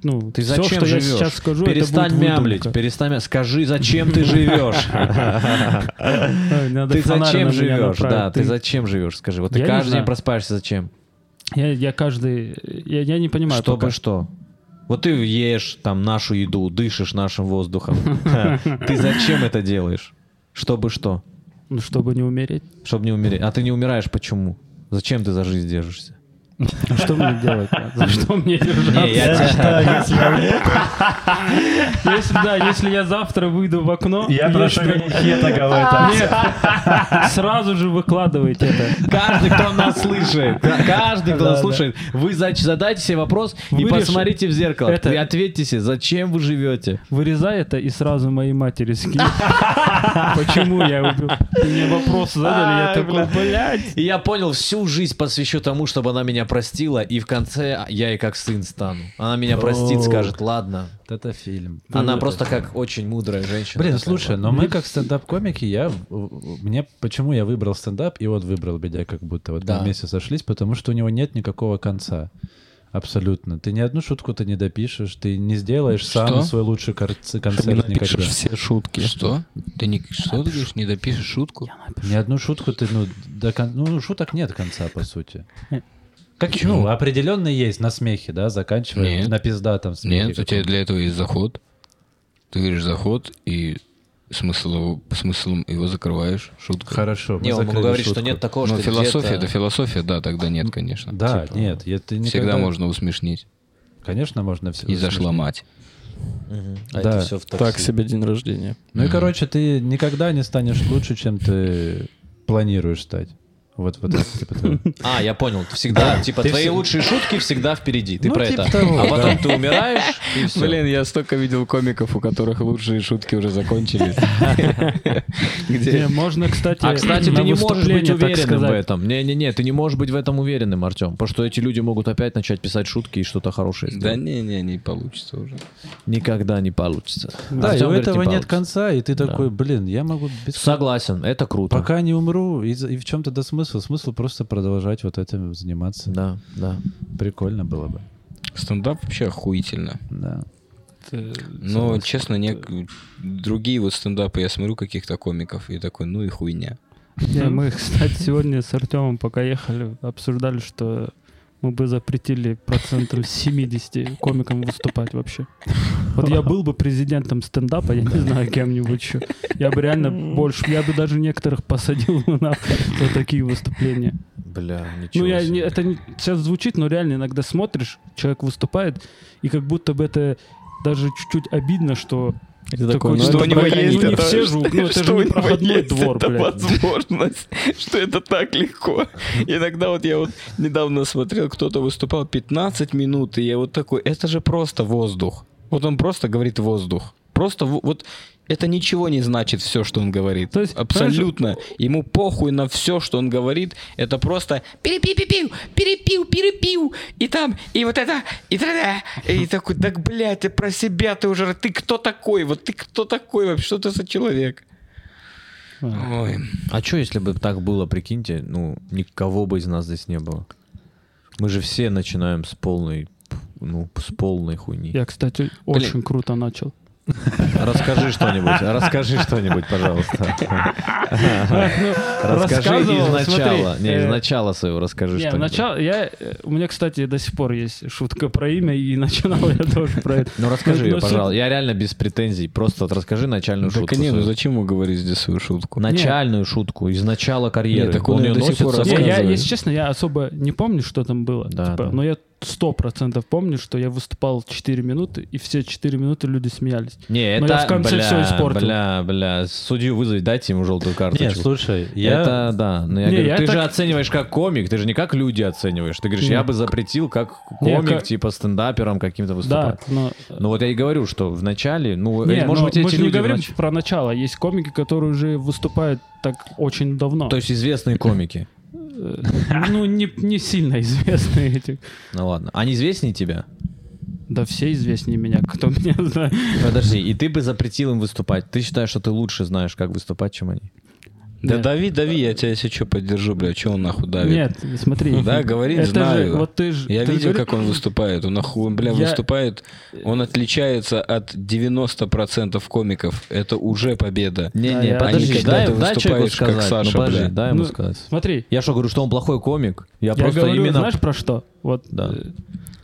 Speaker 5: ну,
Speaker 2: Ты
Speaker 5: всё,
Speaker 2: зачем
Speaker 5: что
Speaker 2: живешь?
Speaker 5: я сейчас скажу,
Speaker 2: перестань
Speaker 5: это будет
Speaker 2: мямлить,
Speaker 5: выдумка.
Speaker 2: перестань мя- Скажи, зачем ты живешь?
Speaker 5: Ой, надо
Speaker 2: Ты
Speaker 5: фонарь на
Speaker 2: зачем
Speaker 5: меня
Speaker 2: живешь?
Speaker 5: направить.
Speaker 2: Да, ты зачем живешь? Скажи, вот ты
Speaker 5: Я не
Speaker 2: каждый день
Speaker 5: знаю.
Speaker 2: просыпаешься, зачем?
Speaker 5: Я, я каждый... Я, я не понимаю
Speaker 2: Чтобы
Speaker 5: пока.
Speaker 2: что? Вот ты ешь там нашу еду, дышишь нашим воздухом. Ты зачем это делаешь? Чтобы что?
Speaker 5: Ну, чтобы не умереть.
Speaker 2: Чтобы не умереть. А ты не умираешь почему? Зачем ты за жизнь держишься?
Speaker 5: А Что мне делать? За что мне держаться?
Speaker 2: Не, я тебя-
Speaker 5: Если, да, если я завтра выйду в окно... есть что-
Speaker 4: говорит.
Speaker 5: Нет, сразу же выкладывайте это.
Speaker 2: Каждый, кто нас слышит, каждый, кто нас слушает, вы зач- задайте себе вопрос и
Speaker 5: Вырежь
Speaker 2: посмотрите в зеркало.
Speaker 5: это.
Speaker 2: И ответьте себе, зачем вы живете?
Speaker 5: Вырезай это и сразу моей матери скинь. Почему я убил? Мне вопрос задали, я такой, блядь.
Speaker 2: И я понял, всю жизнь посвящу тому, чтобы она меня простила, и в конце я ей как сын стану. Она меня простит,
Speaker 4: О.
Speaker 2: скажет, ладно.
Speaker 4: Это фильм.
Speaker 2: Она просто как очень мудрая женщина.
Speaker 4: Блин,
Speaker 2: такая
Speaker 4: слушай, но мы как стендап-комики, я... в- в- Мне... Почему я выбрал стендап, и вот выбрал Бедя как будто. Вот
Speaker 2: Да.
Speaker 4: мы вместе сошлись, потому что у него нет никакого конца. Абсолютно. Ты ни одну шутку ты не допишешь, ты не сделаешь
Speaker 1: Что?
Speaker 4: сам свой лучший кар- концерт никогда.
Speaker 3: Напишешь все шутки.
Speaker 1: Что? Ты не, что ты говоришь, не допишешь шутку?
Speaker 4: Ни одну шутку ты, ну, до кон- ну, шуток нет конца, по сути. Как, ну, определенные есть на смехе, да, заканчивая
Speaker 1: Нет.
Speaker 4: на пизда там смехе.
Speaker 1: Нет, у тебя для этого есть заход. Ты говоришь заход, и смысл его, смыслом его закрываешь. Шутка.
Speaker 4: Хорошо, мы
Speaker 2: Не, он
Speaker 4: закрыли
Speaker 2: говорит, что
Speaker 4: шутку.
Speaker 2: нет такого,
Speaker 1: Но
Speaker 2: что
Speaker 1: философия,
Speaker 2: где-то-
Speaker 1: да, философия, да, тогда нет, конечно.
Speaker 4: Да,
Speaker 1: Типа,
Speaker 4: нет, я- ты
Speaker 1: Всегда
Speaker 4: никогда-
Speaker 1: можно усмешнить
Speaker 4: Конечно, можно все.
Speaker 1: и зашломать.
Speaker 2: А
Speaker 4: Да.
Speaker 2: это все в такси.
Speaker 3: Так себе день рождения.
Speaker 4: Ну и, короче, ты никогда не станешь лучше, чем ты планируешь стать. Вот, вот это, типа, того.
Speaker 2: А, я понял. Всегда, типа, твои лучшие шутки всегда впереди. Ты
Speaker 4: Ну,
Speaker 2: про
Speaker 4: типа
Speaker 2: это.
Speaker 4: того,
Speaker 2: а
Speaker 4: да.
Speaker 2: потом ты умираешь, и все.
Speaker 1: Блин, я столько видел комиков, у которых лучшие шутки уже закончились.
Speaker 5: Не, можно, кстати,
Speaker 2: А, кстати,
Speaker 5: на
Speaker 2: ты не можешь быть
Speaker 5: выступление, так
Speaker 2: уверенным в
Speaker 5: сказать.
Speaker 2: этом. Не-не-не, ты не можешь быть в этом уверенным, Артем. Потому что эти люди могут опять начать писать шутки и что-то хорошее
Speaker 1: Да
Speaker 2: сделать.
Speaker 1: не, не, не получится уже.
Speaker 2: Никогда не получится.
Speaker 4: Да,
Speaker 2: Артём говорит,
Speaker 4: и у
Speaker 2: не
Speaker 4: этого нет
Speaker 2: получится.
Speaker 4: конца, и ты такой, блин, я могу без
Speaker 2: Согласен, это круто.
Speaker 4: Пока не умру, и, за- и в чем тогда смысл? Смысл просто продолжать вот этим заниматься.
Speaker 2: Да, да.
Speaker 4: Прикольно было бы.
Speaker 1: Стендап вообще охуительно.
Speaker 4: Да.
Speaker 1: Но, честно, не... другие вот стендапы я смотрю каких-то комиков и такой, ну и хуйня.
Speaker 5: Не, Э, мы, кстати, сегодня с Артемом, пока ехали, обсуждали, что мы бы запретили процентом 70 комикам выступать вообще. Вот я был бы президентом стендапа, я не знаю, кем-нибудь еще. Я бы реально больше, я бы даже некоторых посадил бы нахуй за такие выступления.
Speaker 2: Бля, ничего
Speaker 5: Ну, я, не-
Speaker 2: себе.
Speaker 5: это не- сейчас звучит, но реально иногда смотришь, человек выступает, и как будто бы это даже чуть-чуть обидно, что
Speaker 3: Это
Speaker 5: такой,
Speaker 3: ну,
Speaker 5: ну,
Speaker 3: это
Speaker 5: это
Speaker 3: прикольно.
Speaker 5: прокатит. ну, не все же, ну, это же не проходной двор, блядь.
Speaker 1: возможность, что это так легко. Иногда вот я вот недавно смотрел, кто-то выступал 15 минут, и я вот такой, это же просто воздух. Вот он просто говорит воздух. Просто во- вот это ничего не значит все, что он говорит.
Speaker 5: То есть,
Speaker 1: Абсолютно. Ему похуй на все, что он говорит. Это просто перепи-пи-пиу, перепил, перепил, и там, и вот это, и тогда. И такой, так, блядь, ты про себя ты уже, ты кто такой? Вот ты кто такой вообще? Что ты за человек? Ой.
Speaker 2: А что, если бы так было, прикиньте, ну, никого бы из нас здесь не было? Мы же все начинаем с полной, ну, с полной хуйни.
Speaker 5: Я, кстати, очень круто начал.
Speaker 2: Расскажи что-нибудь, расскажи что-нибудь, пожалуйста. Расскажи
Speaker 5: рассказывал,
Speaker 2: из начала,
Speaker 5: смотри,
Speaker 2: не, из
Speaker 5: э,
Speaker 2: начала своего расскажи
Speaker 5: Не,
Speaker 2: что-нибудь.
Speaker 5: начало, я, э, у меня, кстати, до сих пор есть шутка про имя, и начинал я тоже про это.
Speaker 2: Ну расскажи
Speaker 5: Ну,
Speaker 2: ее,
Speaker 5: ну, суть-
Speaker 2: пожалуйста. Я реально без претензий. Просто вот расскажи начальную шутку.
Speaker 1: Так не, ну
Speaker 2: свою.
Speaker 1: зачем ему говорить здесь свою шутку?
Speaker 2: Начальную шутку из начала карьеры.
Speaker 1: Нет, так он
Speaker 2: Он
Speaker 1: её до
Speaker 2: ее
Speaker 1: сих
Speaker 2: носит
Speaker 1: пор
Speaker 2: со
Speaker 5: Не,
Speaker 1: рассказывай.
Speaker 5: я,
Speaker 2: сцены?
Speaker 5: если честно, я особо не помню, что там было.
Speaker 2: Да,
Speaker 5: типа,
Speaker 2: да.
Speaker 5: Но я сто процентов помню, что я выступал 4 минуты, и все 4 минуты люди смеялись.
Speaker 2: Не, это...
Speaker 5: Но ну, я в конце
Speaker 2: бля,
Speaker 5: всё испортил.
Speaker 2: Бля, бля, судью вызвать, дайте ему желтую карточку.
Speaker 4: Нет, слушай, я...
Speaker 2: Это да, но я
Speaker 5: Не,
Speaker 2: говорю,
Speaker 5: я
Speaker 2: ты же
Speaker 5: так-
Speaker 2: оцениваешь как комик, ты же не как люди оцениваешь. Ты говоришь, я
Speaker 5: Не.
Speaker 2: бы запретил как
Speaker 5: Не,
Speaker 2: комик,
Speaker 5: как-
Speaker 2: типа стендапером каким-то
Speaker 5: Да,
Speaker 2: выступать.
Speaker 5: но...
Speaker 2: Ну вот я и говорю, что в начале, ну,
Speaker 5: Не,
Speaker 2: может
Speaker 5: но
Speaker 2: быть,
Speaker 5: мы
Speaker 2: эти
Speaker 5: же не
Speaker 2: люди...
Speaker 5: говорим
Speaker 2: внач-
Speaker 5: про начало. Есть комики, которые уже выступают так очень давно.
Speaker 2: То есть известные комики.
Speaker 5: Э, Ну, не, не сильно известные эти.
Speaker 2: Ну ладно. Они известнее тебя?
Speaker 5: Да все известнее меня, кто меня знает.
Speaker 2: Подожди, и ты бы запретил им выступать. Ты считаешь, что ты лучше знаешь, как выступать, чем они?
Speaker 1: Да
Speaker 5: Нет.
Speaker 1: дави, дави, я тебя, если что, поддержу, бля, чего он нахуй давит? Ну
Speaker 5: Нет, смотри.
Speaker 1: Да, говорит,
Speaker 5: это
Speaker 1: знаю.
Speaker 5: Же, вот ты ж-
Speaker 1: Я
Speaker 5: ты
Speaker 1: видел,
Speaker 5: говоришь-
Speaker 1: как он выступает. Он, нахуй, он, бля,
Speaker 5: Я-
Speaker 1: выступает. Он отличается от 90% комиков. Это уже победа.
Speaker 5: А
Speaker 1: Они
Speaker 5: я-
Speaker 2: Не-не, подожди,
Speaker 1: когда
Speaker 2: дай,
Speaker 1: ты
Speaker 2: дай человеку
Speaker 1: выступаешь, как
Speaker 2: сказать.
Speaker 1: Саша,
Speaker 2: ну, подожди,
Speaker 1: бля.
Speaker 2: дай ему
Speaker 5: Ну,
Speaker 2: сказать.
Speaker 5: Смотри,
Speaker 2: Я что, говорю, что он плохой комик? Я,
Speaker 5: я
Speaker 2: просто
Speaker 5: говорю,
Speaker 2: именно...
Speaker 5: знаешь про что? Вот
Speaker 2: Да.
Speaker 5: э,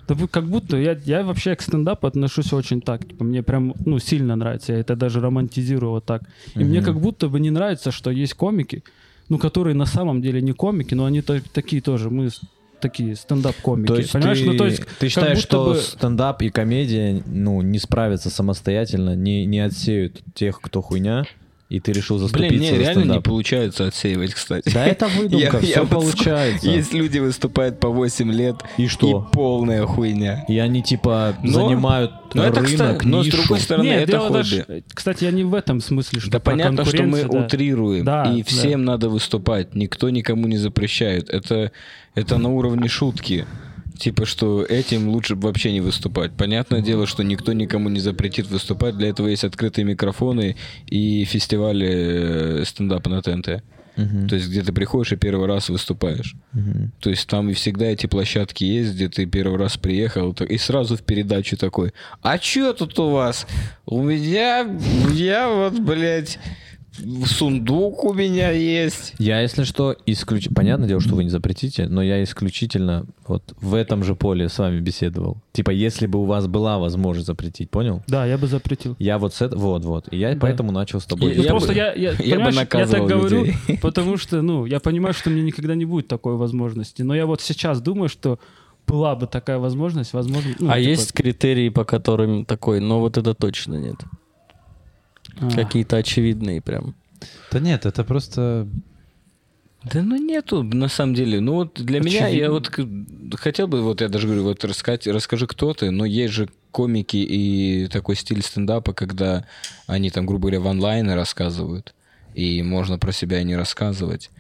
Speaker 5: да вы как будто я, я вообще к стендапу отношусь очень так. типа, мне прям ну, сильно нравится. Я это даже романтизирую вот так. И мне как будто бы не нравится, что есть комики, ну, которые на самом деле не комики, но они то- такие тоже. Мы с- такие стендап-комики. понимаешь?
Speaker 2: ты,
Speaker 5: ну, то есть,
Speaker 2: ты считаешь,
Speaker 5: будто
Speaker 2: что
Speaker 5: бы-
Speaker 2: стендап и комедия ну, не справятся самостоятельно, не, не отсеют тех, кто хуйня, и ты решил заступиться
Speaker 1: Блин, не,
Speaker 2: за
Speaker 1: реально не
Speaker 2: стендап?
Speaker 1: получается отсеивать, кстати.
Speaker 2: Да это выдумка,
Speaker 1: Я- я
Speaker 2: все
Speaker 1: вот ск-
Speaker 2: получается.
Speaker 1: Есть люди выступают по 8 лет.
Speaker 2: И что?
Speaker 1: И полная хуйня.
Speaker 2: И они типа
Speaker 1: Но-
Speaker 2: занимают
Speaker 1: Но это,
Speaker 2: рынок,
Speaker 1: кстати, но с
Speaker 2: нишу.
Speaker 1: другой стороны,
Speaker 5: Нет,
Speaker 1: это
Speaker 5: дело
Speaker 1: хобби.
Speaker 5: даже- Кстати, я не в этом смысле, что
Speaker 1: Да
Speaker 5: про
Speaker 1: понятно, что мы
Speaker 5: конкуренцию, да.
Speaker 1: утрируем,
Speaker 5: Да,
Speaker 1: и
Speaker 5: да.
Speaker 1: всем надо выступать, никто никому не запрещает. Это, это на уровне шутки. Типа, что этим лучше б вообще не выступать. Понятное дело, что никто никому не запретит выступать. Для этого есть открытые микрофоны и фестивали э, стендапа на ТНТ.
Speaker 2: Мгм.
Speaker 1: То есть, где ты приходишь и первый раз выступаешь.
Speaker 2: Мгм.
Speaker 1: То есть там и всегда эти площадки есть, где ты первый раз приехал, так- и сразу в передачу такой, а чё тут у вас? У меня, я вот, блядь, сундук у меня есть.
Speaker 2: Я, если что, исключ... Понятное дело, что вы не запретите, но я исключительно вот в этом же поле с вами беседовал. Типа, если бы у вас была возможность запретить, понял?
Speaker 5: Да, я бы запретил.
Speaker 2: Я вот с этого... Вот-вот. И я
Speaker 5: Да.
Speaker 2: поэтому начал с тобой.
Speaker 5: Ну,
Speaker 1: Я
Speaker 5: просто
Speaker 1: бы-
Speaker 5: я,
Speaker 1: я
Speaker 5: я,
Speaker 1: бы
Speaker 5: понимаешь, я так
Speaker 1: наказывал
Speaker 5: говорю,
Speaker 1: людей.
Speaker 5: потому что, ну, я понимаю, что мне никогда не будет такой возможности. Но я вот сейчас думаю, что была бы такая возможность, возможно. ну,
Speaker 3: а
Speaker 5: типа,
Speaker 3: есть критерии, по которым такой, но вот это точно нет.
Speaker 5: а,
Speaker 3: Какие-то очевидные прям.
Speaker 4: Да нет, это просто...
Speaker 1: Да ну нету, на самом деле. Ну вот для меня, я
Speaker 5: Очевидно.
Speaker 1: вот к- хотел бы, вот я даже говорю, вот рассказать, расскажи, кто ты, но есть же комики и такой стиль стендапа, когда они там, грубо говоря, в онлайне рассказывают, и можно про себя и не рассказывать.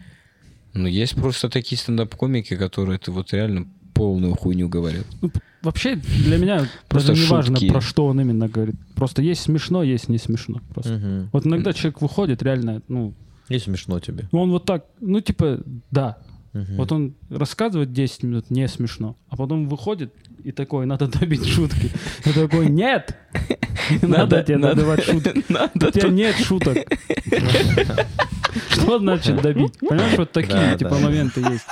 Speaker 1: Но есть просто такие стендап-комики, которые ты вот реально полную хуйню говорят.
Speaker 5: ну, п- вообще для меня
Speaker 1: Просто
Speaker 5: просто не важно,
Speaker 1: шутки.
Speaker 5: про что он именно говорит. Просто есть смешно, есть не смешно. Просто.
Speaker 2: Мгм.
Speaker 5: Вот иногда человек выходит реально, ну,
Speaker 2: И смешно тебе.
Speaker 5: он вот так, ну, типа, да.
Speaker 2: Мгм.
Speaker 5: Вот он рассказывает 10 минут, не смешно. А потом выходит и такой, надо добить шутки. И такой, нет! Не Надо тебе добивать шутки. У тебя нет шуток. Что значит добить? Понимаешь, вот
Speaker 2: Да,
Speaker 5: такие типа
Speaker 2: да.
Speaker 5: моменты есть.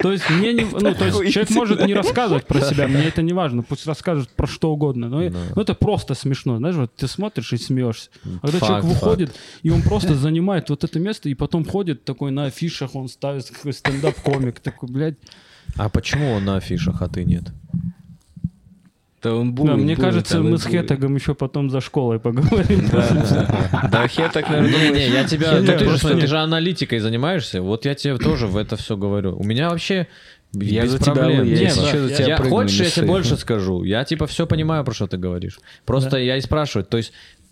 Speaker 5: То есть мне не, ну то есть человек может не рассказывать про себя, мне это не важно, пусть расскажет про что угодно, но,
Speaker 2: Да.
Speaker 5: но это просто смешно, знаешь, вот ты смотришь и смеешься. А когда
Speaker 2: Факт,
Speaker 5: человек
Speaker 2: факт.
Speaker 5: выходит и он просто занимает вот это место и потом ходит такой на афишах, он ставит какой стендап комик такой, блядь.
Speaker 2: А почему он на афишах, а ты нет?
Speaker 1: Да он
Speaker 5: Да,
Speaker 1: будет,
Speaker 5: мне
Speaker 1: будет, а
Speaker 5: кажется,
Speaker 1: он
Speaker 5: мы с
Speaker 1: будет.
Speaker 5: Хетагом еще потом за школой поговорим.
Speaker 1: Да, Хетак, наверное,
Speaker 2: Не-не, я тебя...
Speaker 5: Я
Speaker 2: ну,
Speaker 5: не-
Speaker 2: ты, же,
Speaker 5: просто
Speaker 2: ты
Speaker 5: нет.
Speaker 2: же аналитикой занимаешься, вот я тебе тоже в это все говорю. У меня вообще
Speaker 1: Я
Speaker 2: без
Speaker 1: за тебя
Speaker 2: проблем.
Speaker 1: выеду,
Speaker 2: Нет,
Speaker 1: если
Speaker 2: да.
Speaker 1: чё, за тебя
Speaker 2: я,
Speaker 1: прыгну,
Speaker 2: хочешь,
Speaker 1: не
Speaker 2: я
Speaker 1: ссы.
Speaker 2: тебе больше скажу. Я типа все понимаю, про что ты говоришь. Просто
Speaker 5: Да.
Speaker 2: я и спрашиваю. То есть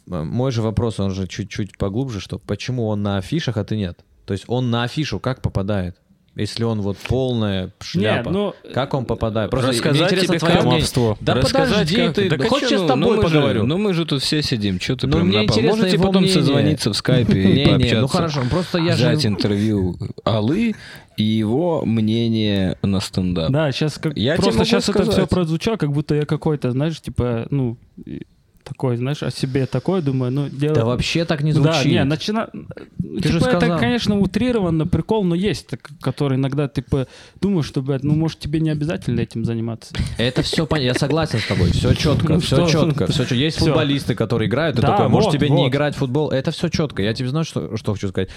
Speaker 2: э, мой же вопрос, он же чуть-чуть поглубже, что почему он на афишах, а ты нет? То есть он на афишу как попадает? Если он вот полная шляпа,
Speaker 5: ну,
Speaker 2: как он попадает? Просто
Speaker 1: Рассказать
Speaker 2: мне интересно
Speaker 1: тебе
Speaker 2: твое
Speaker 1: как?
Speaker 2: мнение.
Speaker 3: Воровство.
Speaker 2: Да
Speaker 1: Рассказать,
Speaker 2: подожди
Speaker 1: как-
Speaker 2: ты,
Speaker 1: Да
Speaker 2: да
Speaker 1: а
Speaker 2: хочешь
Speaker 1: чё,
Speaker 2: я с
Speaker 1: ну,
Speaker 2: тобой
Speaker 1: мы же-
Speaker 2: поговорю?
Speaker 1: ну мы же тут все сидим, что ты
Speaker 2: Ну,
Speaker 1: прям
Speaker 2: мне
Speaker 1: напал?
Speaker 2: интересно
Speaker 1: Можете
Speaker 2: его
Speaker 1: потом
Speaker 2: мнение.
Speaker 1: созвониться в скайпе
Speaker 2: Не,
Speaker 1: и
Speaker 2: не,
Speaker 1: пообщаться.
Speaker 2: ну хорошо, ну просто я
Speaker 1: взять
Speaker 2: же...
Speaker 1: интервью Аллы и его мнение на стендап.
Speaker 5: Да, сейчас как
Speaker 1: Я тебе
Speaker 5: просто
Speaker 1: могу
Speaker 5: сейчас это все
Speaker 1: сказать.
Speaker 5: прозвучало, как будто я какой-то, знаешь, типа, ну и такой, знаешь, о себе такой думаю, ну дело.
Speaker 2: Да вообще так не звучит.
Speaker 5: Да, не, начина... типа,
Speaker 2: же
Speaker 5: это,
Speaker 2: сказал.
Speaker 5: конечно, утрированно, прикол, но есть, так- который иногда, типа, думаешь, что, блядь, ну, может, тебе не обязательно этим заниматься.
Speaker 2: Это все понятно. Я согласен с тобой. Все четко,
Speaker 5: Ну
Speaker 2: все
Speaker 5: что?
Speaker 2: четко, все Есть
Speaker 5: Всё.
Speaker 2: футболисты, которые играют, и
Speaker 5: Да,
Speaker 2: такой, «А может,
Speaker 5: вот,
Speaker 2: тебе не
Speaker 5: вот.
Speaker 2: играть в футбол. Это все четко. Я тебе знаю, что, что хочу сказать.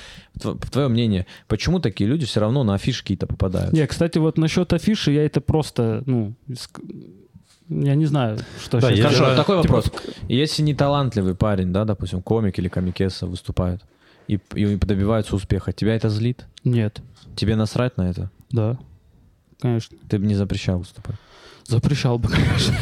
Speaker 2: Твое мнение, почему такие люди все равно на афиши какие-то попадают?
Speaker 5: Не, кстати, вот насчет афиши я это просто, ну, ск- я не знаю, что
Speaker 4: Да,
Speaker 5: сейчас.
Speaker 4: я
Speaker 2: Хорошо,
Speaker 4: же-
Speaker 2: такой вопрос. Если не талантливый парень, да, допустим, комик или комикеса выступает и, и добивается успеха, тебя это злит?
Speaker 5: Нет,
Speaker 2: Тебе насрать на это?
Speaker 5: да, конечно.
Speaker 2: Ты бы не запрещал выступать.
Speaker 5: Запрещал бы, конечно.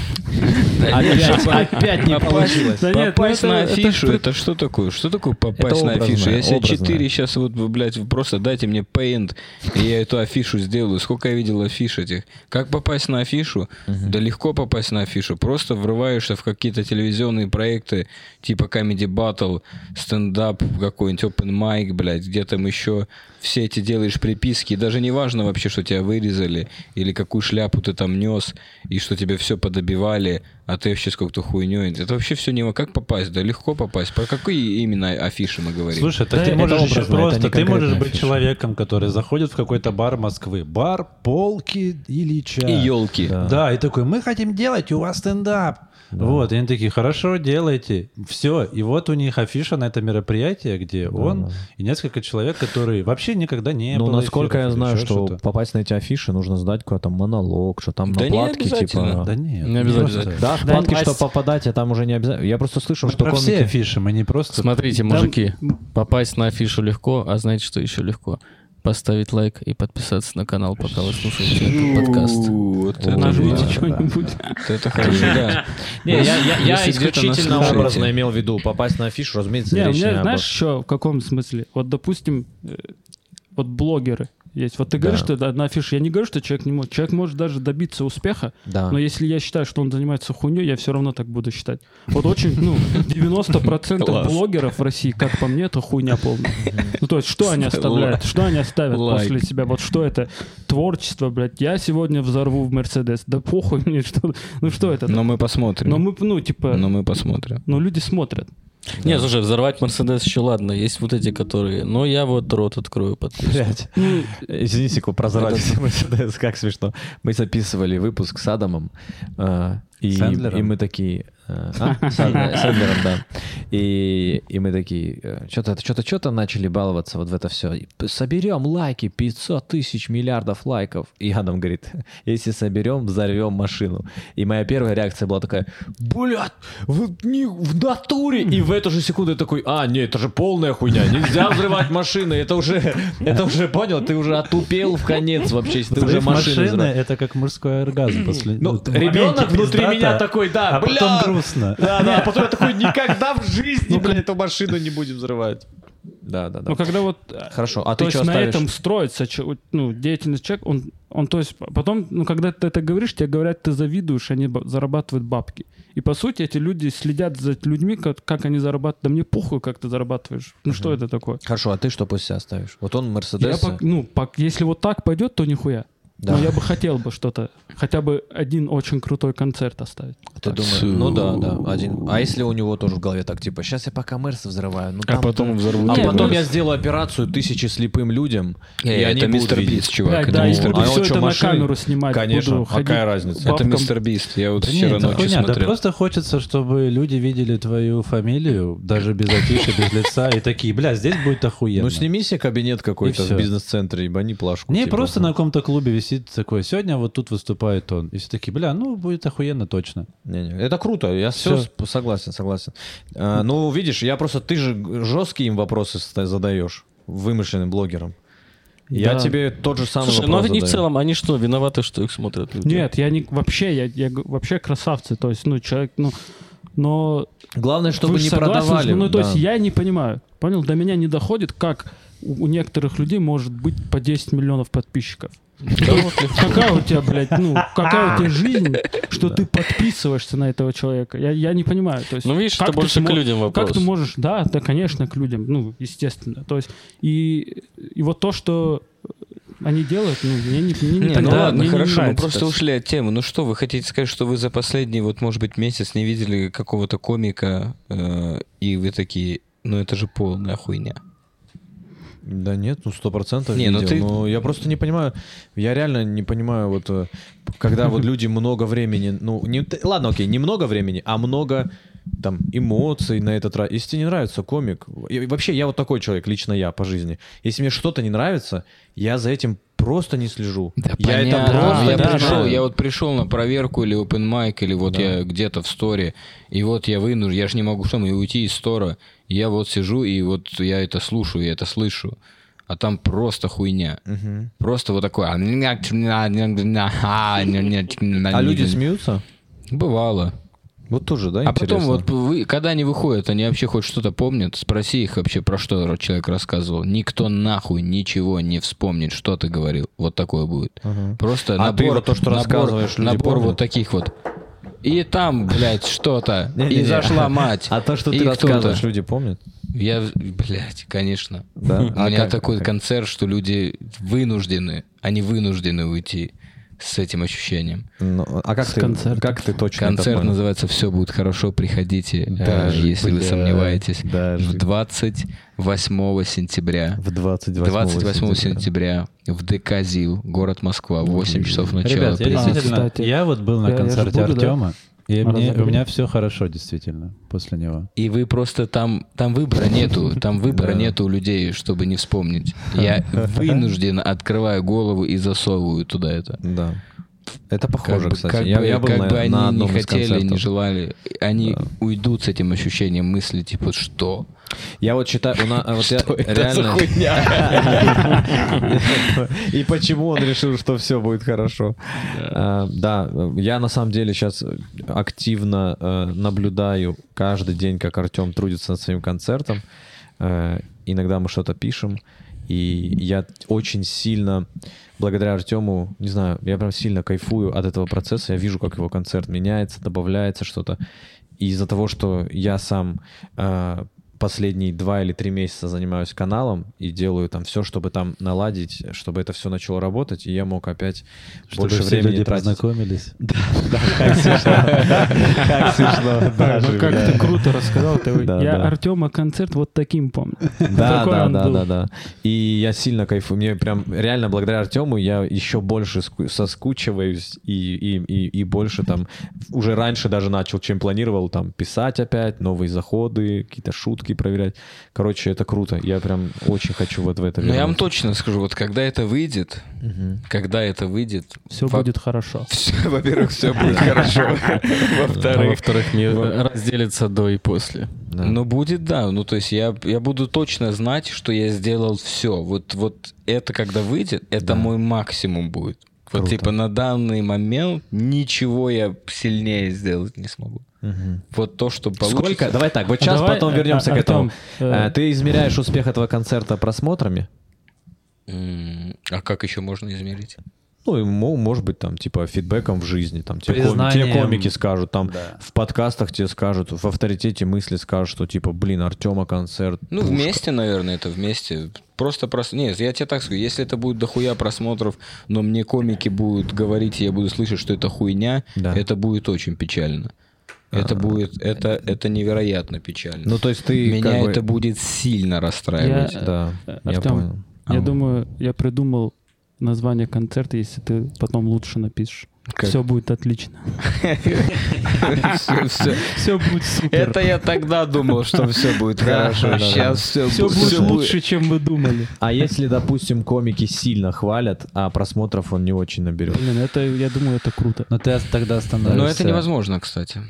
Speaker 8: Опять, опять не получилось.
Speaker 5: Да нет, ну
Speaker 1: попасть
Speaker 5: это-
Speaker 1: на
Speaker 5: это
Speaker 1: афишу,
Speaker 5: ж
Speaker 1: это,
Speaker 5: прик-
Speaker 1: что такое? Что такое попасть
Speaker 9: Это
Speaker 1: на
Speaker 9: образное,
Speaker 1: афишу? Я себе
Speaker 9: образное.
Speaker 1: 4 сейчас вот, блядь, просто дайте мне пейнт, и я эту афишу сделаю. Сколько я видел афиш этих. Как попасть на афишу? Да легко попасть на афишу. Просто врываешься в какие-то телевизионные проекты, типа Comedy Battle, стендап какой-нибудь, open mic, блядь, где там еще все эти делаешь приписки. И даже не важно вообще, что тебя вырезали, или какую шляпу ты там нес, и что тебе все подобивали, а ты вообще с какой-то хуйней. Это вообще все не... во- Как попасть? Да легко попасть. Про какие именно афиши мы говорим?
Speaker 4: Слушай, так
Speaker 9: Да,
Speaker 4: ты
Speaker 9: это
Speaker 4: можешь
Speaker 9: образно,
Speaker 4: еще
Speaker 9: это не
Speaker 4: просто, ты
Speaker 9: конкретная
Speaker 4: можешь быть
Speaker 9: афиша.
Speaker 4: человеком, который заходит в какой-то бар Москвы. Бар Полки Ильича.
Speaker 1: и елки.
Speaker 4: Да. и такой, мы хотим делать у вас стендап. Вот, и они такие, хорошо, делайте. Все, и вот у них афиша на это мероприятие, где он и несколько человек, которые вообще никогда не
Speaker 2: Ну,
Speaker 4: было
Speaker 2: насколько я
Speaker 4: эфиров или
Speaker 2: знаю,
Speaker 4: еще
Speaker 2: что
Speaker 4: что-то.
Speaker 2: попасть на эти афиши, нужно сдать куда-то монолог, что там
Speaker 1: Да не
Speaker 2: на платке,
Speaker 1: обязательно.
Speaker 2: типа...
Speaker 4: Да нет.
Speaker 3: Не обязательно.
Speaker 4: просто-
Speaker 2: Да, в
Speaker 5: Да,
Speaker 2: платки,
Speaker 5: ну,
Speaker 2: что
Speaker 5: а с-
Speaker 2: попадать, я там уже не обязательно... Я просто слышал,
Speaker 4: Мы
Speaker 2: что
Speaker 4: про все
Speaker 2: комики...
Speaker 4: афиши, мы не просто...
Speaker 3: Смотрите, мужики, попасть на афишу легко, а знаете, что еще легко? Поставить лайк и подписаться на канал, пока вы слушаете
Speaker 5: Ну.
Speaker 3: этот подкаст.
Speaker 1: Вот это
Speaker 5: Нажмите
Speaker 1: да.
Speaker 5: что-нибудь.
Speaker 1: Вот Это хорошо, да.
Speaker 2: Не, я- я- я
Speaker 1: Если где-то нас
Speaker 2: исключительно
Speaker 1: слушаете.
Speaker 2: образно имел в виду. Попасть на афишу, разумеется,
Speaker 5: Не, у
Speaker 2: речь не
Speaker 5: меня,
Speaker 2: об
Speaker 5: знаешь, еще в каком смысле? Вот, допустим, э, вот блогеры есть. Вот ты говоришь, что это одна афиша. Я не говорю, что человек не может. Человек может даже добиться успеха,
Speaker 2: Да.
Speaker 5: но если я считаю, что он занимается хуйней, я все равно так буду считать. Вот очень, ну, 90% блогеров в России, как по мне, это хуйня полная. Ну, то есть, что они оставляют? Что они оставят после себя? Вот что это? Творчество, блядь. Я сегодня взорву в Мерседес. Да похуй мне, что... Ну, что это?
Speaker 1: Но мы посмотрим.
Speaker 5: Но мы, ну,
Speaker 1: Но
Speaker 5: типа...
Speaker 1: мы посмотрим.
Speaker 5: Но люди смотрят.
Speaker 3: Не, слушай, взорвать Мерседес еще ладно, есть вот эти, которые... Но я вот рот открою, подписку.
Speaker 2: Блядь.
Speaker 5: Ну,
Speaker 2: Извини, секу, прозрать Mercedes, как смешно. Мы записывали выпуск с Адамом, э, и,
Speaker 4: Сэндлером?
Speaker 2: и мы такие... э, а, с Сэндлером, Сэндлером, да. И, и мы такие, э, что-то, что-то, что-то начали баловаться вот в это все. Соберем лайки, 500 тысяч миллиардов лайков. И Адам говорит, если соберем, взорвем машину. И моя первая реакция была такая, блядь, вы не в натуре. И в эту же секунду я такой, а, нет, это же полная хуйня, нельзя взрывать машины, это уже, это уже понял, ты уже отупел в конец вообще, если ты уже
Speaker 4: Взрыв
Speaker 2: машины
Speaker 4: машины,
Speaker 2: взрываешь.
Speaker 4: это как мужской оргазм после...
Speaker 2: Ну,
Speaker 4: в
Speaker 2: ребенок
Speaker 4: моменте
Speaker 2: внутри
Speaker 4: пиздата,
Speaker 2: меня такой, да,
Speaker 4: А
Speaker 2: бля,
Speaker 4: потом грустно.
Speaker 2: да, да, а потом я такой, никогда в жизни, блядь, эту машину не будем взрывать. Ну, Да, да, да.
Speaker 5: ну когда вот э,
Speaker 2: Хорошо, а
Speaker 5: то
Speaker 2: ты
Speaker 5: есть
Speaker 2: что
Speaker 5: на
Speaker 2: оставишь?
Speaker 5: этом строится че- ну, деятельность человека, он, он то есть потом, ну когда ты это говоришь, тебе говорят, ты завидуешь, они ба- зарабатывают бабки. И по сути эти люди следят за людьми, как, как они зарабатывают. Да мне похуй, как ты зарабатываешь. Ну что это такое?
Speaker 2: Хорошо, а ты что после себя оставишь? Вот он
Speaker 5: Я
Speaker 2: Мерседес.
Speaker 5: пок- ну, пок- если вот так пойдет, то нихуя.
Speaker 2: Да.
Speaker 5: Но я бы хотел бы что-то, хотя бы один очень крутой концерт оставить.
Speaker 2: Ты думаешь, ну да, да, один. А если у него тоже в голове так, типа, сейчас я пока Мерс взрываю, ну
Speaker 1: А
Speaker 2: там-
Speaker 1: потом взорвут.
Speaker 2: А
Speaker 1: его.
Speaker 2: потом я сделаю операцию тысячи слепым людям, и
Speaker 1: Э,
Speaker 2: они
Speaker 1: Это
Speaker 2: будут
Speaker 1: мистер
Speaker 2: видеть.
Speaker 1: Бист, чувак.
Speaker 5: Блядь,
Speaker 1: это
Speaker 5: да, и
Speaker 1: мистер
Speaker 2: А
Speaker 1: Бист.
Speaker 2: он
Speaker 5: все
Speaker 2: что,
Speaker 5: это на
Speaker 2: машины?
Speaker 5: камеру снимать.
Speaker 2: Конечно, а
Speaker 5: буду
Speaker 2: какая
Speaker 5: ходить
Speaker 2: разница?
Speaker 1: Это
Speaker 5: бабкам.
Speaker 1: мистер Бист. Я вот
Speaker 4: Да не,
Speaker 1: вчера
Speaker 4: это
Speaker 1: ночью
Speaker 4: хуйня, да
Speaker 1: смотрел.
Speaker 4: просто хочется, чтобы люди видели твою фамилию, даже без афиши, без лица, и такие, бля, здесь будет охуенно.
Speaker 2: Ну сними себе кабинет какой-то в
Speaker 4: И всё.
Speaker 2: бизнес-центре, ебани плашку.
Speaker 4: Не,
Speaker 2: типа.
Speaker 4: просто на каком-то клубе висит такое, сегодня вот тут выступает он. И все такие, бля, ну будет охуенно точно.
Speaker 2: Не-не, Это круто, я все, согласен, согласен. А, ну, видишь, я просто ты же жесткие им вопросы ста- задаешь вымышленным блогерам. Я
Speaker 5: Да.
Speaker 2: тебе тот же самый
Speaker 3: Слушай, ну
Speaker 2: вопрос
Speaker 3: они в
Speaker 2: задаю.
Speaker 3: целом, они что, виноваты, что их смотрят люди?
Speaker 5: Нет, я не вообще, я, я г- вообще красавцы, то есть, ну человек, ну, но
Speaker 2: Главное, чтобы
Speaker 5: вы же
Speaker 2: не
Speaker 5: согласны,
Speaker 2: продавали.
Speaker 5: что- ну то
Speaker 2: да.
Speaker 5: есть я не понимаю, понял, до меня не доходит, как у, у некоторых людей может быть по 10 миллионов подписчиков. Какая у тебя, блядь, ну, какая у тебя жизнь, что ты подписываешься на этого человека? Я, я не понимаю. То есть,
Speaker 3: Ну, видишь,
Speaker 5: как
Speaker 3: это
Speaker 5: ты
Speaker 3: больше к
Speaker 5: смо-
Speaker 3: людям вопрос.
Speaker 5: Как ты можешь, да, да, конечно, к людям, ну, естественно. То есть, и, и вот то, что они делают, ну, мне не, мне не
Speaker 1: Не, ну
Speaker 5: тогда- мне
Speaker 1: ладно,
Speaker 5: не
Speaker 1: хорошо, мы
Speaker 5: нравится,
Speaker 1: просто
Speaker 5: то есть.
Speaker 1: ушли от темы. Ну что, вы хотите сказать, что вы за последний, вот, может быть, месяц не видели какого-то комика, э, и вы такие, ну это же полная хуйня.
Speaker 2: Да нет, ну сто процентов
Speaker 1: Не, ну
Speaker 2: видел,
Speaker 1: ты-
Speaker 2: но я просто не понимаю, я реально не понимаю, вот э, когда вот люди много времени, ну, не, т- ладно, окей, не много времени, а много там эмоций на этот раз. Если тебе не нравится комик, и вообще я вот такой человек, лично я по жизни, если мне что-то не нравится, я за этим просто не слежу. я это
Speaker 1: понятно.
Speaker 2: просто
Speaker 1: я
Speaker 2: не
Speaker 1: пришел,
Speaker 2: знаю.
Speaker 1: я вот пришел на проверку или open mic, или вот я где-то в сторе, и вот я вынужден, я же не могу сам и уйти из стора. Я вот сижу, и вот я это слушаю, я это слышу. а там просто хуйня. Просто вот такое. А
Speaker 2: А люди смеются?
Speaker 1: Бывало.
Speaker 2: Вот тоже, да,
Speaker 1: А потом
Speaker 2: интересно.
Speaker 1: вот, вы- когда они выходят, они вообще хоть что-то помнят, спроси их вообще, про что человек рассказывал. Никто нахуй ничего не вспомнит, что ты говорил. Вот такое будет.
Speaker 2: Ага.
Speaker 1: Просто
Speaker 2: А ты
Speaker 1: набор,
Speaker 2: вот то, что
Speaker 1: набор-
Speaker 2: рассказываешь, люди
Speaker 1: набор
Speaker 2: помнят?
Speaker 1: вот таких вот. И там, блядь, что-то. И
Speaker 2: Не-не-не.
Speaker 1: зашла мать.
Speaker 2: А то, что
Speaker 1: И
Speaker 2: ты
Speaker 1: кто-то.
Speaker 2: рассказываешь, люди помнят?
Speaker 1: Я, в- блядь, конечно.
Speaker 2: Да? А
Speaker 1: У меня такой концерт, что люди вынуждены, они вынуждены уйти с этим ощущением.
Speaker 2: Ну, а как
Speaker 5: С
Speaker 2: ты,
Speaker 5: концерта.
Speaker 2: как ты точно это
Speaker 1: Концерт
Speaker 2: понял?
Speaker 1: называется «Все будет хорошо, приходите», э,
Speaker 2: Даже,
Speaker 1: если вы
Speaker 2: блядь,
Speaker 1: сомневаетесь.
Speaker 2: даже.
Speaker 1: В 28 сентября.
Speaker 2: В 28,
Speaker 1: 28
Speaker 2: сентября.
Speaker 1: сентября в ДК ЗИЛ, город Москва, 8 часов начала.
Speaker 4: Ребят, я
Speaker 5: А,
Speaker 4: действительно,
Speaker 5: кстати.
Speaker 4: я вот был
Speaker 5: Да,
Speaker 4: на
Speaker 5: я же
Speaker 4: концерте
Speaker 5: буду, да.
Speaker 4: Артема, и мне, у
Speaker 5: Разобью.
Speaker 4: меня все хорошо, действительно, после него.
Speaker 1: И вы просто там, там выбора нету, там выбора
Speaker 2: Да.
Speaker 1: нету у людей, чтобы не вспомнить. Я вынужден открываю голову и засовываю туда это.
Speaker 2: Да. Это
Speaker 1: Как
Speaker 2: похоже,
Speaker 1: бы-
Speaker 2: кстати.
Speaker 1: как
Speaker 2: я,
Speaker 1: бы-
Speaker 2: я был
Speaker 1: как
Speaker 2: на,
Speaker 1: бы они
Speaker 2: на одном
Speaker 1: не
Speaker 2: из
Speaker 1: хотели, не
Speaker 2: концертов.
Speaker 1: желали, они
Speaker 2: Да.
Speaker 1: уйдут с этим ощущением мысли, типа, что?
Speaker 2: Я вот считаю, у на- а вот я
Speaker 1: Что это за
Speaker 2: реально... И почему он решил, что все будет хорошо? Э, Да, э, я на самом деле сейчас активно э, наблюдаю каждый день, как Артем трудится над своим концертом. Э, Иногда мы что-то пишем, и я очень сильно, благодаря Артему, не знаю, я прям сильно кайфую от этого процесса. Я вижу, как его концерт меняется, добавляется что-то. И из-за того, что я сам э, последние два или три месяца занимаюсь каналом и делаю там все, чтобы там наладить, чтобы это все начало работать, и я мог опять
Speaker 4: Чтобы
Speaker 2: больше
Speaker 4: все
Speaker 2: времени
Speaker 4: люди
Speaker 2: тратить.
Speaker 4: познакомились.
Speaker 10: Как смешно.
Speaker 5: Ой, ну
Speaker 10: даже,
Speaker 5: как
Speaker 10: бля.
Speaker 5: ты круто рассказал. ты-
Speaker 2: Да,
Speaker 5: Я
Speaker 2: да.
Speaker 5: Артема концерт вот таким помню.
Speaker 2: Да,
Speaker 5: Такой
Speaker 2: да,
Speaker 5: он
Speaker 2: да,
Speaker 5: был.
Speaker 2: да, да. И я сильно кайфую. Мне прям реально благодаря Артему я еще больше ску- соскучиваюсь и, и, и, и больше там уже раньше даже начал, чем планировал, там писать опять, новые заходы, какие-то шутки проверять. Короче, это круто. Я прям очень хочу вот в это
Speaker 1: Ну, я вам
Speaker 2: вернуться.
Speaker 1: точно скажу, вот когда это выйдет,
Speaker 2: Мгм.
Speaker 1: когда это выйдет,
Speaker 5: Все
Speaker 1: Фак-
Speaker 5: будет хорошо.
Speaker 1: всё, во-первых, все будет хорошо.
Speaker 3: А
Speaker 1: Во-вторых,
Speaker 3: во-вторых, мир разделится до и после.
Speaker 2: Да.
Speaker 1: Ну, будет, да. Ну, то есть я, я буду точно знать, что я сделал все. Вот, вот это, когда выйдет, это мой максимум будет. Вот,
Speaker 2: Круто.
Speaker 1: типа, на данный момент ничего я сильнее сделать не смогу.
Speaker 2: Мгм.
Speaker 1: Вот то, что получится.
Speaker 2: Сколько? Давай так, вот сейчас
Speaker 5: Давай,
Speaker 2: потом
Speaker 5: э,
Speaker 2: вернемся к
Speaker 5: Артём,
Speaker 2: этому.
Speaker 5: э,
Speaker 2: Э, Ты измеряешь успех этого концерта просмотрами?
Speaker 1: М, А как еще можно измерить?
Speaker 2: Ну, и мо- может быть, там, типа, фидбэком в жизни, там, те,
Speaker 11: Признанием.
Speaker 2: комики скажут, там, в подкастах тебе скажут, в авторитете мысли скажут, что, типа, блин, Артема концерт.
Speaker 1: Ну,
Speaker 2: пушка».
Speaker 1: вместе, наверное, это вместе. Просто прос... Нет, я тебе так скажу, если это будет дохуя просмотров, но мне комики будут говорить, и я буду слышать, что это хуйня,
Speaker 2: Да.
Speaker 1: это будет очень печально. Это будет, это, это невероятно печально.
Speaker 2: Ну, то есть ты
Speaker 1: Меня
Speaker 2: как бы-
Speaker 1: это будет сильно расстраивать.
Speaker 5: Я-
Speaker 2: Да,
Speaker 5: Э,
Speaker 2: я
Speaker 5: Артём,
Speaker 2: понял.
Speaker 5: Я
Speaker 1: Ам.
Speaker 5: думаю, я придумал название концерта, если ты потом лучше напишешь.
Speaker 1: Как?
Speaker 5: Все будет отлично.
Speaker 1: Всё- всё.
Speaker 5: Все будет супер.
Speaker 1: Это я тогда думал, что все будет хорошо. Сейчас все
Speaker 5: Все будет лучше, чем вы думали.
Speaker 2: А если, допустим, комики сильно хвалят, а просмотров он не очень наберет?
Speaker 5: Блин, это, я думаю, это круто.
Speaker 4: Но ты тогда становишься...
Speaker 1: Но это невозможно, кстати.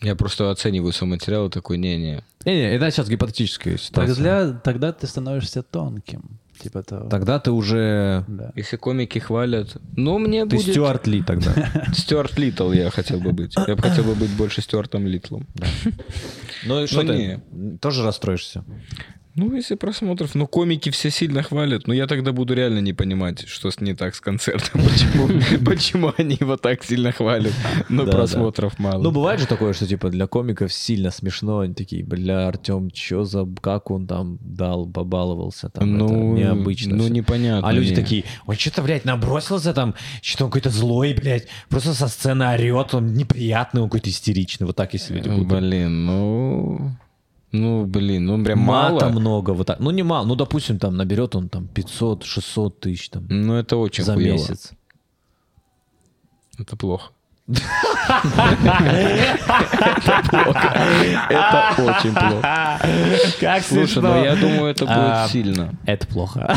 Speaker 1: Я просто оцениваю свой материал и такой, не-не.
Speaker 2: Не-не, это сейчас гипотетическая ситуация.
Speaker 4: Тогда, тогда ты становишься тонким. Типа того.
Speaker 2: Тогда ты уже...
Speaker 4: Да.
Speaker 1: Если комики хвалят, ну мне
Speaker 2: Ты
Speaker 1: будет...
Speaker 2: Стюарт Ли тогда.
Speaker 1: Стюарт Литл я хотел бы быть. Я бы хотел бы быть больше Стюартом Литлом.
Speaker 2: Ну и что
Speaker 1: Ну,
Speaker 2: ты? Тоже расстроишься.
Speaker 1: Ну, если просмотров. Ну, комики все сильно хвалят, но я тогда буду реально не понимать, что с не так с концертом. Почему, почему они его так сильно хвалят, но
Speaker 2: Да,
Speaker 1: просмотров мало.
Speaker 2: Ну, бывает же такое, что, типа, для комиков сильно смешно, они такие, бля, Артем, чё за... Как он там дал, побаловался, там, это необычно.
Speaker 1: Ну,
Speaker 2: всё».
Speaker 1: непонятно.
Speaker 2: А люди
Speaker 1: не.
Speaker 2: такие, он что-то, блядь, набросился там, что-то он какой-то злой, блядь, просто со сцены орет, он неприятный, он какой-то истеричный, вот так если люди
Speaker 1: Ну,
Speaker 2: будут.
Speaker 1: Блин, ну... Ну, блин, ну прям
Speaker 2: Мата
Speaker 1: мало.
Speaker 2: много, вот так. Ну, не мало, ну, допустим, там наберет он там 500-600 тысяч там
Speaker 1: Ну, это очень
Speaker 2: за
Speaker 1: хуево.
Speaker 2: месяц.
Speaker 1: Это плохо. Это плохо. Это очень плохо.
Speaker 5: Как
Speaker 1: Слушай, ну я думаю, это
Speaker 2: А,
Speaker 1: будет сильно.
Speaker 2: Это плохо.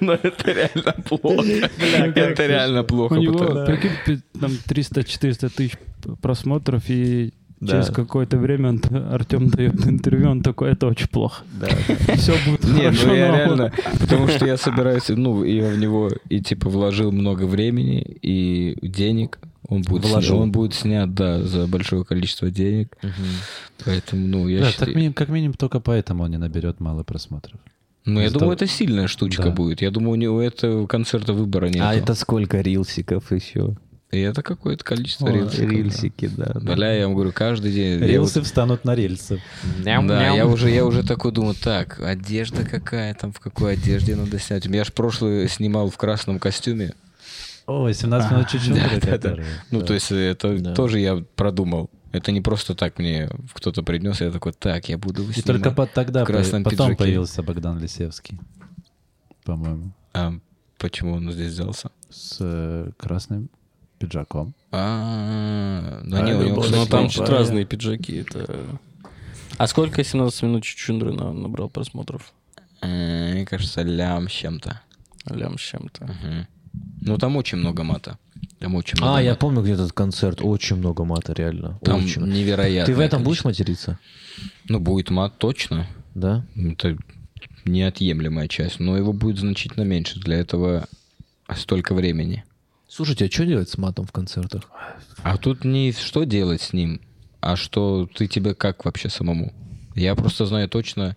Speaker 1: Но это реально плохо. Это реально
Speaker 5: У
Speaker 1: плохо.
Speaker 5: него,
Speaker 1: потому-
Speaker 5: прикинь, пи- там 300-400 тысяч п- просмотров и
Speaker 12: Да,
Speaker 5: Через какое-то время Артем дает интервью, он такой, это очень плохо.
Speaker 12: да,
Speaker 5: Все будет
Speaker 1: Не,
Speaker 5: хорошо.
Speaker 1: ну я
Speaker 5: но
Speaker 1: реально, потому что я собираюсь, ну, я в него и типа вложил много времени и денег. Он будет,
Speaker 2: Вложил.
Speaker 1: снят, он будет снят, да, за большое количество денег. Поэтому, ну, я
Speaker 4: Да,
Speaker 1: считаю...
Speaker 4: так миним- как минимум только поэтому он не наберет мало просмотров.
Speaker 1: Ну, я
Speaker 4: Из-за
Speaker 1: думаю,
Speaker 4: того-
Speaker 1: это сильная штучка
Speaker 4: Да.
Speaker 1: будет. Я думаю, у него этого концерта выбора нет.
Speaker 2: А это сколько рилсиков еще?
Speaker 1: И это какое-то количество рилсиков, да.
Speaker 2: Рилсики, да. да.
Speaker 1: Бля, я вам говорю, каждый день. я
Speaker 4: Рилсы встанут на рельсы.
Speaker 1: вот- Да, я уже, я уже такой думаю, так, одежда какая там, в какой одежде надо снять. Я ж прошлый снимал в красном костюме.
Speaker 4: Ой, 17 минут чуть-чуть.
Speaker 1: да, да.
Speaker 4: которые-
Speaker 1: Ну,
Speaker 4: да.
Speaker 1: то есть это
Speaker 2: Да.
Speaker 1: тоже я продумал. Это не просто так мне кто-то принес, я такой, так, я буду его
Speaker 4: И только
Speaker 1: снимать.
Speaker 4: по- тогда
Speaker 1: в
Speaker 4: по-
Speaker 1: красном
Speaker 4: потом
Speaker 1: пиджаке.
Speaker 4: появился Богдан Лисевский, по-моему,
Speaker 1: А почему он здесь взялся?
Speaker 4: с э, красным пиджаком.
Speaker 1: А, ну,
Speaker 4: А,
Speaker 1: не, у
Speaker 4: это
Speaker 1: него,
Speaker 4: было
Speaker 1: кстати,
Speaker 3: Ну, там
Speaker 4: Понятно.
Speaker 3: чуть разные пиджаки. Это... А сколько 17 минут Чучундры на- набрал просмотров?
Speaker 1: э, мне кажется, лям с чем-то.
Speaker 3: Лям с чем-то.
Speaker 1: Мгм. Ну, там очень много мата. Там очень много
Speaker 2: А, я
Speaker 1: мата.
Speaker 2: помню, где этот концерт. Очень много мата, реально.
Speaker 1: Там
Speaker 2: Очень.
Speaker 1: невероятно.
Speaker 2: Ты в этом будешь материться?
Speaker 1: Ну, будет мат точно.
Speaker 2: Да?
Speaker 1: Это неотъемлемая часть, но его будет значительно меньше. Для этого столько времени.
Speaker 2: Слушайте, а что делать с матом в концертах?
Speaker 1: А тут не что делать с ним, а что ты тебе как вообще самому. Я просто знаю точно.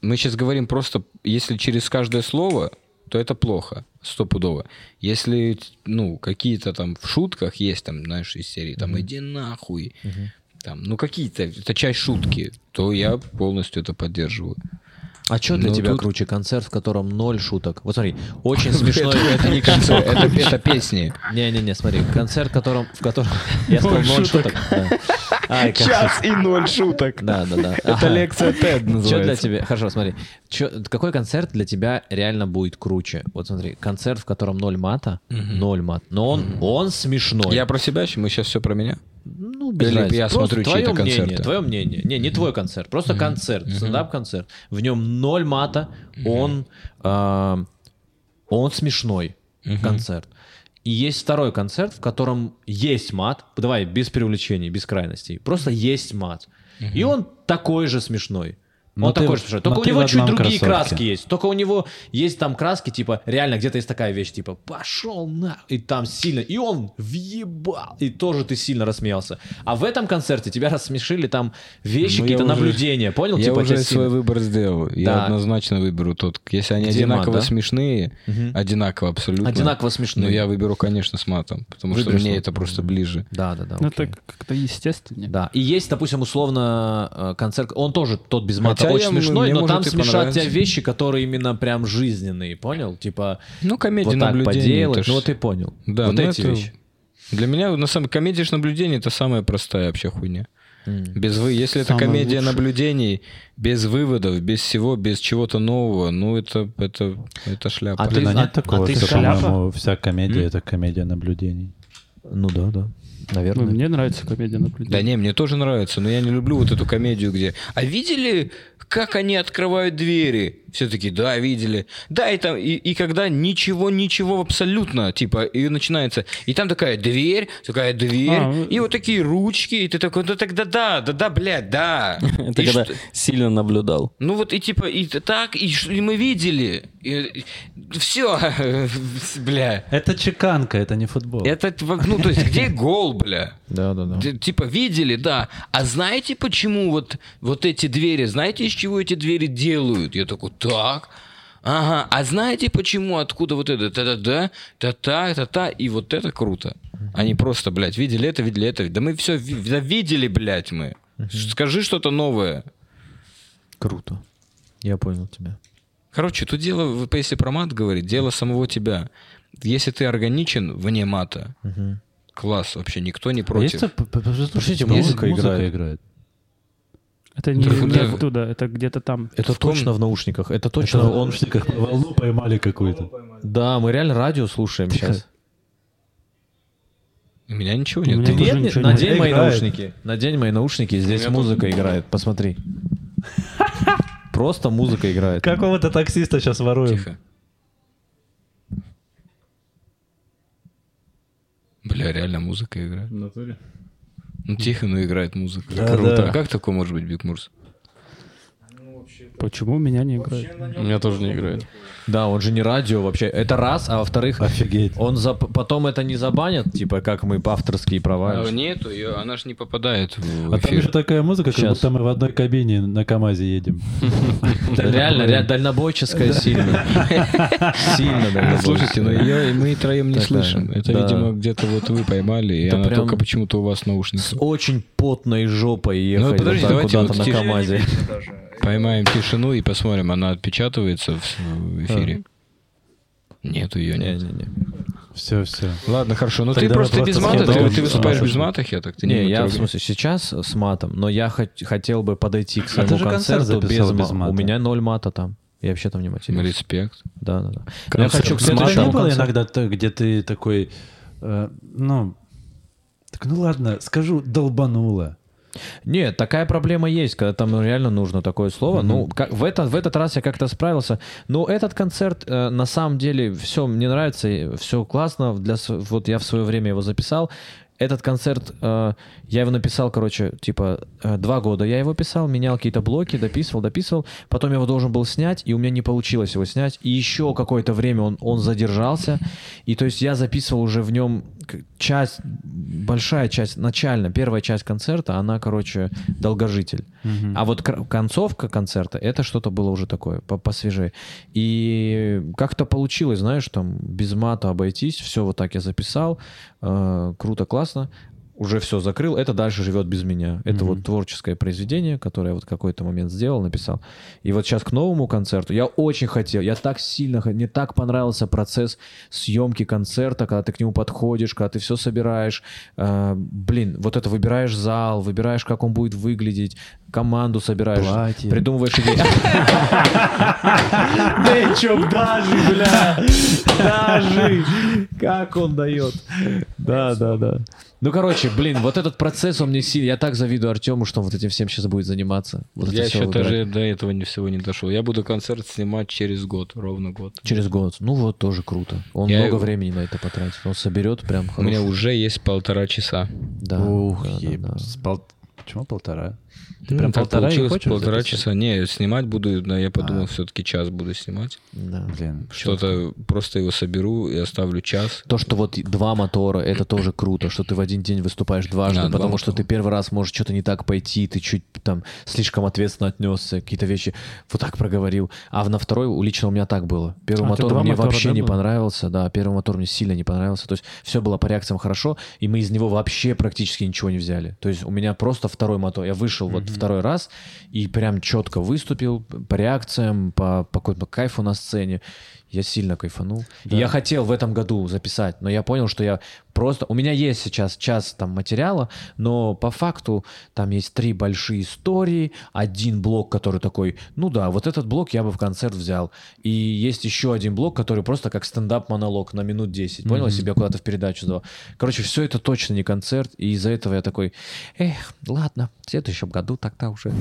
Speaker 1: Мы сейчас говорим просто, если через каждое слово, то это плохо, стопудово. Если, ну, какие-то там в шутках есть, там, знаешь, из серии, там, иди нахуй, там, ну, какие-то, это часть шутки, то я полностью это поддерживаю.
Speaker 2: А что для
Speaker 1: Ну,
Speaker 2: тебя
Speaker 1: тут-
Speaker 2: круче? Концерт, в котором ноль шуток. Вот смотри, очень смешной...
Speaker 1: Это не концерт, это, это песни.
Speaker 2: Не-не-не, смотри, концерт, в котором, в котором... Я сказал, ноль шуток. Час и ноль шуток. Да, да, да. Это лекция TED Что для тебя... Хорошо, смотри. Чё- Какой концерт для тебя реально будет круче? Вот смотри, концерт, в котором ноль мата, ноль мат, но он, он смешной.
Speaker 1: Я про себя, мы сейчас все про меня.
Speaker 2: Ну, без
Speaker 1: Или
Speaker 2: разницы.
Speaker 1: я
Speaker 2: Просто
Speaker 1: смотрю
Speaker 2: твое
Speaker 1: чьи-то
Speaker 2: мнение,
Speaker 1: концерты.
Speaker 2: Твое мнение. Не, не твой концерт, просто концерт, стендап-концерт. В нем ноль мата, он, а, он смешной концерт. И есть второй концерт, в котором есть мат. Давай, без привлечений, без крайностей. Просто есть мат. И он такой же смешной.
Speaker 4: Но
Speaker 2: он
Speaker 4: ты
Speaker 2: такой
Speaker 4: в-
Speaker 2: же смешной.
Speaker 4: но
Speaker 2: Только у
Speaker 4: ты в
Speaker 2: него чуть
Speaker 4: одном
Speaker 2: другие
Speaker 4: кроссовке.
Speaker 2: краски есть. Только у него есть там краски, типа, реально где-то есть такая вещь, типа, пошел на... И там сильно... И он въебал. И тоже ты сильно рассмеялся. А в этом концерте тебя рассмешили там вещи,
Speaker 1: Ну, я
Speaker 2: какие-то
Speaker 1: уже-
Speaker 2: наблюдения. Понял?
Speaker 1: Я
Speaker 2: типа,
Speaker 1: уже
Speaker 2: тебя
Speaker 1: свой
Speaker 2: сильно-
Speaker 1: выбор сделал.
Speaker 2: Да.
Speaker 1: Я однозначно выберу тот. Если они
Speaker 2: Где
Speaker 1: одинаково
Speaker 2: мат, да?
Speaker 1: смешные,
Speaker 2: Мгм.
Speaker 1: одинаково абсолютно.
Speaker 2: Одинаково
Speaker 1: Но
Speaker 2: смешно.
Speaker 1: Ну, я выберу, конечно, с матом, потому
Speaker 2: Выберешь
Speaker 1: что мне
Speaker 2: мат.
Speaker 1: это просто ближе.
Speaker 2: Да, да, да.
Speaker 5: Ну,
Speaker 2: окей.
Speaker 5: это как-то естественнее.
Speaker 2: Да. И есть, допустим, условно э, концерт, он тоже тот без мата
Speaker 1: Хотя
Speaker 2: очень
Speaker 1: я-
Speaker 2: смешной,
Speaker 1: мне
Speaker 2: но
Speaker 1: может
Speaker 2: там
Speaker 1: и
Speaker 2: смешат
Speaker 1: понравится.
Speaker 2: тебя вещи, которые именно прям жизненные, понял? Типа
Speaker 1: Ну, комедия
Speaker 2: вот так
Speaker 1: наблюдения. это
Speaker 2: поделать,
Speaker 1: ж-
Speaker 2: ну вот ты понял.
Speaker 1: Да,
Speaker 2: вот
Speaker 1: ну,
Speaker 2: эти
Speaker 1: это-
Speaker 2: вещи.
Speaker 1: Для меня, на самом комедия ж наблюдений это самая простая вообще хуйня.
Speaker 2: М.
Speaker 1: Без вы... Если это
Speaker 5: Самое
Speaker 1: комедия
Speaker 5: лучшее.
Speaker 1: наблюдений, без выводов, без всего, без чего-то нового, ну это, это, это шляпа.
Speaker 2: А ты-
Speaker 4: Блин, а нет такого,
Speaker 2: а ты
Speaker 4: что,
Speaker 2: шляпа?
Speaker 4: по-моему, вся комедия — это комедия наблюдений.
Speaker 2: Ну да, да.
Speaker 5: Ну,
Speaker 2: Наверное.
Speaker 5: мне нравится комедия
Speaker 1: Да
Speaker 5: наблюдения.
Speaker 1: не, мне тоже нравится, но я не люблю вот эту комедию, где... А видели, как они открывают двери? Все таки да, видели. Да, и там... И, и когда ничего, ничего абсолютно, типа, и начинается... И там такая дверь, такая дверь,
Speaker 5: А, ну-
Speaker 1: и вот такие ручки, и ты такой, ну тогда да, да, да, блядь, да.
Speaker 3: Это
Speaker 1: И
Speaker 3: когда
Speaker 1: что-
Speaker 3: сильно наблюдал.
Speaker 1: Ну вот и типа, и так, и, ш- и мы видели. все, бля.
Speaker 4: Это чеканка, это не футбол.
Speaker 1: Это, ну то есть, где гол, бля?
Speaker 2: Да, да, да.
Speaker 1: Д- Типа видели, да. А знаете, почему вот, вот эти двери, знаете, из чего эти двери делают? Я такой, так. Ага, а знаете почему, откуда вот это, та-да-да, та-та, та-та, и вот это круто. Они просто, блядь, видели это, видели это, да мы все видели, блядь, мы. Скажи что-то новое.
Speaker 2: Круто. Я понял тебя.
Speaker 1: Короче, тут дело, вот если про мат говорить, дело самого тебя. Если ты органичен вне мата,
Speaker 2: Мгм. А
Speaker 1: класс, вообще никто не
Speaker 4: Есть э,
Speaker 1: против.
Speaker 4: п- п- п- Слушайте,
Speaker 1: Есть
Speaker 4: музыка
Speaker 1: музыка.
Speaker 4: играет. играет.
Speaker 5: Это не
Speaker 1: Да,
Speaker 5: не
Speaker 1: да.
Speaker 5: оттуда, это где-то там.
Speaker 2: Это
Speaker 1: В ком-
Speaker 2: точно в наушниках. Это
Speaker 4: Точно,
Speaker 2: точно
Speaker 4: это
Speaker 2: он.
Speaker 4: он как волну поймали какую-то.
Speaker 2: Да, мы реально радио слушаем сейчас.
Speaker 1: У меня ничего
Speaker 5: У
Speaker 1: нет.
Speaker 5: меня
Speaker 1: Ты-
Speaker 5: тоже
Speaker 2: Нет, нет,
Speaker 5: ничего не
Speaker 2: надень мои
Speaker 4: Играет.
Speaker 2: наушники. Надень мои наушники, здесь музыка играет. Посмотри. Просто музыка играет.
Speaker 4: Какого-то таксиста сейчас воруем.
Speaker 1: Тихо. Бля, реально музыка играет.
Speaker 12: натуре.
Speaker 1: Ну, тихо, но играет музыка.
Speaker 4: Да, Круто. да.
Speaker 1: А как такое может быть, Биг Мурс?
Speaker 5: Почему меня не играет?
Speaker 3: У меня тоже не играет.
Speaker 2: Да, он же не радио вообще. Это раз, а во-вторых,
Speaker 4: Офигеть.
Speaker 2: он за... потом это не забанят, типа как мы авторские права.
Speaker 1: А нету, ее, она же не попадает в
Speaker 4: А там же
Speaker 1: эфир.
Speaker 4: такая музыка, как
Speaker 2: Щас.
Speaker 4: будто мы в одной кабине на КАМАЗе едем.
Speaker 2: Да, реально, реально дальнобойческая сильно. Сильно дальнобойческая.
Speaker 1: Слушайте, но ее мы троем не
Speaker 2: Такая,
Speaker 1: слышим. Это,
Speaker 2: да.
Speaker 1: видимо, где-то вот вы поймали, и
Speaker 2: Это
Speaker 1: она
Speaker 2: прям-
Speaker 1: только почему-то у вас
Speaker 2: С
Speaker 1: наушники.
Speaker 2: очень потной жопой ехать
Speaker 1: подожди,
Speaker 2: вот так
Speaker 1: давайте
Speaker 2: куда-то
Speaker 1: вот
Speaker 2: на
Speaker 1: тише.
Speaker 2: КамАЗе.
Speaker 1: Поймаем тишину и посмотрим, она отпечатывается в, с- в эфире. Нет, ее нет.
Speaker 2: Не-не-не.
Speaker 4: Все, все.
Speaker 1: Ладно, хорошо. Ну ты
Speaker 4: Тогда
Speaker 1: просто
Speaker 4: мы
Speaker 1: без
Speaker 4: просто
Speaker 1: мата,
Speaker 4: скидаем.
Speaker 1: ты, ты выступаешь
Speaker 4: А,
Speaker 1: без мата, я так ты
Speaker 2: Не, я в
Speaker 1: трогай.
Speaker 2: смысле сейчас с матом, но я хот- хотел бы подойти к своему
Speaker 4: А же концерт
Speaker 2: концерту без,
Speaker 4: записал без
Speaker 2: ма-
Speaker 4: мата.
Speaker 2: У меня ноль мата там. Я вообще там не матерюсь.
Speaker 1: Респект.
Speaker 2: Да, да, да. Я
Speaker 4: Концерт.
Speaker 2: хочу к
Speaker 4: Это же не
Speaker 2: матом.
Speaker 4: было иногда, то, где ты такой, э, ну, так, ну ладно, скажу, долбануло.
Speaker 2: Нет, такая проблема есть, когда там реально нужно такое слово. Ну, как, в, этот, в этот раз я как-то справился. Но этот концерт, э, на самом деле, все мне нравится, все классно. Для, с- вот я в свое время его записал. Этот концерт, э, я его написал, короче, типа, э, два года я его писал, менял какие-то блоки, дописывал, дописывал. Потом я его должен был снять, и у меня не получилось его снять. И еще какое-то время он, он задержался. И то есть я записывал уже в нем к- часть, большая часть, начально, первая часть концерта, она, короче, долгожитель. А вот кра- концовка концерта, это что-то было уже такое, по- посвежее. И как-то получилось, знаешь, там без мата обойтись, все вот так я записал, э, круто, классно. Уже все закрыл, это дальше живет без меня. Это вот творческое произведение, которое я вот в какой-то момент сделал, написал. И вот сейчас к новому концерту я очень хотел, я так сильно, хо- мне так понравился процесс съемки концерта, когда ты к нему подходишь, когда ты все собираешь, Э, блин, вот это выбираешь зал, выбираешь, как он будет выглядеть, команду собираешь,
Speaker 4: Платье.
Speaker 2: придумываешь идеи.
Speaker 4: Да чё, даже, бля, даже.
Speaker 2: Как он дает.
Speaker 4: Да, да, да.
Speaker 2: Ну, короче, блин, вот этот процесс, он мне сильно... Я так завидую Артему, что он вот этим всем сейчас будет заниматься. Вот это
Speaker 1: я
Speaker 2: всё
Speaker 1: еще
Speaker 2: выбирать.
Speaker 1: даже до этого ни всего не дошел. Я буду концерт снимать через год, ровно год.
Speaker 2: Через год. Ну вот, тоже круто. Он
Speaker 1: Я-
Speaker 2: много времени на это потратит. Он соберет прям
Speaker 1: У меня
Speaker 2: хороший-
Speaker 1: уже есть полтора часа.
Speaker 2: Да,
Speaker 4: Ух,
Speaker 2: да, да,
Speaker 4: еб-
Speaker 2: да.
Speaker 4: с пол- Почему полтора?
Speaker 1: Ну,
Speaker 4: прям
Speaker 1: так
Speaker 4: полтора и
Speaker 1: получилось,
Speaker 4: хочешь
Speaker 1: полтора
Speaker 4: записать?
Speaker 1: часа. Не, снимать буду, но я подумал, все-таки час буду снимать.
Speaker 2: Да.
Speaker 4: Блин.
Speaker 1: Что-то просто его соберу и оставлю час.
Speaker 2: То, что вот и два мотора, это тоже круто, что ты в один день выступаешь дважды,
Speaker 1: Да, два
Speaker 2: потому что
Speaker 1: мотора.
Speaker 2: ты первый раз может что-то не так пойти, ты чуть там слишком ответственно отнесся, какие-то вещи вот так проговорил. А в- на второй у- лично у меня так было. Первый
Speaker 5: А, ты
Speaker 2: мотор
Speaker 5: два
Speaker 2: мне
Speaker 5: мотора,
Speaker 2: вообще
Speaker 5: да,
Speaker 2: не
Speaker 5: было?
Speaker 2: понравился, да, первый мотор мне сильно не понравился, то есть все было по реакциям хорошо, и мы из него вообще практически ничего не взяли. То есть у меня просто второй мотор, я вышел вот второй раз и прям четко выступил по реакциям, по, по какому-то кайфу на сцене. Я сильно кайфанул. И Я хотел в этом году записать, но я понял, что я просто... У меня есть сейчас час там материала, но по факту там есть три большие истории, один блок, который такой, ну да, вот этот блок я бы в концерт взял. И есть еще один блок, который просто как стендап-монолог на минут 10, понял? Я себя куда-то в передачу сдавал. Короче, все это точно не концерт, и из-за этого я такой, эх, ладно, в следующем году тогда уже.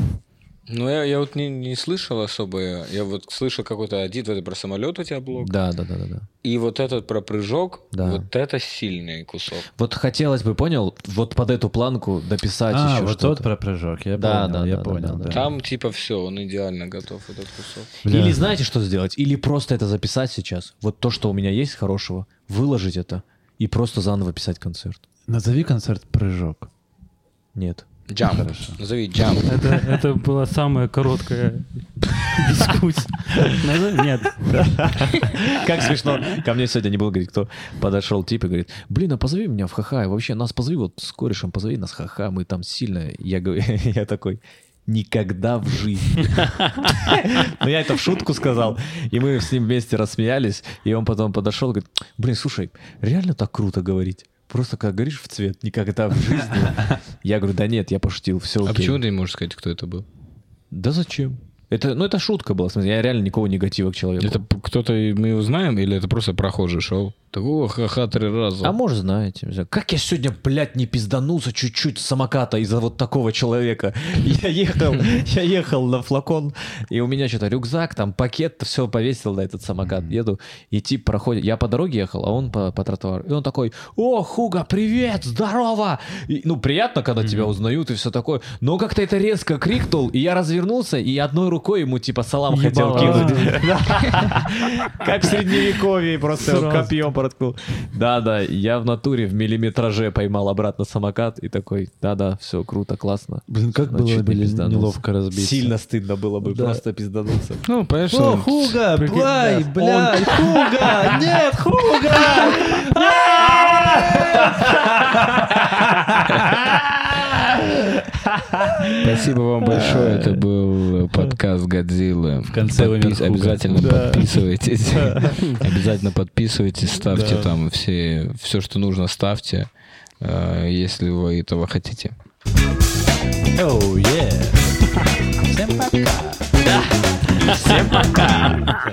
Speaker 1: Ну, я, я вот не, не слышал особо. Я вот слышал какой-то один, это про самолет у тебя блок.
Speaker 2: Да, да, да, да, да.
Speaker 1: И вот этот про прыжок.
Speaker 2: Да.
Speaker 1: Вот это сильный кусок.
Speaker 2: Вот хотелось бы, понял, вот под эту планку дописать
Speaker 4: А,
Speaker 2: еще
Speaker 4: вот
Speaker 2: что-то.
Speaker 4: тот про прыжок, я
Speaker 2: Да,
Speaker 4: понял,
Speaker 2: да,
Speaker 4: я
Speaker 2: да,
Speaker 4: понял.
Speaker 2: да, да.
Speaker 4: да.
Speaker 1: Там типа все, он идеально готов, этот кусок.
Speaker 4: Бля.
Speaker 2: Или знаете, что сделать? Или просто это записать сейчас. Вот то, что у меня есть хорошего, выложить это и просто заново писать концерт.
Speaker 4: Назови концерт «Прыжок».
Speaker 2: Нет.
Speaker 1: Джамп.
Speaker 4: Хорошо.
Speaker 1: Назови джамп.
Speaker 5: Это, это была самая короткая дискуссия. Назов- Нет.
Speaker 2: Как смешно. Ко мне сегодня не был, говорит, кто подошел тип и говорит, блин, а позови меня в ха-ха. И Вообще, нас позови, вот с корешем позови нас в ха-ха. Мы там сильно... Я, говорю- я такой, никогда в жизни. Но я это в шутку сказал. И мы с ним вместе рассмеялись. И он потом подошел и говорит, блин, слушай, реально так круто говорить. Просто как говоришь в цвет, никогда в жизни. Я говорю, да нет, я пошутил, все окей.
Speaker 1: А почему ты не можешь сказать, кто это был?
Speaker 2: Да зачем? Это, ну, это шутка была, в смысле, я реально никакого негатива к человеку.
Speaker 1: Это п- кто-то и мы узнаем, или это просто прохожий шел? Такого ха-ха три раза.
Speaker 2: А может, знаете, не знаю. как я сегодня, блядь, не пизданулся чуть-чуть с самоката из-за вот такого человека. Я ехал, я ехал на флакон, и у меня что-то рюкзак, там пакет, все повесил на этот самокат. Еду, и тип проходит. Я по дороге ехал, а он по, по тротуару. И он такой, о, Хуга, привет, здорово! И, ну, приятно, когда тебя узнают и все такое. Но как-то это резко крикнул, и я развернулся, и одной рукой ему, типа, салам хотел
Speaker 5: Ебало.
Speaker 2: кинуть. Как в средневековье, просто его
Speaker 5: Сразу.
Speaker 2: копьем проткнул. Да-да, я в натуре в миллиметраже поймал обратно самокат и такой, да-да, все круто, классно.
Speaker 4: Блин, как
Speaker 2: Ну,
Speaker 4: было
Speaker 2: чуть не
Speaker 4: бы
Speaker 2: пизданулся.
Speaker 4: неловко разбиться.
Speaker 2: Сильно стыдно было бы,
Speaker 4: Да.
Speaker 2: просто пизданулся.
Speaker 1: Ну, конечно.
Speaker 2: Хуга,
Speaker 5: прикинь,
Speaker 2: блай,
Speaker 5: да.
Speaker 2: блядь, Хуга, нет, Хуга!
Speaker 1: Спасибо вам большое. Это был подкаст Годзилла. В
Speaker 4: конце умер Хуга.
Speaker 1: Обязательно подписывайтесь. Обязательно подписывайтесь, ставьте там все, все, что нужно, ставьте, э, если вы этого хотите.
Speaker 2: Оу, е. Всем пока. Всем пока.